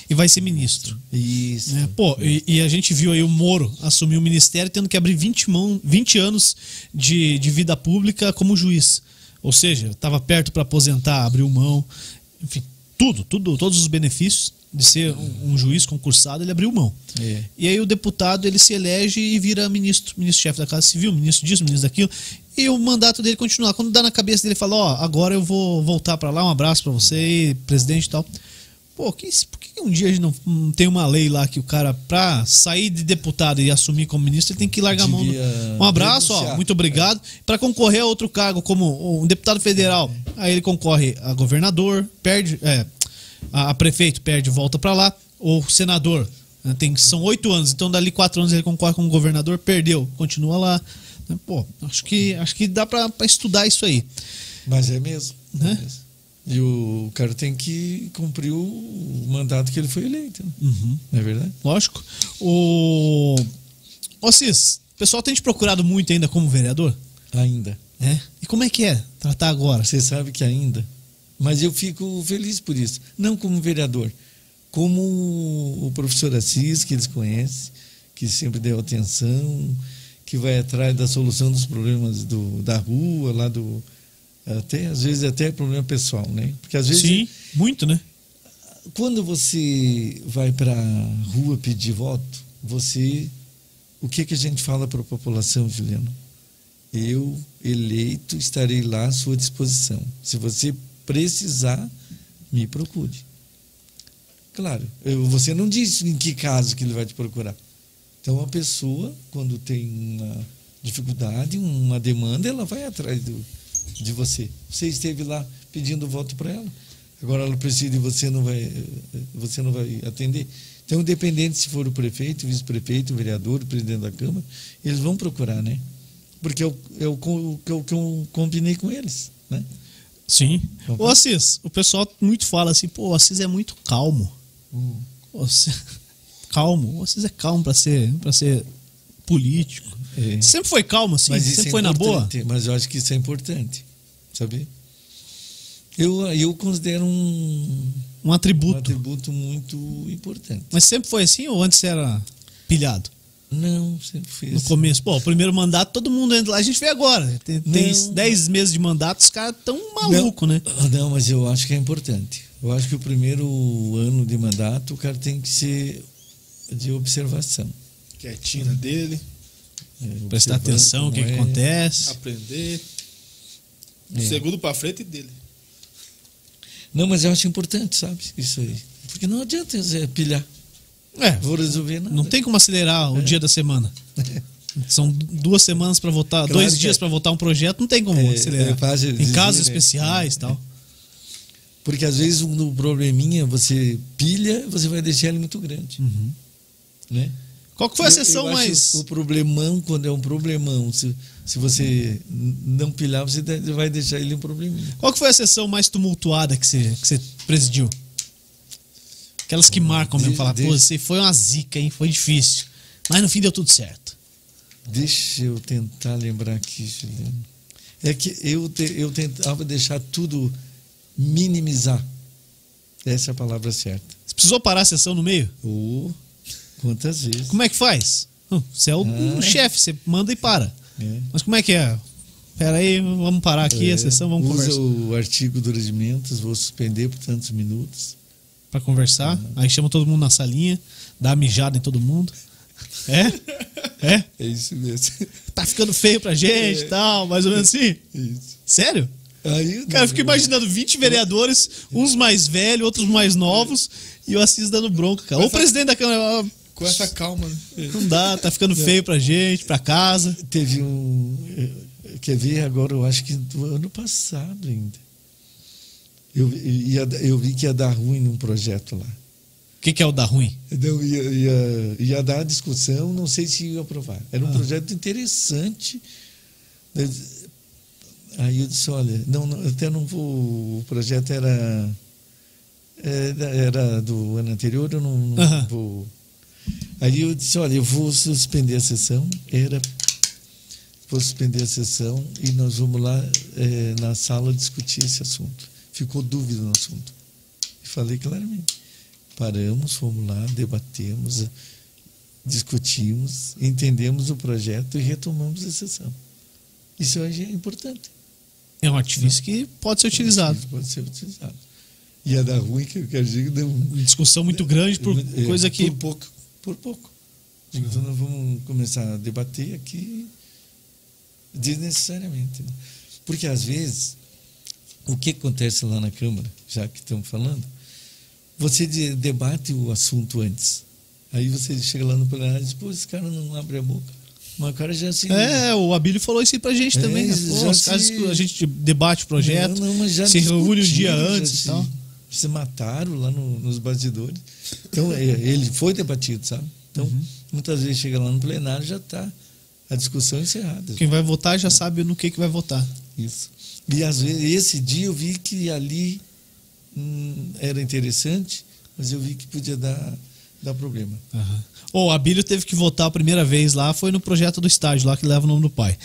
Speaker 1: e vai ser ministro.
Speaker 3: Isso.
Speaker 1: né? Pô, e, e a gente viu aí o Moro assumir o ministério tendo que abrir 20, mão, 20 anos de, de vida pública como juiz. Ou seja, estava perto para aposentar, abriu mão, enfim, tudo, tudo, todos os benefícios de ser um, um juiz concursado, ele abriu mão.
Speaker 3: É.
Speaker 1: E aí o deputado ele se elege e vira ministro, ministro-chefe da Casa Civil, ministro disso, ministro daquilo. E o mandato dele continua. Quando dá na cabeça dele, ele fala: Ó, agora eu vou voltar para lá, um abraço para você, presidente e tal. Pô, que, isso- por que um dia a gente não, não tem uma lei lá que o cara, pra sair de deputado e assumir como ministro, ele tem que largar a mão?
Speaker 3: Devia
Speaker 1: do- Um abraço, ó,
Speaker 3: renunciar.
Speaker 1: muito obrigado. Pra concorrer a outro cargo como um deputado federal, aí ele concorre a governador, perde, é, a, a prefeito perde, volta pra lá, ou senador, né, tem, são oito anos, então dali quatro anos ele concorre como governador, perdeu, continua lá. né? Pô, acho que, acho que dá pra, pra estudar isso aí.
Speaker 3: Mas é mesmo.
Speaker 1: Né?
Speaker 3: é mesmo. E o cara tem que cumprir o mandato que ele foi eleito. né?
Speaker 1: Hum.
Speaker 3: Não é verdade?
Speaker 1: Lógico. O. Ô Cis, o pessoal tem te procurado muito ainda como vereador?
Speaker 3: Ainda.
Speaker 1: É. E como é que é tratar agora?
Speaker 3: Você sabe que ainda. Mas eu fico feliz por isso. Não como vereador, como o professor Assis, que eles conhecem, que sempre deu atenção, que vai atrás da solução dos problemas do, da rua, lá do. Até, às vezes até é problema pessoal, né? Porque às vezes
Speaker 1: muito, né?
Speaker 3: quando você vai para a rua pedir voto, você o que que a gente fala para a população, Juliano? Eu eleito estarei lá à sua disposição. Se você precisar, me procure. Claro, eu- você não diz em que caso que ele vai te procurar. Então a pessoa, quando tem uma dificuldade, uma demanda, ela vai atrás do, de você. Você esteve lá pedindo voto para ela. Agora ela precisa e você não vai, eh, você não vai atender. Então, independente se for o prefeito, o vice-prefeito, o vereador, o presidente da Câmara, eles vão procurar, né? Porque é o, é o, co- o que eu- que eu combinei com eles, né?
Speaker 1: Sim.
Speaker 3: Uhum.
Speaker 1: Ô Assis, o pessoal muito fala assim, pô, o Assis é muito calmo. Ô, Assis- Calmo. O Assis é calmo pra ser, pra ser político.
Speaker 3: É.
Speaker 1: Sempre foi calmo, assim?
Speaker 3: Mas isso
Speaker 1: Sempre
Speaker 3: é
Speaker 1: foi na boa?
Speaker 3: importante, Mas eu acho que isso é importante, sabe? Eu, eu considero um,
Speaker 1: Um
Speaker 3: um
Speaker 1: atributo.
Speaker 3: atributo muito importante.
Speaker 1: Mas sempre foi assim ou antes era pilhado?
Speaker 3: Não, sempre assim. fiz.
Speaker 1: No começo, pô, o primeiro mandato todo mundo entra lá, a gente vê agora. Tem tem
Speaker 3: Não.
Speaker 1: 10 meses de mandato, os caras tão maluco, né?
Speaker 3: Ah, Não, mas eu acho que é importante. Eu acho que o primeiro ano de mandato o cara tem que ser de observação.
Speaker 1: É.
Speaker 2: Quietinho na dele,
Speaker 3: É,
Speaker 1: Prestar
Speaker 3: observar
Speaker 1: atenção, o que,
Speaker 3: como
Speaker 1: que
Speaker 3: é.
Speaker 1: acontece.
Speaker 2: aprender.
Speaker 3: É.
Speaker 2: Segundo pra frente dele.
Speaker 3: Não, mas eu acho importante, sabe? Isso aí. Porque não adianta Zé, pilhar.
Speaker 1: É,
Speaker 3: Vou resolver nada.
Speaker 1: não tem como acelerar
Speaker 3: É.
Speaker 1: o dia da semana. São duas semanas pra votar,
Speaker 3: Claro
Speaker 1: dois
Speaker 3: que
Speaker 1: dias
Speaker 3: é.
Speaker 1: pra votar um projeto, não tem como
Speaker 3: É,
Speaker 1: acelerar.
Speaker 3: é fácil
Speaker 1: em
Speaker 3: dizer,
Speaker 1: casos
Speaker 3: né?
Speaker 1: especiais e tal.
Speaker 3: Porque às vezes um no probleminha você pilha, você vai deixar ele muito grande. Né?
Speaker 1: Uhum. Qual que foi a
Speaker 3: Eu-
Speaker 1: sessão
Speaker 3: eu acho
Speaker 1: mais.
Speaker 3: O problemão, quando é um problemão, se, se você n- não pilhar, você de- vai deixar ele um probleminha.
Speaker 1: Qual que foi a sessão mais tumultuada que você, que você presidiu? Aquelas que marcam mesmo,
Speaker 3: de-
Speaker 1: falar,
Speaker 3: de-
Speaker 1: pô, você foi uma zica, hein? Foi difícil. Mas no fim deu tudo certo.
Speaker 3: Deixa eu tentar lembrar aqui, Juliano. É que eu, te- eu tentava deixar tudo minimizar. Essa é a palavra certa.
Speaker 1: Você precisou parar a sessão no meio?
Speaker 3: Ou quantas vezes.
Speaker 1: Como é que faz? Hum, Você é o,
Speaker 3: Ah.
Speaker 1: o chefe, você manda e para.
Speaker 3: É.
Speaker 1: Mas como é que é? Pera aí, vamos parar aqui é a sessão, vamos
Speaker 3: Usa
Speaker 1: conversar.
Speaker 3: o artigo do regimento, vou suspender por tantos minutos.
Speaker 1: Pra conversar. Aí chama todo mundo na salinha, dá uma mijada em todo mundo. É? É?
Speaker 4: É isso mesmo.
Speaker 1: Tá ficando feio pra gente
Speaker 3: É.
Speaker 1: e tal, mais ou menos assim?
Speaker 4: É isso.
Speaker 1: Sério?
Speaker 4: Aí,
Speaker 1: Cara, eu fico imaginando 20 vereadores, uns mais velhos, outros mais novos, e o Assis dando bronca, cara. Ou o presidente da Câmara, ó,
Speaker 2: Com essa calma, né?
Speaker 1: não dá, tá
Speaker 3: É.
Speaker 1: ficando feio pra gente, pra casa.
Speaker 3: Teve um. eh, Quer ver agora, eu acho que do ano passado ainda. Eu, ia, eu vi que ia dar ruim num projeto lá.
Speaker 1: O que, que é o da ruim?
Speaker 3: Então, ia, ia, ia dar discussão, não sei se ia aprovar. Era um projeto interessante. né? Mas, Aí eu disse, olha, não, não, eu até não vou. O projeto era, era, era do ano anterior, eu não, não
Speaker 1: Aham.
Speaker 3: vou. Aí eu disse, olha, eu vou suspender a sessão. Era. Vou suspender a sessão e nós vamos lá eh, na sala discutir esse assunto. Ficou dúvida no assunto. E falei claramente paramos, fomos lá, debatemos, discutimos, entendemos o projeto e retomamos a sessão. Isso hoje é importante.
Speaker 1: É um artifício que pode ser utilizado.
Speaker 3: Isso pode ser utilizado. E a da ruim que eu quero dizer que deu um-
Speaker 1: Uma discussão muito grande por
Speaker 3: é,
Speaker 1: coisa que.
Speaker 3: Por pouco. Por pouco. Então nós vamos começar a debater aqui desnecessariamente. né? Porque às vezes, o que acontece lá na Câmara, já que estamos falando, você de- debate o assunto antes. Aí você chega lá no plenário e diz, pô, esse cara não abre a boca. Mas o cara já se.
Speaker 1: É, o Abílio falou isso aí pra gente
Speaker 3: É,
Speaker 1: também. Né?
Speaker 3: isso
Speaker 1: Pô,
Speaker 3: já
Speaker 1: os caras
Speaker 3: se-
Speaker 1: que a gente debate o projeto,
Speaker 3: Não, não, mas já então.
Speaker 1: se reúne um dia
Speaker 3: discutiram, já
Speaker 1: antes e
Speaker 3: se-
Speaker 1: tal.
Speaker 3: Se mataram lá no- nos bastidores. Então, é, ele foi debatido, sabe? Então, muitas vezes chega lá no plenário já está a discussão é encerrada.
Speaker 1: Quem vai votar já sabe no que, que vai votar.
Speaker 3: Isso. E às vezes, esse dia eu vi que ali hum, era interessante, mas eu vi que podia dar, dar problema.
Speaker 1: Ô, a Bíblia teve que votar a primeira vez lá, foi no projeto do estádio lá que leva o nome do pai.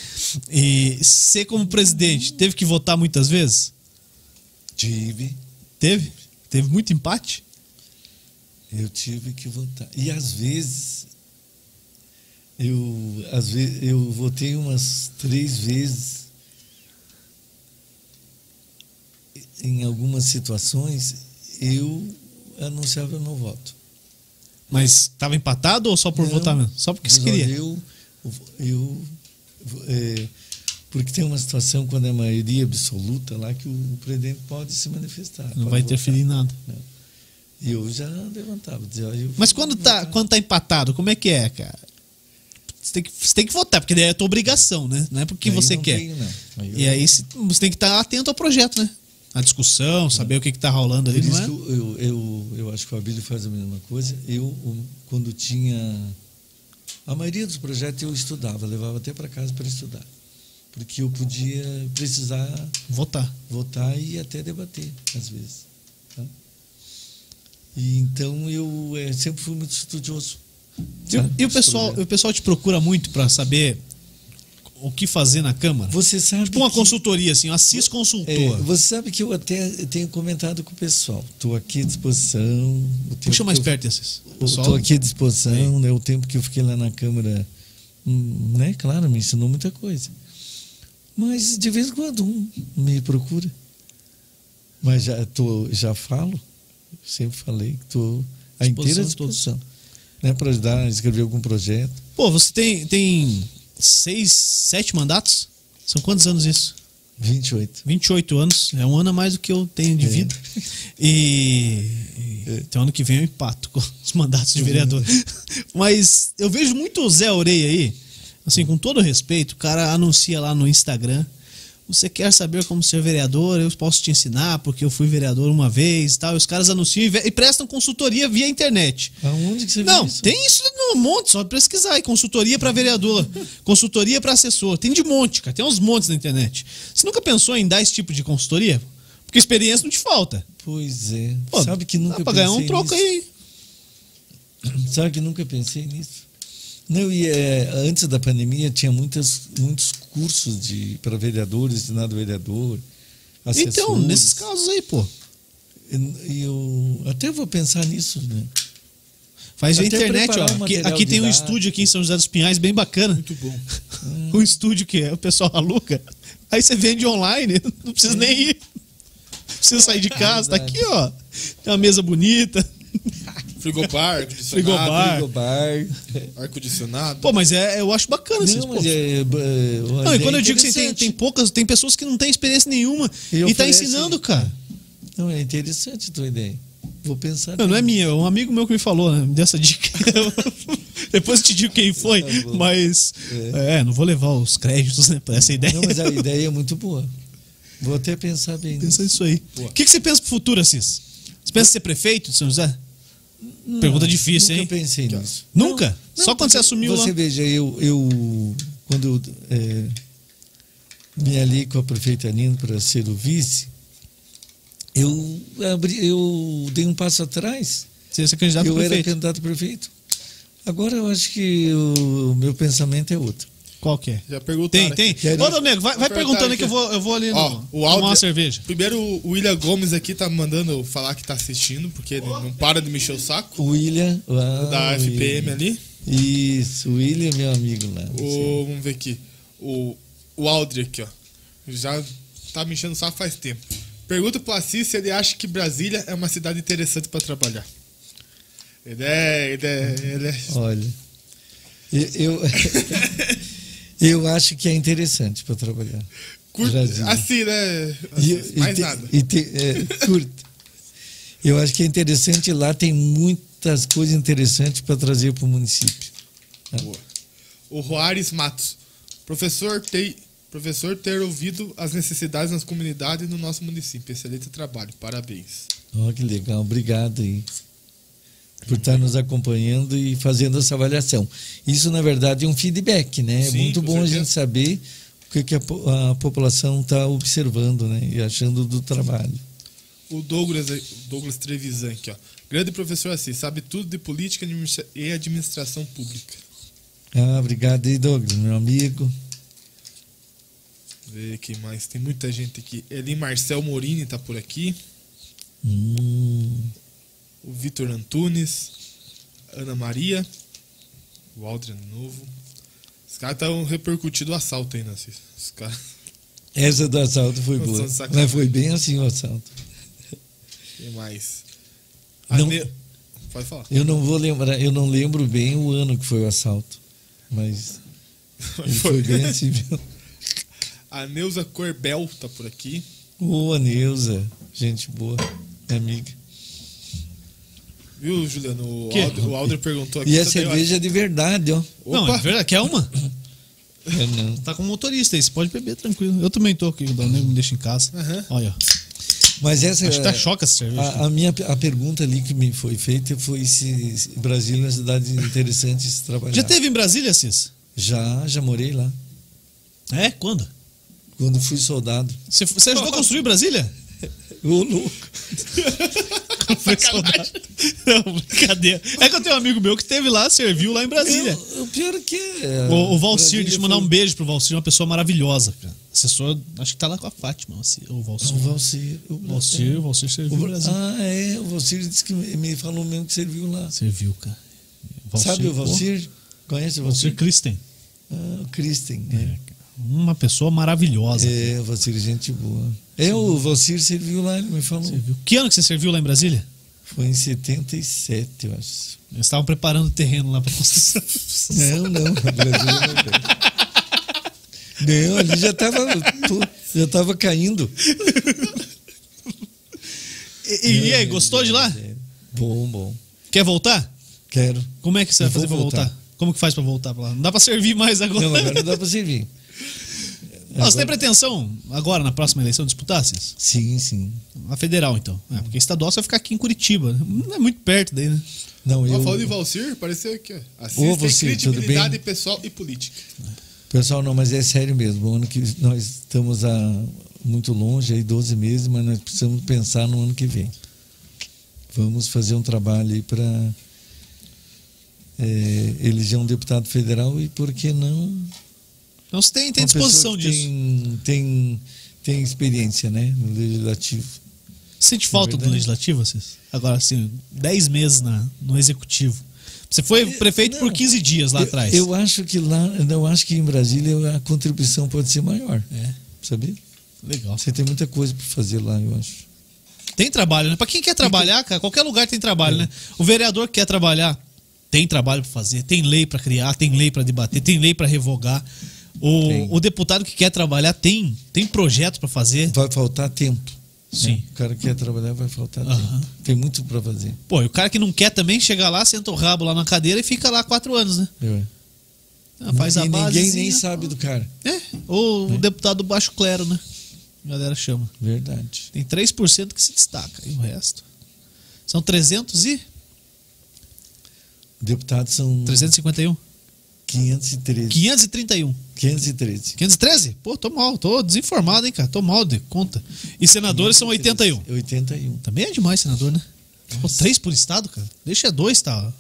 Speaker 1: E você, como presidente, teve que votar muitas vezes?
Speaker 3: Tive,
Speaker 1: Teve? Teve muito empate?
Speaker 3: eu tive que votar. E às vezes, eu, às vezes, eu votei umas três vezes em algumas situações, eu anunciava meu voto.
Speaker 1: Mas tava empatado ou só por
Speaker 3: Não.
Speaker 1: votar mesmo? Só porque você
Speaker 3: Mas, olha,
Speaker 1: queria.
Speaker 3: Eu, eu, é, porque tem uma situação quando é maioria absoluta lá que o presidente pode se manifestar.
Speaker 1: Não
Speaker 3: pode
Speaker 1: vai
Speaker 3: votar.
Speaker 1: interferir em nada.
Speaker 3: E eu já levantava. Dizia, olha, eu
Speaker 1: Mas
Speaker 3: vou
Speaker 1: quando tá,
Speaker 3: votar.
Speaker 1: quando tá empatado, como é que é, cara? Você tem que, você tem que votar, porque daí é a tua obrigação, né? Não é porque
Speaker 3: Aí
Speaker 1: você
Speaker 3: não
Speaker 1: quer.
Speaker 3: tenho, não. Aí eu-
Speaker 1: E aí se- você tem que estar atento ao projeto, né? A discussão, saber o que, que tá rolando
Speaker 3: É. Por
Speaker 1: ali,
Speaker 3: isso
Speaker 1: não é?
Speaker 3: que eu, eu, eu, eu acho que o Abílio faz a mesma coisa. Eu, um, quando tinha. A maioria dos projetos eu estudava, levava até para casa para estudar. Porque eu podia precisar
Speaker 1: Votar.
Speaker 3: votar e até debater, às vezes. tá? E então eu eh, sempre fui muito estudioso.
Speaker 1: E, o-
Speaker 3: sabe,
Speaker 1: e o
Speaker 3: dos
Speaker 1: pessoal,
Speaker 3: projetos.
Speaker 1: o pessoal te procura muito pra saber o que fazer na Câmara?
Speaker 3: Você sabe.
Speaker 1: Tipo uma
Speaker 3: que-
Speaker 1: consultoria, assim, uma CIS
Speaker 3: é,
Speaker 1: consultor.
Speaker 3: você sabe que eu até tenho comentado com o pessoal. Estou aqui à disposição. o tempo
Speaker 1: Puxa mais
Speaker 3: que eu-
Speaker 1: perto esses.
Speaker 3: Estou aqui à disposição, né? O tempo que eu fiquei lá na Câmara, hum, né? Claro, me ensinou muita coisa. Mas de vez em quando um me procura. Mas já, tô, já falo, sempre falei que estou à inteira
Speaker 1: Disposição de todos.
Speaker 3: disposição. Né? Para ajudar a escrever algum projeto.
Speaker 1: Pô, você tem, tem seis, sete mandatos? São quantos anos isso?
Speaker 3: 28.
Speaker 1: 28 anos. É um ano a mais do que eu tenho de
Speaker 3: É.
Speaker 1: vida. E. e- Então, ano que vem eu empato com os mandatos de vereador. Mas eu vejo muito o Zé Orei aí, assim, com todo respeito, o cara anuncia lá no Instagram. Você quer saber como ser vereador? Eu posso te ensinar, porque eu fui vereador uma vez e tal. E os caras anunciam e ve- e prestam consultoria via internet.
Speaker 3: Aonde que você viu
Speaker 1: Não,
Speaker 3: isso?
Speaker 1: tem isso no monte, só pesquisar aí. Consultoria pra vereador, consultoria pra assessor. Tem de monte, cara. Tem uns montes na internet. Você nunca pensou em dar esse tipo de consultoria? Porque experiência não te falta.
Speaker 3: Pois é.
Speaker 1: Pô,
Speaker 3: sabe que nunca
Speaker 1: dá pra ganhar um
Speaker 3: pensei
Speaker 1: troco
Speaker 3: nisso?
Speaker 1: aí.
Speaker 3: Sabe que nunca pensei nisso. Não, e eh, antes da pandemia tinha muitas, muitos cursos de para vereadores, de nada vereador, assessores.
Speaker 1: Então, nesses casos aí, pô.
Speaker 3: E eu até vou pensar nisso, né?
Speaker 1: Faz via
Speaker 3: Até
Speaker 1: internet, ó.
Speaker 3: preparar um
Speaker 1: Aqui,
Speaker 3: material
Speaker 1: aqui tem um
Speaker 3: didático.
Speaker 1: estúdio aqui em São José dos Pinhais, bem bacana.
Speaker 2: Muito bom.
Speaker 3: Ah.
Speaker 1: Um estúdio que é, o pessoal aluga. Aí você vende online, não precisa nem ir. Não precisa sair de casa. Tá aqui, ó. Tem uma mesa bonita.
Speaker 2: Frigobar, ar-condicionado.
Speaker 1: Frigobar.
Speaker 3: Frigobar.
Speaker 2: Ar-condicionado.
Speaker 1: Pô, mas é, eu acho bacana esses
Speaker 3: é. Não, mas é, é, é,
Speaker 1: Não,
Speaker 3: é
Speaker 1: e quando eu digo que tem,
Speaker 3: interessante.
Speaker 1: tem poucas, tem pessoas que não têm experiência nenhuma
Speaker 3: E
Speaker 1: e, tá
Speaker 3: oferece-
Speaker 1: ensinando, cara.
Speaker 3: Não, é interessante a tua ideia. Vou pensar.
Speaker 1: Não, não é minha, é um amigo meu que me falou né, me deu essa dica. Depois eu te digo quem foi,
Speaker 3: Tá bom.
Speaker 1: mas. É. não vou levar os créditos, né, pra essa ideia.
Speaker 3: Não, mas a ideia é muito boa. Vou até pensar bem nisso.
Speaker 1: Pensa nisso aí. O que, que você pensa pro futuro, Assis? Você pensa em ser prefeito de São José? Pergunta difícil,
Speaker 3: Nunca
Speaker 1: hein? Tá.
Speaker 3: pensei nisso.
Speaker 1: Nunca? Só
Speaker 3: Não,
Speaker 1: quando você
Speaker 3: porque
Speaker 1: assumiu
Speaker 3: Você
Speaker 1: lá.
Speaker 3: veja, eu, eu quando eu é, me ali com a prefeita Nina para ser o vice, eu, abri, eu dei um passo atrás.
Speaker 1: Você ia ser candidato a
Speaker 3: eu era
Speaker 1: prefeito.
Speaker 3: candidato a prefeito. Agora eu acho que o meu pensamento é outro.
Speaker 1: Qual que é?
Speaker 2: Já perguntaram.
Speaker 1: Tem, tem.
Speaker 3: Quero-
Speaker 1: Ô, Domingo, vai, vai
Speaker 2: Vou
Speaker 1: perguntando aí que
Speaker 2: perguntar
Speaker 1: eu vou, eu vou ali no,
Speaker 2: Ó, o áudio-
Speaker 1: tomar uma cerveja.
Speaker 2: Primeiro, o William Gomes aqui tá mandando falar que tá assistindo, porque ele não para de me encher o saco.
Speaker 3: O William. ah,
Speaker 2: Da
Speaker 3: o
Speaker 2: FPM
Speaker 3: William.
Speaker 2: ali.
Speaker 3: Isso, o William é meu amigo lá.
Speaker 2: O, vamos ver aqui. O, o Aldri aqui, ó. Já tá me enchendo o saco faz tempo. Pergunta pro Assis se ele acha que Brasília é uma cidade interessante pra trabalhar. Ele é. Ele é. Ele é
Speaker 3: Olha, eu, eu, eu acho que é interessante para trabalhar.
Speaker 2: curto,
Speaker 3: Brasília.
Speaker 2: assim, né?
Speaker 3: E-
Speaker 2: Assis,
Speaker 3: e
Speaker 2: mais
Speaker 3: te-
Speaker 2: nada.
Speaker 3: e te- é, curto. Eu acho que é interessante lá, tem muitas coisas interessantes para trazer para o município.
Speaker 2: Boa. O Roares Matos. Professor, tem, professor ter ouvido as necessidades nas comunidades e no nosso município. Excelente trabalho, parabéns.
Speaker 3: Ó, que legal, obrigado aí por estar nos acompanhando e fazendo essa avaliação. Isso, na verdade, é um feedback,
Speaker 2: Sim,
Speaker 3: né? é muito
Speaker 2: com
Speaker 3: bom
Speaker 2: certeza.
Speaker 3: a gente saber o que, que a, po- a população está observando né? e achando do trabalho.
Speaker 2: O Douglas, eh, Douglas Trevisan aqui, ó. Grande professor assim, sabe tudo de política administra- e administração pública.
Speaker 3: Ah, obrigado aí, Douglas, meu amigo.
Speaker 2: Vê que mais, tem muita gente aqui. Eli Marcel Morini tá por aqui.
Speaker 3: Hum,
Speaker 2: O Vitor Antunes. Ana Maria. O Aldrin novo. Os caras estão repercutindo o assalto ainda, Assis. Os caras.
Speaker 3: essa do assalto foi
Speaker 2: Nossa,
Speaker 3: boa.
Speaker 2: sacanagem.
Speaker 3: Mas foi bem assim o assalto.
Speaker 2: Tem mais.
Speaker 3: Não-
Speaker 2: Ane- Pode falar.
Speaker 3: Eu não vou lembrar, eu não lembro bem o ano que foi o assalto. Mas ele foi bem assim, viu?
Speaker 2: A Neuza Corbel tá por aqui.
Speaker 3: Ô, Neuza, gente boa, minha amiga.
Speaker 2: Viu, Juliano? O
Speaker 1: Que?
Speaker 2: Alder, o Alder perguntou aqui.
Speaker 3: E a
Speaker 2: se eu tenho-
Speaker 3: cerveja é de verdade, ó.
Speaker 1: Não, é
Speaker 2: Opa!
Speaker 1: verdade, quer uma?
Speaker 3: É, não.
Speaker 1: Tá com motorista aí, você pode beber tranquilo. Eu também tô aqui, o Domingo me deixa em casa.
Speaker 2: Aham.
Speaker 1: Olha, ó.
Speaker 3: Mas essa é,
Speaker 1: acho que tá choca essa cerveja.
Speaker 3: a, a minha a pergunta ali que me foi feita foi se se Brasília é uma cidade interessante de se trabalhar.
Speaker 1: Já teve em Brasília, Assis?
Speaker 3: Já, já morei lá.
Speaker 1: É? Quando?
Speaker 3: Quando fui soldado.
Speaker 1: Você, você ajudou a construir Brasília?
Speaker 3: Ô, louco.
Speaker 1: Foi saudade. Não, brincadeira. É que eu tenho um amigo meu que teve lá, serviu lá em Brasília.
Speaker 3: Eu- O pior é que. é,
Speaker 1: O, o Valcir,
Speaker 3: Brasília
Speaker 1: deixa eu mandar
Speaker 3: foi-
Speaker 1: um beijo pro Valcir, uma pessoa maravilhosa, cara. Assessor, acho que tá lá com a Fátima, o Valcir.
Speaker 3: O Valcir. O
Speaker 1: O Valcir, o Valcir
Speaker 3: o
Speaker 1: serviu o
Speaker 3: Bra-
Speaker 1: Brasil.
Speaker 3: ah, é. O Valcir disse que me me falou mesmo que serviu lá.
Speaker 1: Serviu, cara.
Speaker 3: Ah. Sabe o
Speaker 1: pô,
Speaker 3: Valcir? Conhece o
Speaker 1: Valcir
Speaker 3: Valcir?
Speaker 1: Christen.
Speaker 3: Ah, o Christen.
Speaker 1: É,
Speaker 3: né?
Speaker 1: cara. Uma pessoa maravilhosa.
Speaker 3: É, o Valcir, é gente boa. É, o Valcir serviu lá, ele me falou.
Speaker 1: Serviu. Que ano que você serviu lá em Brasília?
Speaker 3: Foi em 77, eu acho.
Speaker 1: Eles estavam preparando o terreno lá pra construção.
Speaker 3: Não, não. Brasília não tem. Não, ali já estava já tava caindo. É.
Speaker 1: E, e- e aí, gostou de lá?
Speaker 3: Bom, bom.
Speaker 1: Quer voltar?
Speaker 3: Quero.
Speaker 1: Como é que você
Speaker 3: Eu
Speaker 1: vai fazer pra
Speaker 3: vou
Speaker 1: voltar?
Speaker 3: voltar.
Speaker 1: Como que faz pra voltar pra lá? Não dá pra servir mais agora.
Speaker 3: Não, agora não dá para servir.
Speaker 1: Ah, Você tem
Speaker 3: Agora-
Speaker 1: pretensão agora, na próxima eleição, disputar, Cis?
Speaker 3: Sim, sim.
Speaker 1: A federal, então. É, porque estadual você vai ficar aqui em Curitiba. né? Não é muito perto daí, né?
Speaker 3: Não,
Speaker 2: Ó,
Speaker 3: eu,
Speaker 2: falando de Valcir, pareceu aqui, ó.
Speaker 3: Ô,
Speaker 2: Assista
Speaker 3: Valcir, tudo
Speaker 2: credibilidade
Speaker 3: bem?
Speaker 2: pessoal e política.
Speaker 3: Pessoal, não, mas é sério mesmo. O ano que nós estamos a, muito longe, aí 12 meses, mas nós precisamos pensar no ano que vem. Vamos fazer um trabalho aí para eleger um deputado federal e por que não
Speaker 1: Então você tem, tem
Speaker 3: uma
Speaker 1: disposição
Speaker 3: pessoa que
Speaker 1: disso.
Speaker 3: Tem, tem, tem experiência, né? No legislativo.
Speaker 1: Sente falta do
Speaker 3: verdade.
Speaker 1: legislativo, Assis? Agora, assim, 10 meses na, no executivo. Você foi
Speaker 3: Eu-
Speaker 1: prefeito por
Speaker 3: não.
Speaker 1: 15 dias lá
Speaker 3: eu,
Speaker 1: atrás.
Speaker 3: Eu acho que lá, eu acho que em Brasília a contribuição pode ser maior.
Speaker 1: É.
Speaker 3: Sabia?
Speaker 1: Legal.
Speaker 3: Você tem muita coisa para fazer lá, eu acho.
Speaker 1: Tem trabalho, né? Pra quem quer trabalhar, cara, qualquer lugar tem trabalho, né? O vereador que quer trabalhar tem trabalho pra fazer, tem lei pra criar, tem lei pra debater, tem lei pra revogar.
Speaker 3: Tem.
Speaker 1: O, o deputado que quer trabalhar tem, tem projeto pra fazer.
Speaker 3: Vai faltar tempo. né?
Speaker 1: Sim.
Speaker 3: O cara que quer trabalhar vai faltar
Speaker 1: Aham.
Speaker 3: tempo. Tem muito para fazer.
Speaker 1: Pô, e o cara que não quer também chega lá, senta o rabo lá na cadeira e fica lá quatro anos, né?
Speaker 3: Eu-
Speaker 1: Ah, Faz
Speaker 3: e
Speaker 1: a base.
Speaker 3: ninguém nem sabe do cara.
Speaker 1: É, ou o deputado baixo clero, né? A galera chama.
Speaker 3: Verdade.
Speaker 1: Tem 3% que se destaca, e o resto? São 300 e...
Speaker 3: Deputados são
Speaker 1: 351?
Speaker 3: 513.
Speaker 1: 531.
Speaker 3: 513.
Speaker 1: 513? Pô, tô mal, tô desinformado, hein, cara? Tô mal de conta. E senadores são 81.
Speaker 3: 81.
Speaker 1: Também é demais, senador, né? Pô, três por estado, cara? Deixa dois, tá?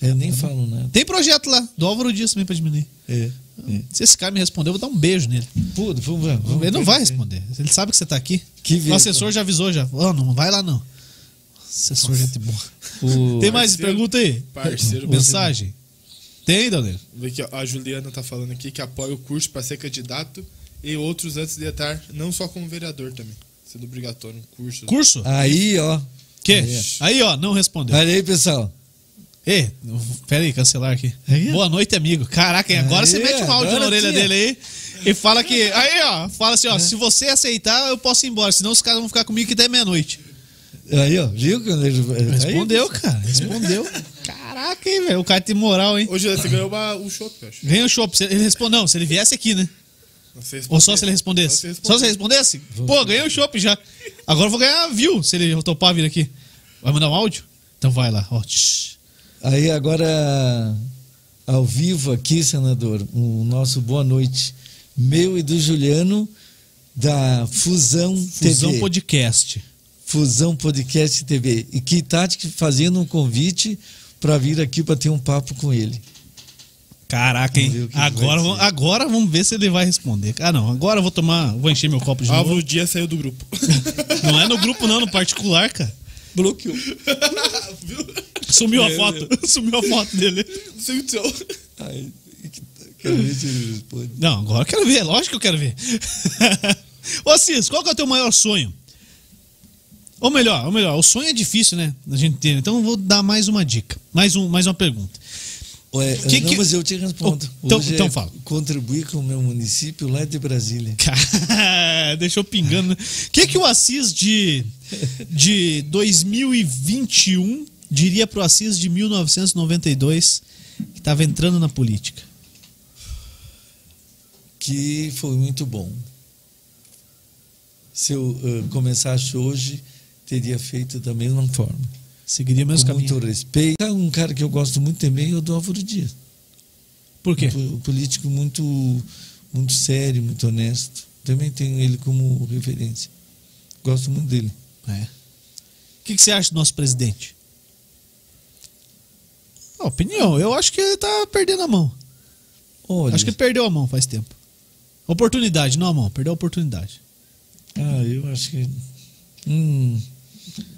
Speaker 3: Eu nem falo nada.
Speaker 1: Tem projeto lá, do Álvaro Dias também pra diminuir.
Speaker 3: É. é.
Speaker 1: Se esse cara me responder, eu vou dar um beijo nele.
Speaker 3: Pudo, vamos, vamos, vamos
Speaker 1: Ele não vai
Speaker 3: perder.
Speaker 1: responder. Ele sabe que você tá aqui.
Speaker 3: Que
Speaker 1: O
Speaker 3: vez,
Speaker 1: assessor já avisou já. Ó, não vai lá, não. Assessor, é gente boa.
Speaker 3: O-
Speaker 1: Tem mais
Speaker 2: Parceiro-
Speaker 1: pergunta aí?
Speaker 2: parceiro-
Speaker 1: Mensagem? Tem, Dalneiro?
Speaker 2: Vê que a Juliana tá falando aqui que apoia o curso para ser candidato e outros antes de estar, não só como vereador também. Sendo obrigatório um curso.
Speaker 1: Curso?
Speaker 3: Ah, Aí, ó.
Speaker 1: Que?
Speaker 3: Aí,
Speaker 1: Aí, ó, não respondeu.
Speaker 3: Olha aí, pessoal.
Speaker 1: Ei, pera aí, cancelar aqui.
Speaker 3: Aí, ó.
Speaker 1: Boa noite, amigo. Caraca, e É agora
Speaker 3: Aí,
Speaker 1: você mete um áudio na
Speaker 3: agora
Speaker 1: orelha
Speaker 3: tinha.
Speaker 1: dele aí e fala que. Aí, ó, fala assim, ó, se você aceitar, eu posso ir embora, senão os caras vão ficar comigo que até meia-noite.
Speaker 3: Aí, ó. Viu quando ele
Speaker 1: Respondeu,
Speaker 3: Aí,
Speaker 1: cara, respondeu. Caraca, hein, velho, o cara tem moral, hein?
Speaker 2: Ô, Juliana, você ganhou uma, um show, eu acho.
Speaker 1: Ganha o chopp. Se Ele respondeu, não, se ele viesse aqui, né?
Speaker 2: Você
Speaker 1: Ou só se ele
Speaker 2: Só se
Speaker 1: respondesse.
Speaker 2: responder.
Speaker 1: Só se ele respondesse? Pô, ganhei o chopp já. Agora eu vou ganhar view se ele topar vir aqui. Vai mandar um áudio? Então vai lá, ó. tsh.
Speaker 3: Aí agora, ao vivo aqui, senador, o nosso boa noite, meu e do Juliano, da Fusão,
Speaker 1: Fusão
Speaker 3: TV.
Speaker 1: Podcast.
Speaker 3: Fusão Podcast TV. E que tá te fazendo um convite para vir aqui para ter um papo com ele.
Speaker 1: Caraca,
Speaker 3: Vamos ver
Speaker 1: hein?
Speaker 3: o que ele vai
Speaker 1: Agora, vamos-
Speaker 3: dizer.
Speaker 1: agora vamos ver se ele vai responder. Ah, não. Agora eu vou tomar. Vou encher meu copo de
Speaker 3: Ah,
Speaker 1: novo.
Speaker 2: Álvaro Dias saiu do grupo.
Speaker 1: Não é no grupo, não, no particular, cara.
Speaker 2: Bloqueou. Viu?
Speaker 1: Sumiu a
Speaker 3: É,
Speaker 1: foto. Sumiu a foto dele.
Speaker 2: Não sei o que aconteceu.
Speaker 3: Aí, quero ver se ele responde.
Speaker 1: Não, agora eu quero ver, lógico que eu quero ver. Ô Cis, qual que é o teu maior sonho? Ou melhor, ou melhor, o sonho é difícil, né? A gente ter. Então eu vou dar mais uma dica, mais, um, mais uma pergunta.
Speaker 3: Ué,
Speaker 1: Que-
Speaker 3: não,
Speaker 1: que-
Speaker 3: mas eu te respondo.
Speaker 1: Oh, então-
Speaker 3: Hoje é
Speaker 1: então fala.
Speaker 3: Contribuir com o meu município lá de Brasília.
Speaker 1: Cara, Deixou pingando. né? O que, que o Assis de, de 2021 diria pro Assis de 1992 que estava entrando na política?
Speaker 3: que foi muito bom. Se eu eh, começasse hoje, teria feito da mesma forma.
Speaker 1: Seguiria o mesmo
Speaker 3: com
Speaker 1: caminho.
Speaker 3: muito respeito. Sabe Um cara que eu gosto muito também é o do Álvaro Dias.
Speaker 1: Por quê?
Speaker 3: Um po- político muito, muito sério, muito honesto. Também tenho ele como referência. Gosto muito dele.
Speaker 1: É. O que, que você acha do nosso presidente? Ah, opinião, eu acho que ele tá perdendo a mão.
Speaker 3: Olha,
Speaker 1: Acho que ele perdeu a mão faz tempo. Oportunidade, não a mão, perdeu a oportunidade.
Speaker 3: ah, eu acho que... Hum,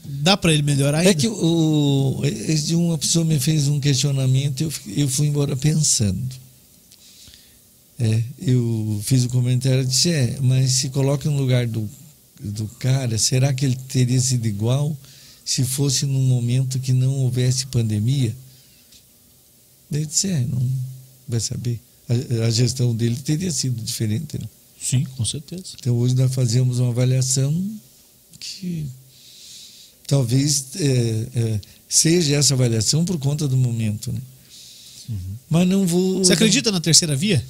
Speaker 1: Dá pra ele melhorar ainda?
Speaker 3: É que o, esse dia uma pessoa me fez um questionamento e eu, fi- eu fui embora pensando. É, eu fiz o comentário e disse, é, mas se coloca no lugar do, do cara, será que ele teria sido igual se fosse num momento que não houvesse pandemia? Daí Eu disse, é, não vai saber. A, a gestão dele teria sido diferente, né?
Speaker 1: Sim, com certeza.
Speaker 3: Então hoje nós fazemos uma avaliação que talvez eh, eh, seja essa avaliação por conta do momento, né? Mas não vou.
Speaker 1: Uhum. Você acredita na terceira via?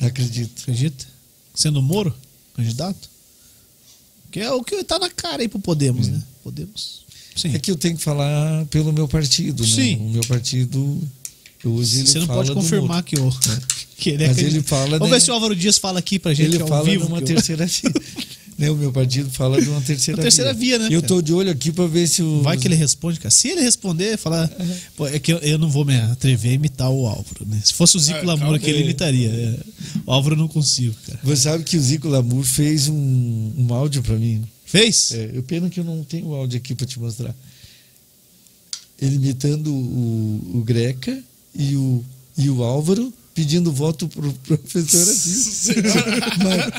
Speaker 3: Acredito.
Speaker 1: Acredita? Sendo o Moro candidato? Que é o que tá na cara aí pro Podemos, né? Podemos. Sim.
Speaker 3: É que eu tenho que falar pelo meu partido, né?
Speaker 1: Sim.
Speaker 3: O meu partido hoje ele
Speaker 1: Você não
Speaker 3: fala
Speaker 1: pode
Speaker 3: do
Speaker 1: confirmar
Speaker 3: Moro.
Speaker 1: que, o, que ele é
Speaker 3: Mas
Speaker 1: candidato.
Speaker 3: ele fala,
Speaker 1: Vamos
Speaker 3: né?
Speaker 1: ver se o Álvaro Dias fala aqui pra gente é
Speaker 3: Ele
Speaker 1: ao
Speaker 3: fala
Speaker 1: vivo.
Speaker 3: de uma
Speaker 1: que eu-
Speaker 3: terceira via. né? O meu partido fala de uma terceira
Speaker 1: Uma terceira via, né,
Speaker 3: Eu
Speaker 1: cara?
Speaker 3: estou de olho aqui para ver se o.
Speaker 1: Vai que ele responde, cara. Se ele responder, falar. Pô, é que eu, eu não vou me atrever a imitar o Álvaro, né? Se fosse o Zico
Speaker 2: Ah,
Speaker 1: Lamoura
Speaker 2: calma
Speaker 1: que ele
Speaker 2: aí.
Speaker 1: imitaria. é. O Álvaro eu não consigo, cara.
Speaker 3: Você sabe que o Zico Lamour fez um, um áudio para mim.
Speaker 1: Fez?
Speaker 3: É, eu pena que eu não tenho o áudio aqui para te mostrar. Ele imitando o, o Greca e o, e o Álvaro pedindo voto pro professor Assis. Mas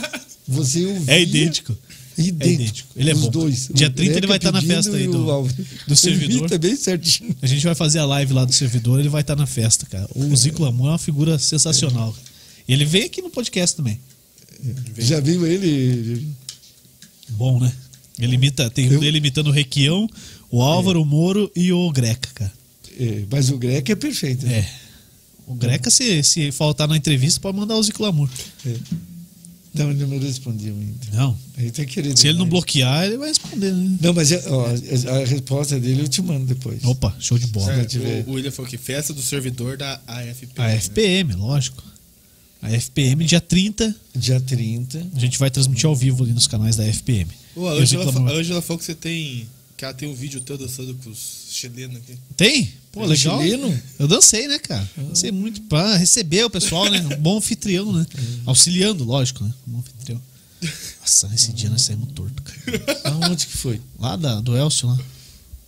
Speaker 3: você ouvia
Speaker 1: É idêntico.
Speaker 3: E idêntico.
Speaker 1: idêntico. Ele é
Speaker 3: os
Speaker 1: bom.
Speaker 3: dois.
Speaker 1: Dia
Speaker 3: O
Speaker 1: 30 ele
Speaker 3: Greca
Speaker 1: vai estar na
Speaker 3: pedindo
Speaker 1: festa aí
Speaker 3: e o
Speaker 1: do-
Speaker 3: Alves.
Speaker 1: do
Speaker 3: Ele
Speaker 1: servidor.
Speaker 3: imita bem certinho.
Speaker 1: A gente vai fazer a live lá do servidor, ele vai estar na festa, cara. O Zico Lamon é uma figura sensacional. cara. Ele veio aqui no podcast também. É,
Speaker 3: Já viu ele?
Speaker 1: Bom, né? Ele imita, tem
Speaker 3: Eu-
Speaker 1: ele imitando o Requião, o Álvaro, o Moro e o Greca, cara.
Speaker 3: É, mas o Greca é perfeito. né?
Speaker 1: É. O Greca, se, se faltar na entrevista, pode mandar o Zico Lamor.
Speaker 3: É. Não, Então, ele não respondeu ainda.
Speaker 1: Não.
Speaker 3: Ele tá querendo.
Speaker 1: Se ele não
Speaker 3: mais.
Speaker 1: bloquear, ele vai responder, né?
Speaker 3: Não, mas ó, a, a resposta dele eu te mando depois.
Speaker 1: Opa, show de bola.
Speaker 3: Certo. tiver-
Speaker 2: É, O, o William falou que festa do servidor da AFP.
Speaker 1: A FPM, lógico. A FPM, dia 30,
Speaker 3: Dia 30.
Speaker 1: a gente vai transmitir ao vivo ali nos canais da FPM.
Speaker 2: Ô, a
Speaker 1: Eu sei que
Speaker 2: Angela,
Speaker 1: ela
Speaker 2: fa-
Speaker 1: não-
Speaker 2: a Angela falou que você tem. Que ela tem um vídeo teu dançando com os chilenos aqui.
Speaker 1: Tem? Pô,
Speaker 3: É
Speaker 1: legal.
Speaker 3: chileno?
Speaker 1: Eu dancei, né, cara? Dancei muito pra receber o pessoal, né? Um bom anfitrião, né?
Speaker 3: É.
Speaker 1: Auxiliando, lógico, né? Um bom anfitrião. Nossa, esse dia nós saímos torto, cara.
Speaker 3: Aonde que foi?
Speaker 1: Lá da, do Elcio, lá.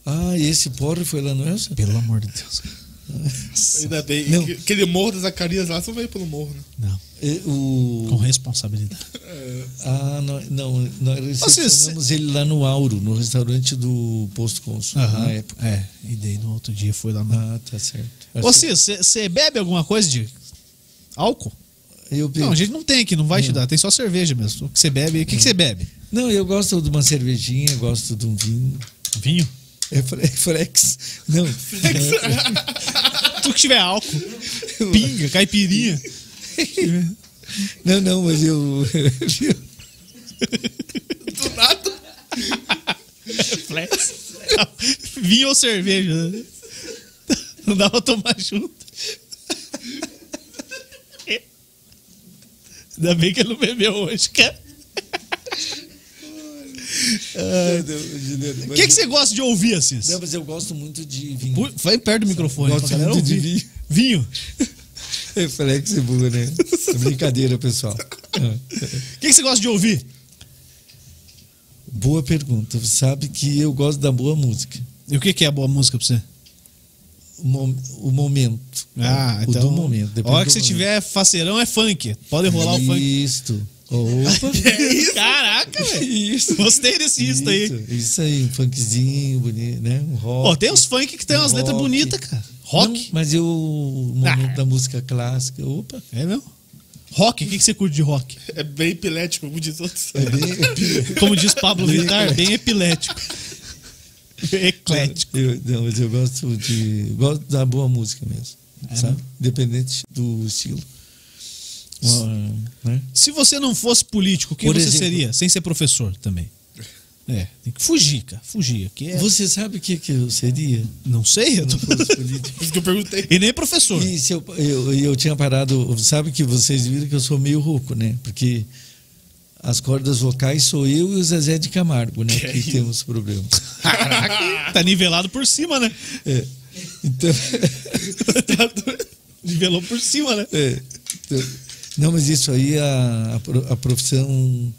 Speaker 3: Ah, esse porre foi lá no Elsa?
Speaker 1: Pelo amor de Deus. Nossa.
Speaker 2: Ainda bem.
Speaker 3: Não.
Speaker 2: que- Aquele morro das Zacarias lá só veio pelo morro, né?
Speaker 1: Não,
Speaker 3: É,
Speaker 1: com
Speaker 3: o...
Speaker 1: responsabilidade.
Speaker 3: Ah, nó- não, nós recepcionamos ele lá no Auro, no restaurante do Posto Consul,
Speaker 1: Aham.
Speaker 3: na época.
Speaker 1: É, e daí no outro dia foi lá na.
Speaker 3: Ah, tá certo.
Speaker 1: Ô, Cis, você bebe alguma coisa de álcool?
Speaker 3: eu
Speaker 1: Não, a
Speaker 3: não,
Speaker 1: gente não tem aqui, não vai te dar. Tem só cerveja mesmo. O que você bebe? O que você bebe?
Speaker 3: não, eu gosto de uma cervejinha, gosto de um vinho.
Speaker 1: Vinho.
Speaker 3: É fre- frex. Não.
Speaker 1: Tudo que tiver álcool. Pinga, caipirinha.
Speaker 3: Não, não, mas eu.
Speaker 2: Do nada.
Speaker 1: Flex. Vinho ou cerveja? né? Não dá pra tomar junto. Ainda bem que ele não bebeu hoje, cara. O que, que você gosta de ouvir, Assis?
Speaker 3: Não, mas eu gosto muito de vinho.
Speaker 1: Pu- Vai perto do microfone.
Speaker 3: Gosto
Speaker 1: pra galera
Speaker 3: muito de
Speaker 1: ouvir.
Speaker 3: vinho.
Speaker 1: Vinho.
Speaker 3: É frex e boa, né? É Brincadeira, pessoal. Ah, é.
Speaker 1: O que, que você gosta de ouvir?
Speaker 3: Boa pergunta. Você sabe que eu gosto da boa música.
Speaker 1: E o que, que é boa música pra você?
Speaker 3: O, mom- o momento. né?
Speaker 1: Ah,
Speaker 3: É, o
Speaker 1: então.
Speaker 3: do momento.
Speaker 1: A
Speaker 3: depende
Speaker 1: hora que
Speaker 3: do
Speaker 1: você
Speaker 3: momento.
Speaker 1: tiver faceirão é funk. Pode rolar o funk. É
Speaker 3: Isto. Opa.
Speaker 1: Caraca, velho.
Speaker 3: Isso.
Speaker 1: Gostei desse isto aí.
Speaker 3: Isso aí, um funkzinho bonito, né? Um rock.
Speaker 1: Ó, tem uns funk que tem umas letras
Speaker 3: Rock.
Speaker 1: bonitas, cara.
Speaker 3: Não,
Speaker 1: Rock.
Speaker 3: mas eu. O momento
Speaker 1: Ah.
Speaker 3: da música clássica. Opa.
Speaker 1: É mesmo? Rock, o que, que você curte de rock?
Speaker 2: É bem epilético, como diz outros.
Speaker 3: É bem.
Speaker 1: Como diz Pablo
Speaker 3: Bem
Speaker 1: Vittar, bem epilético. Eclético.
Speaker 3: Eu, não, mas eu gosto de. Gosto da boa música mesmo.
Speaker 1: É,
Speaker 3: sabe? Independente do estilo. Ó, né?
Speaker 1: Se você não fosse político, quem
Speaker 3: Por
Speaker 1: você
Speaker 3: exemplo-
Speaker 1: seria? Sem ser professor também. É, tem que fugir, cara. Fugir. Que é...
Speaker 3: Você sabe o que, que eu seria?
Speaker 1: Não sei, eu tô...
Speaker 3: Fosse político.
Speaker 2: Por isso que eu perguntei.
Speaker 1: E nem professor.
Speaker 3: E se eu, eu, eu tinha parado, sabe que vocês viram que eu sou meio rouco, né? Porque as cordas vocais sou eu e o Zezé de Camargo, né? Que,
Speaker 2: é isso?
Speaker 3: temos problemas.
Speaker 1: Caraca, tá nivelado por cima, né?
Speaker 3: É. Então,
Speaker 1: Tá doido. Nivelou por cima, né?
Speaker 3: é. Então, não, mas isso aí a, a, pro- a profissão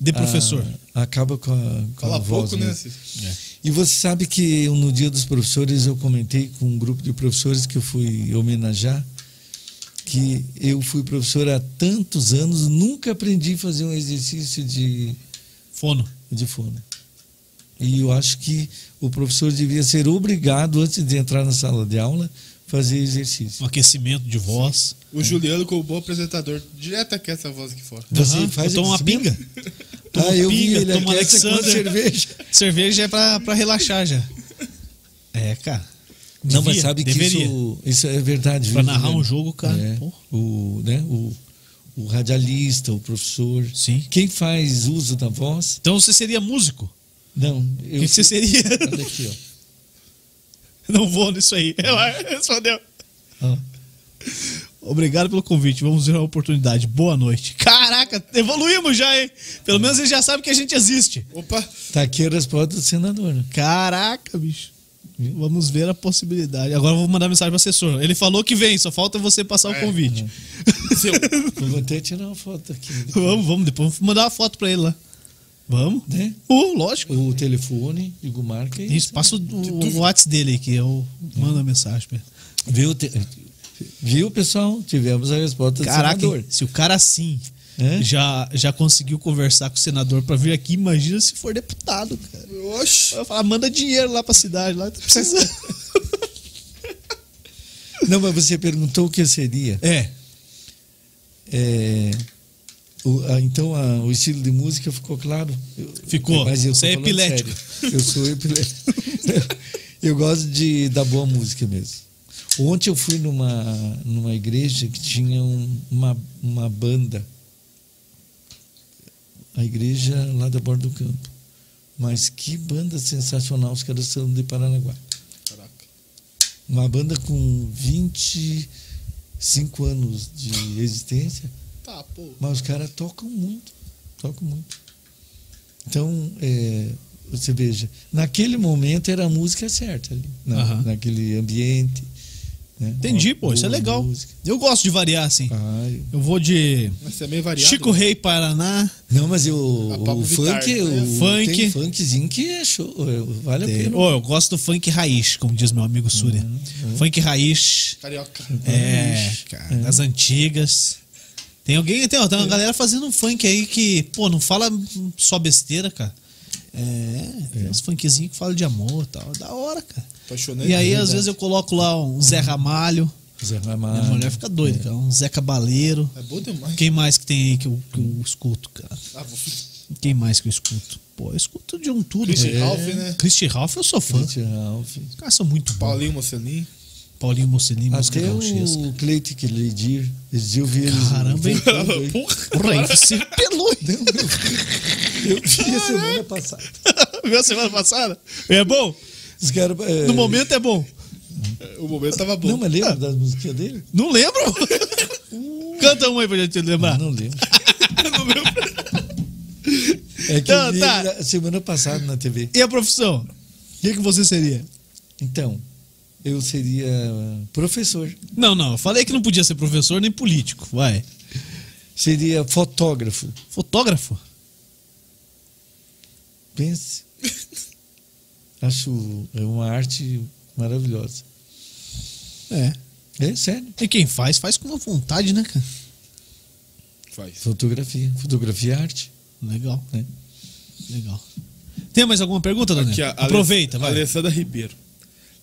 Speaker 1: De
Speaker 3: a-
Speaker 1: professor.
Speaker 3: Ah. acaba com a, com a
Speaker 2: Fala
Speaker 3: voz,
Speaker 2: pouco, né? Cícero?
Speaker 3: E você sabe que eu, no Dia dos Professores eu comentei com um grupo de professores que eu fui homenagear que eu fui professor há tantos anos, nunca aprendi a fazer um exercício de,
Speaker 1: Fono.
Speaker 3: de fono. E eu acho que o professor devia ser obrigado, antes de entrar na sala de aula, fazer exercício.
Speaker 1: Um aquecimento de voz.
Speaker 2: O Juliano como bom apresentador, direto aqui essa voz aqui fora.
Speaker 3: Você
Speaker 1: Aham.
Speaker 3: faz
Speaker 1: eu tomo uma
Speaker 3: aquecimento?
Speaker 1: pinga. Toma
Speaker 3: ah, eu
Speaker 1: pinga,
Speaker 3: vi ele
Speaker 1: toma
Speaker 3: aqui com
Speaker 1: Alexander.
Speaker 3: cerveja.
Speaker 1: Cerveja é pra, pra relaxar já. É, cara.
Speaker 3: Não, mas
Speaker 1: Devia,
Speaker 3: sabe que
Speaker 1: deveria.
Speaker 3: isso, isso é verdade.
Speaker 1: Pra
Speaker 3: viu,
Speaker 1: narrar
Speaker 3: Juliano?
Speaker 1: um jogo, cara.
Speaker 3: É.
Speaker 1: Pô.
Speaker 3: o, né, o, o radialista, o professor.
Speaker 1: Sim.
Speaker 3: Quem faz uso da voz?
Speaker 1: Então você seria músico?
Speaker 3: Não,
Speaker 1: O
Speaker 3: eu.
Speaker 1: que você seria?
Speaker 3: Olha aqui, ó.
Speaker 1: Não vou nisso aí. Ela respondeu.
Speaker 3: Ó.
Speaker 1: Obrigado pelo convite. Vamos ver a oportunidade. Boa noite. Caraca, evoluímos já, hein? Pelo menos ele já sabe que a gente existe.
Speaker 2: Opa!
Speaker 3: Tá aqui a resposta do senador. né?
Speaker 1: Caraca, bicho. Vamos ver a possibilidade. Agora eu vou mandar mensagem pro assessor. Ele falou que vem, só falta você passar o
Speaker 2: É.
Speaker 1: convite.
Speaker 2: Seu.
Speaker 3: Eu vou até tirar uma foto aqui.
Speaker 1: Vamos, vamos, depois vamos mandar uma foto pra ele lá. Vamos?
Speaker 3: Né?
Speaker 1: Uh, lógico.
Speaker 3: O telefone, digo marca e.
Speaker 1: Isso, passa o, o WhatsApp dele aí que eu mando a mensagem pra ele.
Speaker 3: Viu, te- viu, pessoal? Tivemos a resposta do
Speaker 1: Caraca,
Speaker 3: senador.
Speaker 1: hein? se o cara assim
Speaker 3: É?
Speaker 1: já, já conseguiu conversar com o senador pra vir aqui. Imagina se for deputado, cara.
Speaker 2: Oxi.
Speaker 1: Eu ia falar, manda dinheiro lá pra cidade, lá tá precisando.
Speaker 3: Não, mas você perguntou o que seria.
Speaker 1: É.
Speaker 3: É, o- a- então a- o estilo de música ficou claro? Eu-
Speaker 1: Ficou.
Speaker 3: eu tô
Speaker 1: Você é
Speaker 3: falando
Speaker 1: epilético.
Speaker 3: sério. Eu sou epilético. eu gosto de da boa música mesmo. Ontem eu fui numa, numa igreja que tinha um- uma, uma banda. A igreja lá da borda do campo. Mas que banda sensacional, os caras são de Paranaguá.
Speaker 2: Caraca.
Speaker 3: Uma banda com 25 anos de existência.
Speaker 2: Tá, pô.
Speaker 3: Mas os caras tocam muito, tocam muito. Então, é, você veja, naquele momento era a música certa ali, na-
Speaker 1: Aham.
Speaker 3: naquele ambiente. né?
Speaker 1: Entendi,
Speaker 3: Uma
Speaker 1: pô. Isso é
Speaker 3: boa
Speaker 1: legal.
Speaker 3: música.
Speaker 1: Eu gosto de variar, assim.
Speaker 3: Ah, eu-
Speaker 1: Eu vou de
Speaker 2: Mas você é meio variado.
Speaker 3: né?
Speaker 1: Chico Rei Paraná.
Speaker 3: Não, mas eu,
Speaker 2: A
Speaker 3: o,
Speaker 2: Pablo Vittar,
Speaker 3: funk,
Speaker 2: né?
Speaker 3: o
Speaker 1: Funk.
Speaker 3: tem funkzinho que é show, é, vale a pena.
Speaker 1: Oh, eu gosto do funk raiz, como diz meu amigo Surya.
Speaker 3: Uhum,
Speaker 1: Funk raiz.
Speaker 2: Carioca.
Speaker 1: É,
Speaker 3: Raiz,
Speaker 1: cara, das antigas. Tem alguém, tem, ó, tem uma galera fazendo um funk aí que, pô, não fala só besteira, cara. É, tem uns funkzinhos que falam de amor e tal. Da hora, cara.
Speaker 2: Apaixonante.
Speaker 1: E aí, às vezes, eu coloco lá um Zé Ramalho.
Speaker 3: Zé
Speaker 1: Minha
Speaker 3: Ramalho.
Speaker 1: mulher fica doida, cara. Um Zé Cabaleiro.
Speaker 2: É bom demais.
Speaker 1: Quem mais que tem aí que eu, que eu escuto, cara?
Speaker 2: Ah, vou...
Speaker 1: Quem mais que eu escuto? Pô, eu escuto de um tudo.
Speaker 2: Christian
Speaker 1: velho.
Speaker 2: Ralph, né?
Speaker 1: Christian Ralph, eu sou fã.
Speaker 3: Christian Ralph.
Speaker 1: Os caras são muito bons.
Speaker 2: Paulinho Mocelin.
Speaker 1: Paulinho Mocelin, música
Speaker 3: Até
Speaker 1: gauchesca.
Speaker 3: o Cleito que lhe dir, eles diziam vi eles.
Speaker 1: Caramba, hein?
Speaker 3: voltando aí.
Speaker 1: Porra, aí você pelou.
Speaker 3: Eu vi a semana passada.
Speaker 1: Viu a semana passada? É bom?
Speaker 3: Os caras, é,
Speaker 1: No momento é bom.
Speaker 2: É, O momento tava bom.
Speaker 3: Não, mas lembra das musiquinhas dele?
Speaker 1: Não lembro. Canta uma aí pra gente lembrar.
Speaker 3: Não lembro.
Speaker 1: Não lembro.
Speaker 3: É que
Speaker 1: Então,
Speaker 3: eu vi
Speaker 1: tá.
Speaker 3: ele na- semana passada na TV.
Speaker 1: E a profissão? O que, que você seria?
Speaker 3: Então, eu seria professor,
Speaker 1: Não, não. Eu falei que não podia ser professor nem político. Vai.
Speaker 3: seria fotógrafo.
Speaker 1: Fotógrafo?
Speaker 3: Pense. Acho é uma arte maravilhosa.
Speaker 1: É.
Speaker 3: É sério.
Speaker 1: E quem faz, faz com uma vontade, né, cara?
Speaker 2: Faz.
Speaker 3: Fotografia. Fotografia é arte.
Speaker 1: Legal,
Speaker 3: É.
Speaker 1: legal. Tem mais alguma pergunta, Daniel?
Speaker 2: Aqui, a Ale-
Speaker 1: Aproveita, vai.
Speaker 2: Alessandra Ribeiro.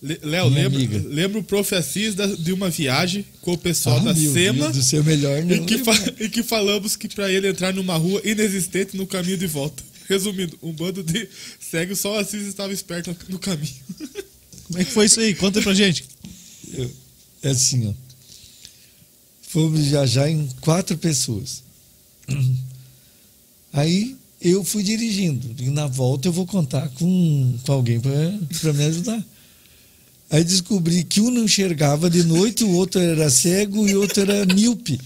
Speaker 2: Le- Léo,
Speaker 3: Minha
Speaker 2: lembra,
Speaker 3: amiga.
Speaker 2: lembra o prof. Assis da- de uma viagem com o pessoal da
Speaker 3: Ah, meu
Speaker 2: SEMA
Speaker 3: Deus do céu, melhor não. né?
Speaker 2: e que, fa- e que falamos que pra ele entrar numa rua inexistente no caminho de volta. Resumindo, um bando de cegos, só o Assis estava esperto no caminho.
Speaker 1: Como é que foi isso aí? Conta aí pra gente.
Speaker 3: Eu- É assim, ó. Fomos viajar em quatro pessoas. Aí eu fui dirigindo. E na volta eu vou contar com, com alguém para me ajudar. Aí descobri que um não enxergava de noite, o outro era cego e o outro era míope.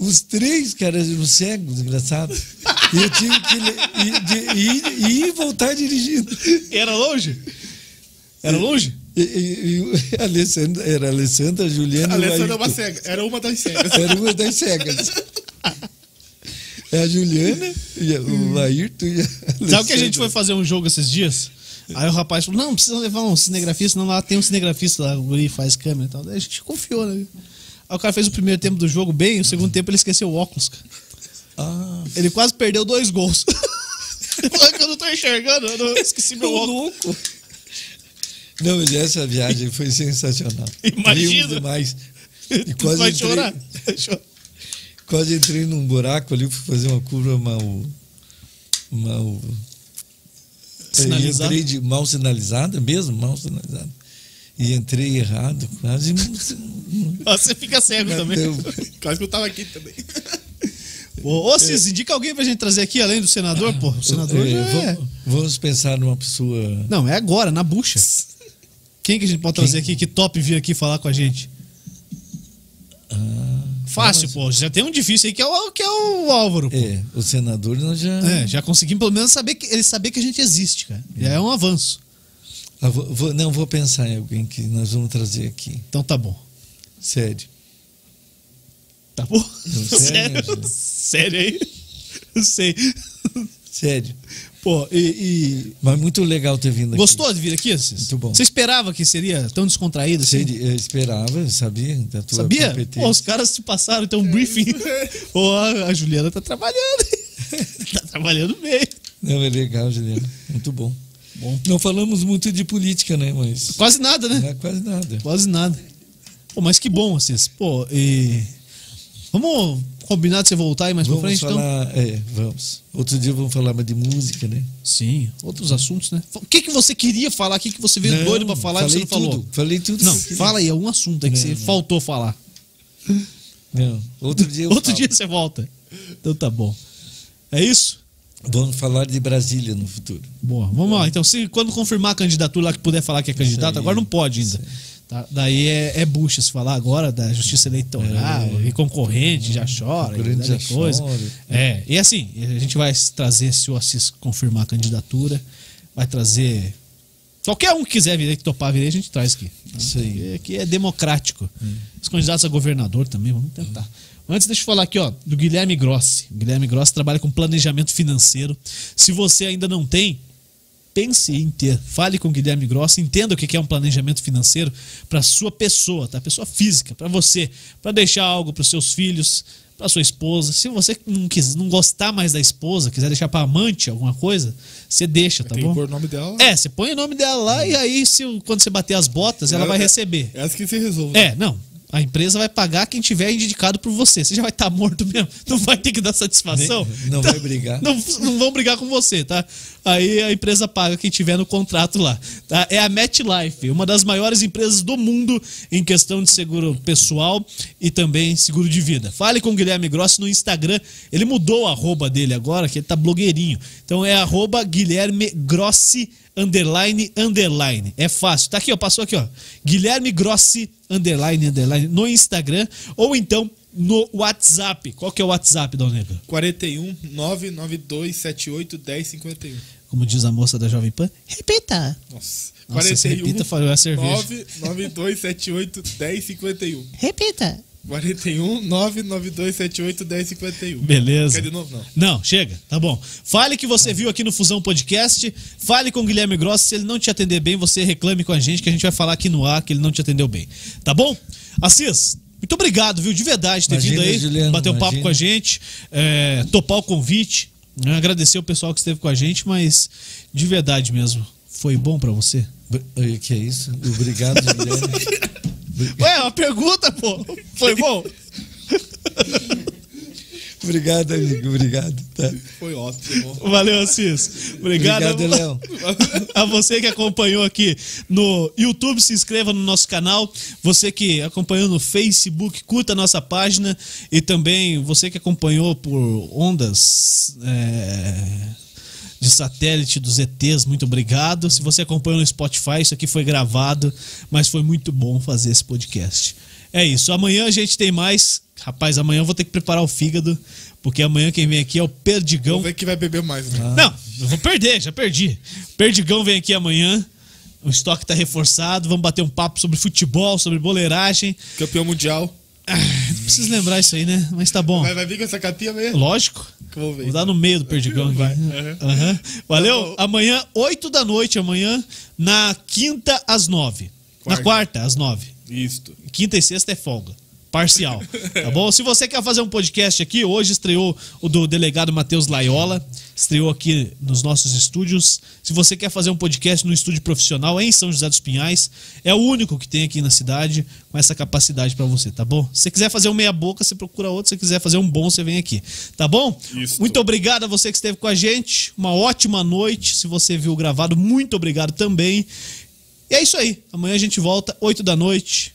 Speaker 3: Os três caras eram cegos, desgraçado. E eu tive que le- ir, de- ir- ir e voltar dirigindo.
Speaker 1: Era longe? Era longe?
Speaker 3: E, e- e o- a Alessandra, era a Alessandra, a Juliana
Speaker 2: A Alessandra é
Speaker 3: e o
Speaker 2: uma
Speaker 3: Ayrton.
Speaker 2: cega, era uma das cegas.
Speaker 3: Era uma das cegas. É a Juliana, e a- o Ayrton e a
Speaker 1: Hum. Sabe que a
Speaker 3: Alessandra.
Speaker 1: gente foi fazer um jogo esses dias? Aí o rapaz falou: não, precisa levar um cinegrafista, senão lá tem um cinegrafista lá, o guri faz câmera e tal. Daí a gente confiou, né? Aí o cara fez o primeiro tempo do jogo bem, o segundo tempo ele esqueceu o óculos, cara.
Speaker 3: Ah,
Speaker 1: Ele quase perdeu dois gols. Ele falou que eu não tô enxergando, eu não- esqueci meu óculos.
Speaker 3: louco! Não, mas essa viagem foi sensacional.
Speaker 1: Imagina.
Speaker 3: Rio demais. E
Speaker 1: Tu
Speaker 3: quase
Speaker 1: vai
Speaker 3: entrei,
Speaker 1: chorar. Chora.
Speaker 3: quase entrei num buraco ali, fui fazer uma curva mal. mal
Speaker 1: Sinalizado.
Speaker 3: Eu entrei de mal sinalizada mesmo, mal sinalizada. E entrei errado, quase.
Speaker 1: Ah, Você fica cego também.
Speaker 3: Então,
Speaker 2: Quase que eu tava aqui também.
Speaker 3: Tá
Speaker 1: Ô, ô Cis, indica alguém pra gente trazer aqui, além do senador, pô. O senador
Speaker 3: É,
Speaker 1: já é.
Speaker 3: vamos, vamos pensar numa pessoa.
Speaker 1: Não, é agora, na bucha. Quem que a gente pode trazer aqui que top vir aqui falar com a gente? Fácil, pô. Já tem um difícil aí que é o, que é o Álvaro, pô. É.
Speaker 3: É, o senador nós já.
Speaker 1: já conseguimos pelo menos saber que ele saber que a gente existe, cara. Já é um avanço.
Speaker 3: Ah, vou- vou- não, vou pensar em alguém que nós vamos trazer aqui.
Speaker 1: Então tá bom.
Speaker 3: Sério.
Speaker 1: Tá bom?
Speaker 3: Sério,
Speaker 1: Sério? Sério aí? Não sei.
Speaker 3: Sério.
Speaker 1: Pô, e. e-
Speaker 3: Mas muito legal ter vindo aqui.
Speaker 1: Gostou de vir aqui, Assis?
Speaker 3: Muito bom.
Speaker 1: Você esperava que seria tão descontraído assim?
Speaker 3: Sei, eu esperava, eu sabia da tua
Speaker 1: Sabia?
Speaker 3: competência.
Speaker 1: Pô, os caras te passaram, então, um briefing. Pô, a Juliana tá trabalhando. tá trabalhando bem.
Speaker 3: Não, é legal, Juliana. Muito bom.
Speaker 1: Bom.
Speaker 3: Não falamos muito de política, né? Mas
Speaker 1: Quase nada, né?
Speaker 3: não é quase nada.
Speaker 1: Quase nada. Pô, mas que bom, Assis. Pô, e. Vamos combinar de você voltar aí mais
Speaker 3: Vamos
Speaker 1: pra frente, então?
Speaker 3: falar, é, vamos. Outro dia vamos falar mais de música, né?
Speaker 1: Sim, outros assuntos, né? O que, que você queria falar? O que, que você veio
Speaker 3: Não,
Speaker 1: doido pra falar e você
Speaker 3: falei
Speaker 1: não falou?
Speaker 3: tudo, Falei tudo.
Speaker 1: Não, fala aí, algum assunto aí que você faltou falar.
Speaker 3: Não, outro dia eu
Speaker 1: Outro
Speaker 3: falo.
Speaker 1: dia você volta. Então tá bom. É isso?
Speaker 3: Vamos falar de Brasília no futuro.
Speaker 1: Boa, vamos lá. Então, se quando confirmar a candidatura lá que puder falar que é candidato,
Speaker 3: aí,
Speaker 1: agora não pode ainda. Tá? Daí é, é bucha se falar agora da justiça eleitoral e concorrente já chora,
Speaker 3: É. Concorrente
Speaker 1: e
Speaker 3: já
Speaker 1: coisa.
Speaker 3: chora.
Speaker 1: É, e assim, a gente vai trazer, se o Assis confirmar a candidatura, vai trazer. Qualquer um que quiser vir aí, que topar vir aí, a gente traz aqui.
Speaker 3: Isso aí.
Speaker 1: Aqui- Aqui é democrático. Os candidatos a governador também, vamos tentar. Antes, deixa eu falar aqui, ó, do Guilherme Grossi. O Guilherme Grossi trabalha com planejamento financeiro. Se você ainda não tem, pense em ter. Fale com o Guilherme Grossi, entenda o que é um planejamento financeiro para sua pessoa, tá? Pessoa física, para você, para deixar algo para seus filhos, para sua esposa. Se você não quis, não gostar mais da esposa, quiser deixar para amante alguma coisa, você deixa, tá
Speaker 2: Tem que
Speaker 1: bom?
Speaker 2: pôr o nome dela.
Speaker 1: É, você põe o nome dela lá e aí se, o- quando você bater as botas, ela vai receber.
Speaker 2: É as que se resolve.
Speaker 1: É, não. A empresa vai pagar quem tiver indicado por você. Você já vai estar morto mesmo. Não vai ter que dar satisfação. Então,
Speaker 3: Nem- não vai brigar.
Speaker 1: Não, não vão brigar com você, tá? Aí a empresa paga quem tiver no contrato lá. Tá? É a MetLife, uma das maiores empresas do mundo em questão de seguro pessoal e também seguro de vida. Fale com o Guilherme Grossi no Instagram. Ele mudou a arroba dele agora, que ele tá blogueirinho. Então é arroba Guilherme Grossi underline, underline. É fácil. Tá aqui, ó. Passou aqui, ó. Guilherme Grossi, underline, underline, no Instagram. Ou então no WhatsApp. Qual que é o WhatsApp, Dal Negro?
Speaker 2: 41 992 78 1051.
Speaker 1: Como diz a moça da Jovem Pan. Repita.
Speaker 2: Nossa. um,
Speaker 1: Nossa, você repita, falou, é a cerveja.
Speaker 2: 992 78 1051.
Speaker 1: Repita.
Speaker 2: 41 992 78 1051.
Speaker 1: Beleza.
Speaker 2: Quer de novo? Não.
Speaker 1: Não, chega, tá bom. Fale que você viu aqui no Fusão Podcast. Fale com o Guilherme Grossi. Se ele não te atender bem, você reclame com a gente, que a gente vai falar aqui no ar que ele não te atendeu bem. Tá bom? Assis, muito obrigado, viu? De verdade, ter
Speaker 3: Imagina,
Speaker 1: vindo aí,
Speaker 3: Juliano,
Speaker 1: bater um papo
Speaker 3: imagina.
Speaker 1: com a gente, é, topar o convite. né? Agradecer o pessoal que esteve com a gente, mas de verdade mesmo, foi bom pra você?
Speaker 3: Br- Oi, Que é isso? Obrigado, Juliana.
Speaker 1: Ué, é uma pergunta, pô. Foi bom?
Speaker 3: obrigado, amigo. Obrigado. tá?
Speaker 2: Foi ótimo.
Speaker 1: Valeu, Assis. Obrigado.
Speaker 3: Obrigado, Léo.
Speaker 1: a você que acompanhou aqui no YouTube, se inscreva no nosso canal. Você que acompanhou no Facebook, curta a nossa página. E também você que acompanhou por ondas. é, De satélite dos ETs, muito obrigado. Se você acompanhou no Spotify, isso aqui foi gravado, mas foi muito bom fazer esse podcast. É isso. Amanhã a gente tem mais. Rapaz, amanhã eu vou ter que preparar o fígado, porque amanhã quem vem aqui é o Perdigão.
Speaker 2: Vamos ver que vai beber mais, né?
Speaker 1: Não, eu vou perder, já perdi. Perdigão vem aqui amanhã. O estoque tá reforçado. Vamos bater um papo sobre futebol, sobre boleiragem.
Speaker 2: Campeão mundial.
Speaker 1: Ah, não preciso lembrar isso aí, né? Mas tá bom.
Speaker 2: Vai, vai vir com essa capinha mesmo?
Speaker 1: Lógico.
Speaker 2: Que eu vou ver.
Speaker 1: Vou dar no meio do Perdigão aqui.
Speaker 2: Vai, aham.
Speaker 1: Aham. Valeu.
Speaker 2: bom.
Speaker 1: Amanhã, 8 da noite, amanhã, na quinta às 9. Na
Speaker 2: Quarta.
Speaker 1: quarta às 9.
Speaker 2: Isto.
Speaker 1: Quinta e sexta é folga. Parcial, tá bom? Se você quer fazer um podcast aqui, hoje estreou o do delegado Matheus Laiola, estreou aqui nos nossos estúdios. Se você quer fazer um podcast no estúdio profissional em São José dos Pinhais, é o único que tem aqui na cidade com essa capacidade pra você, tá bom? Se você quiser fazer um meia boca, você procura outro. Se você quiser fazer um bom, você vem aqui, tá bom?
Speaker 2: Isso.
Speaker 1: Muito obrigado a você que esteve com a gente. Uma ótima noite. Se você viu o gravado, muito obrigado também. E é isso aí. Amanhã a gente volta, 8 da noite.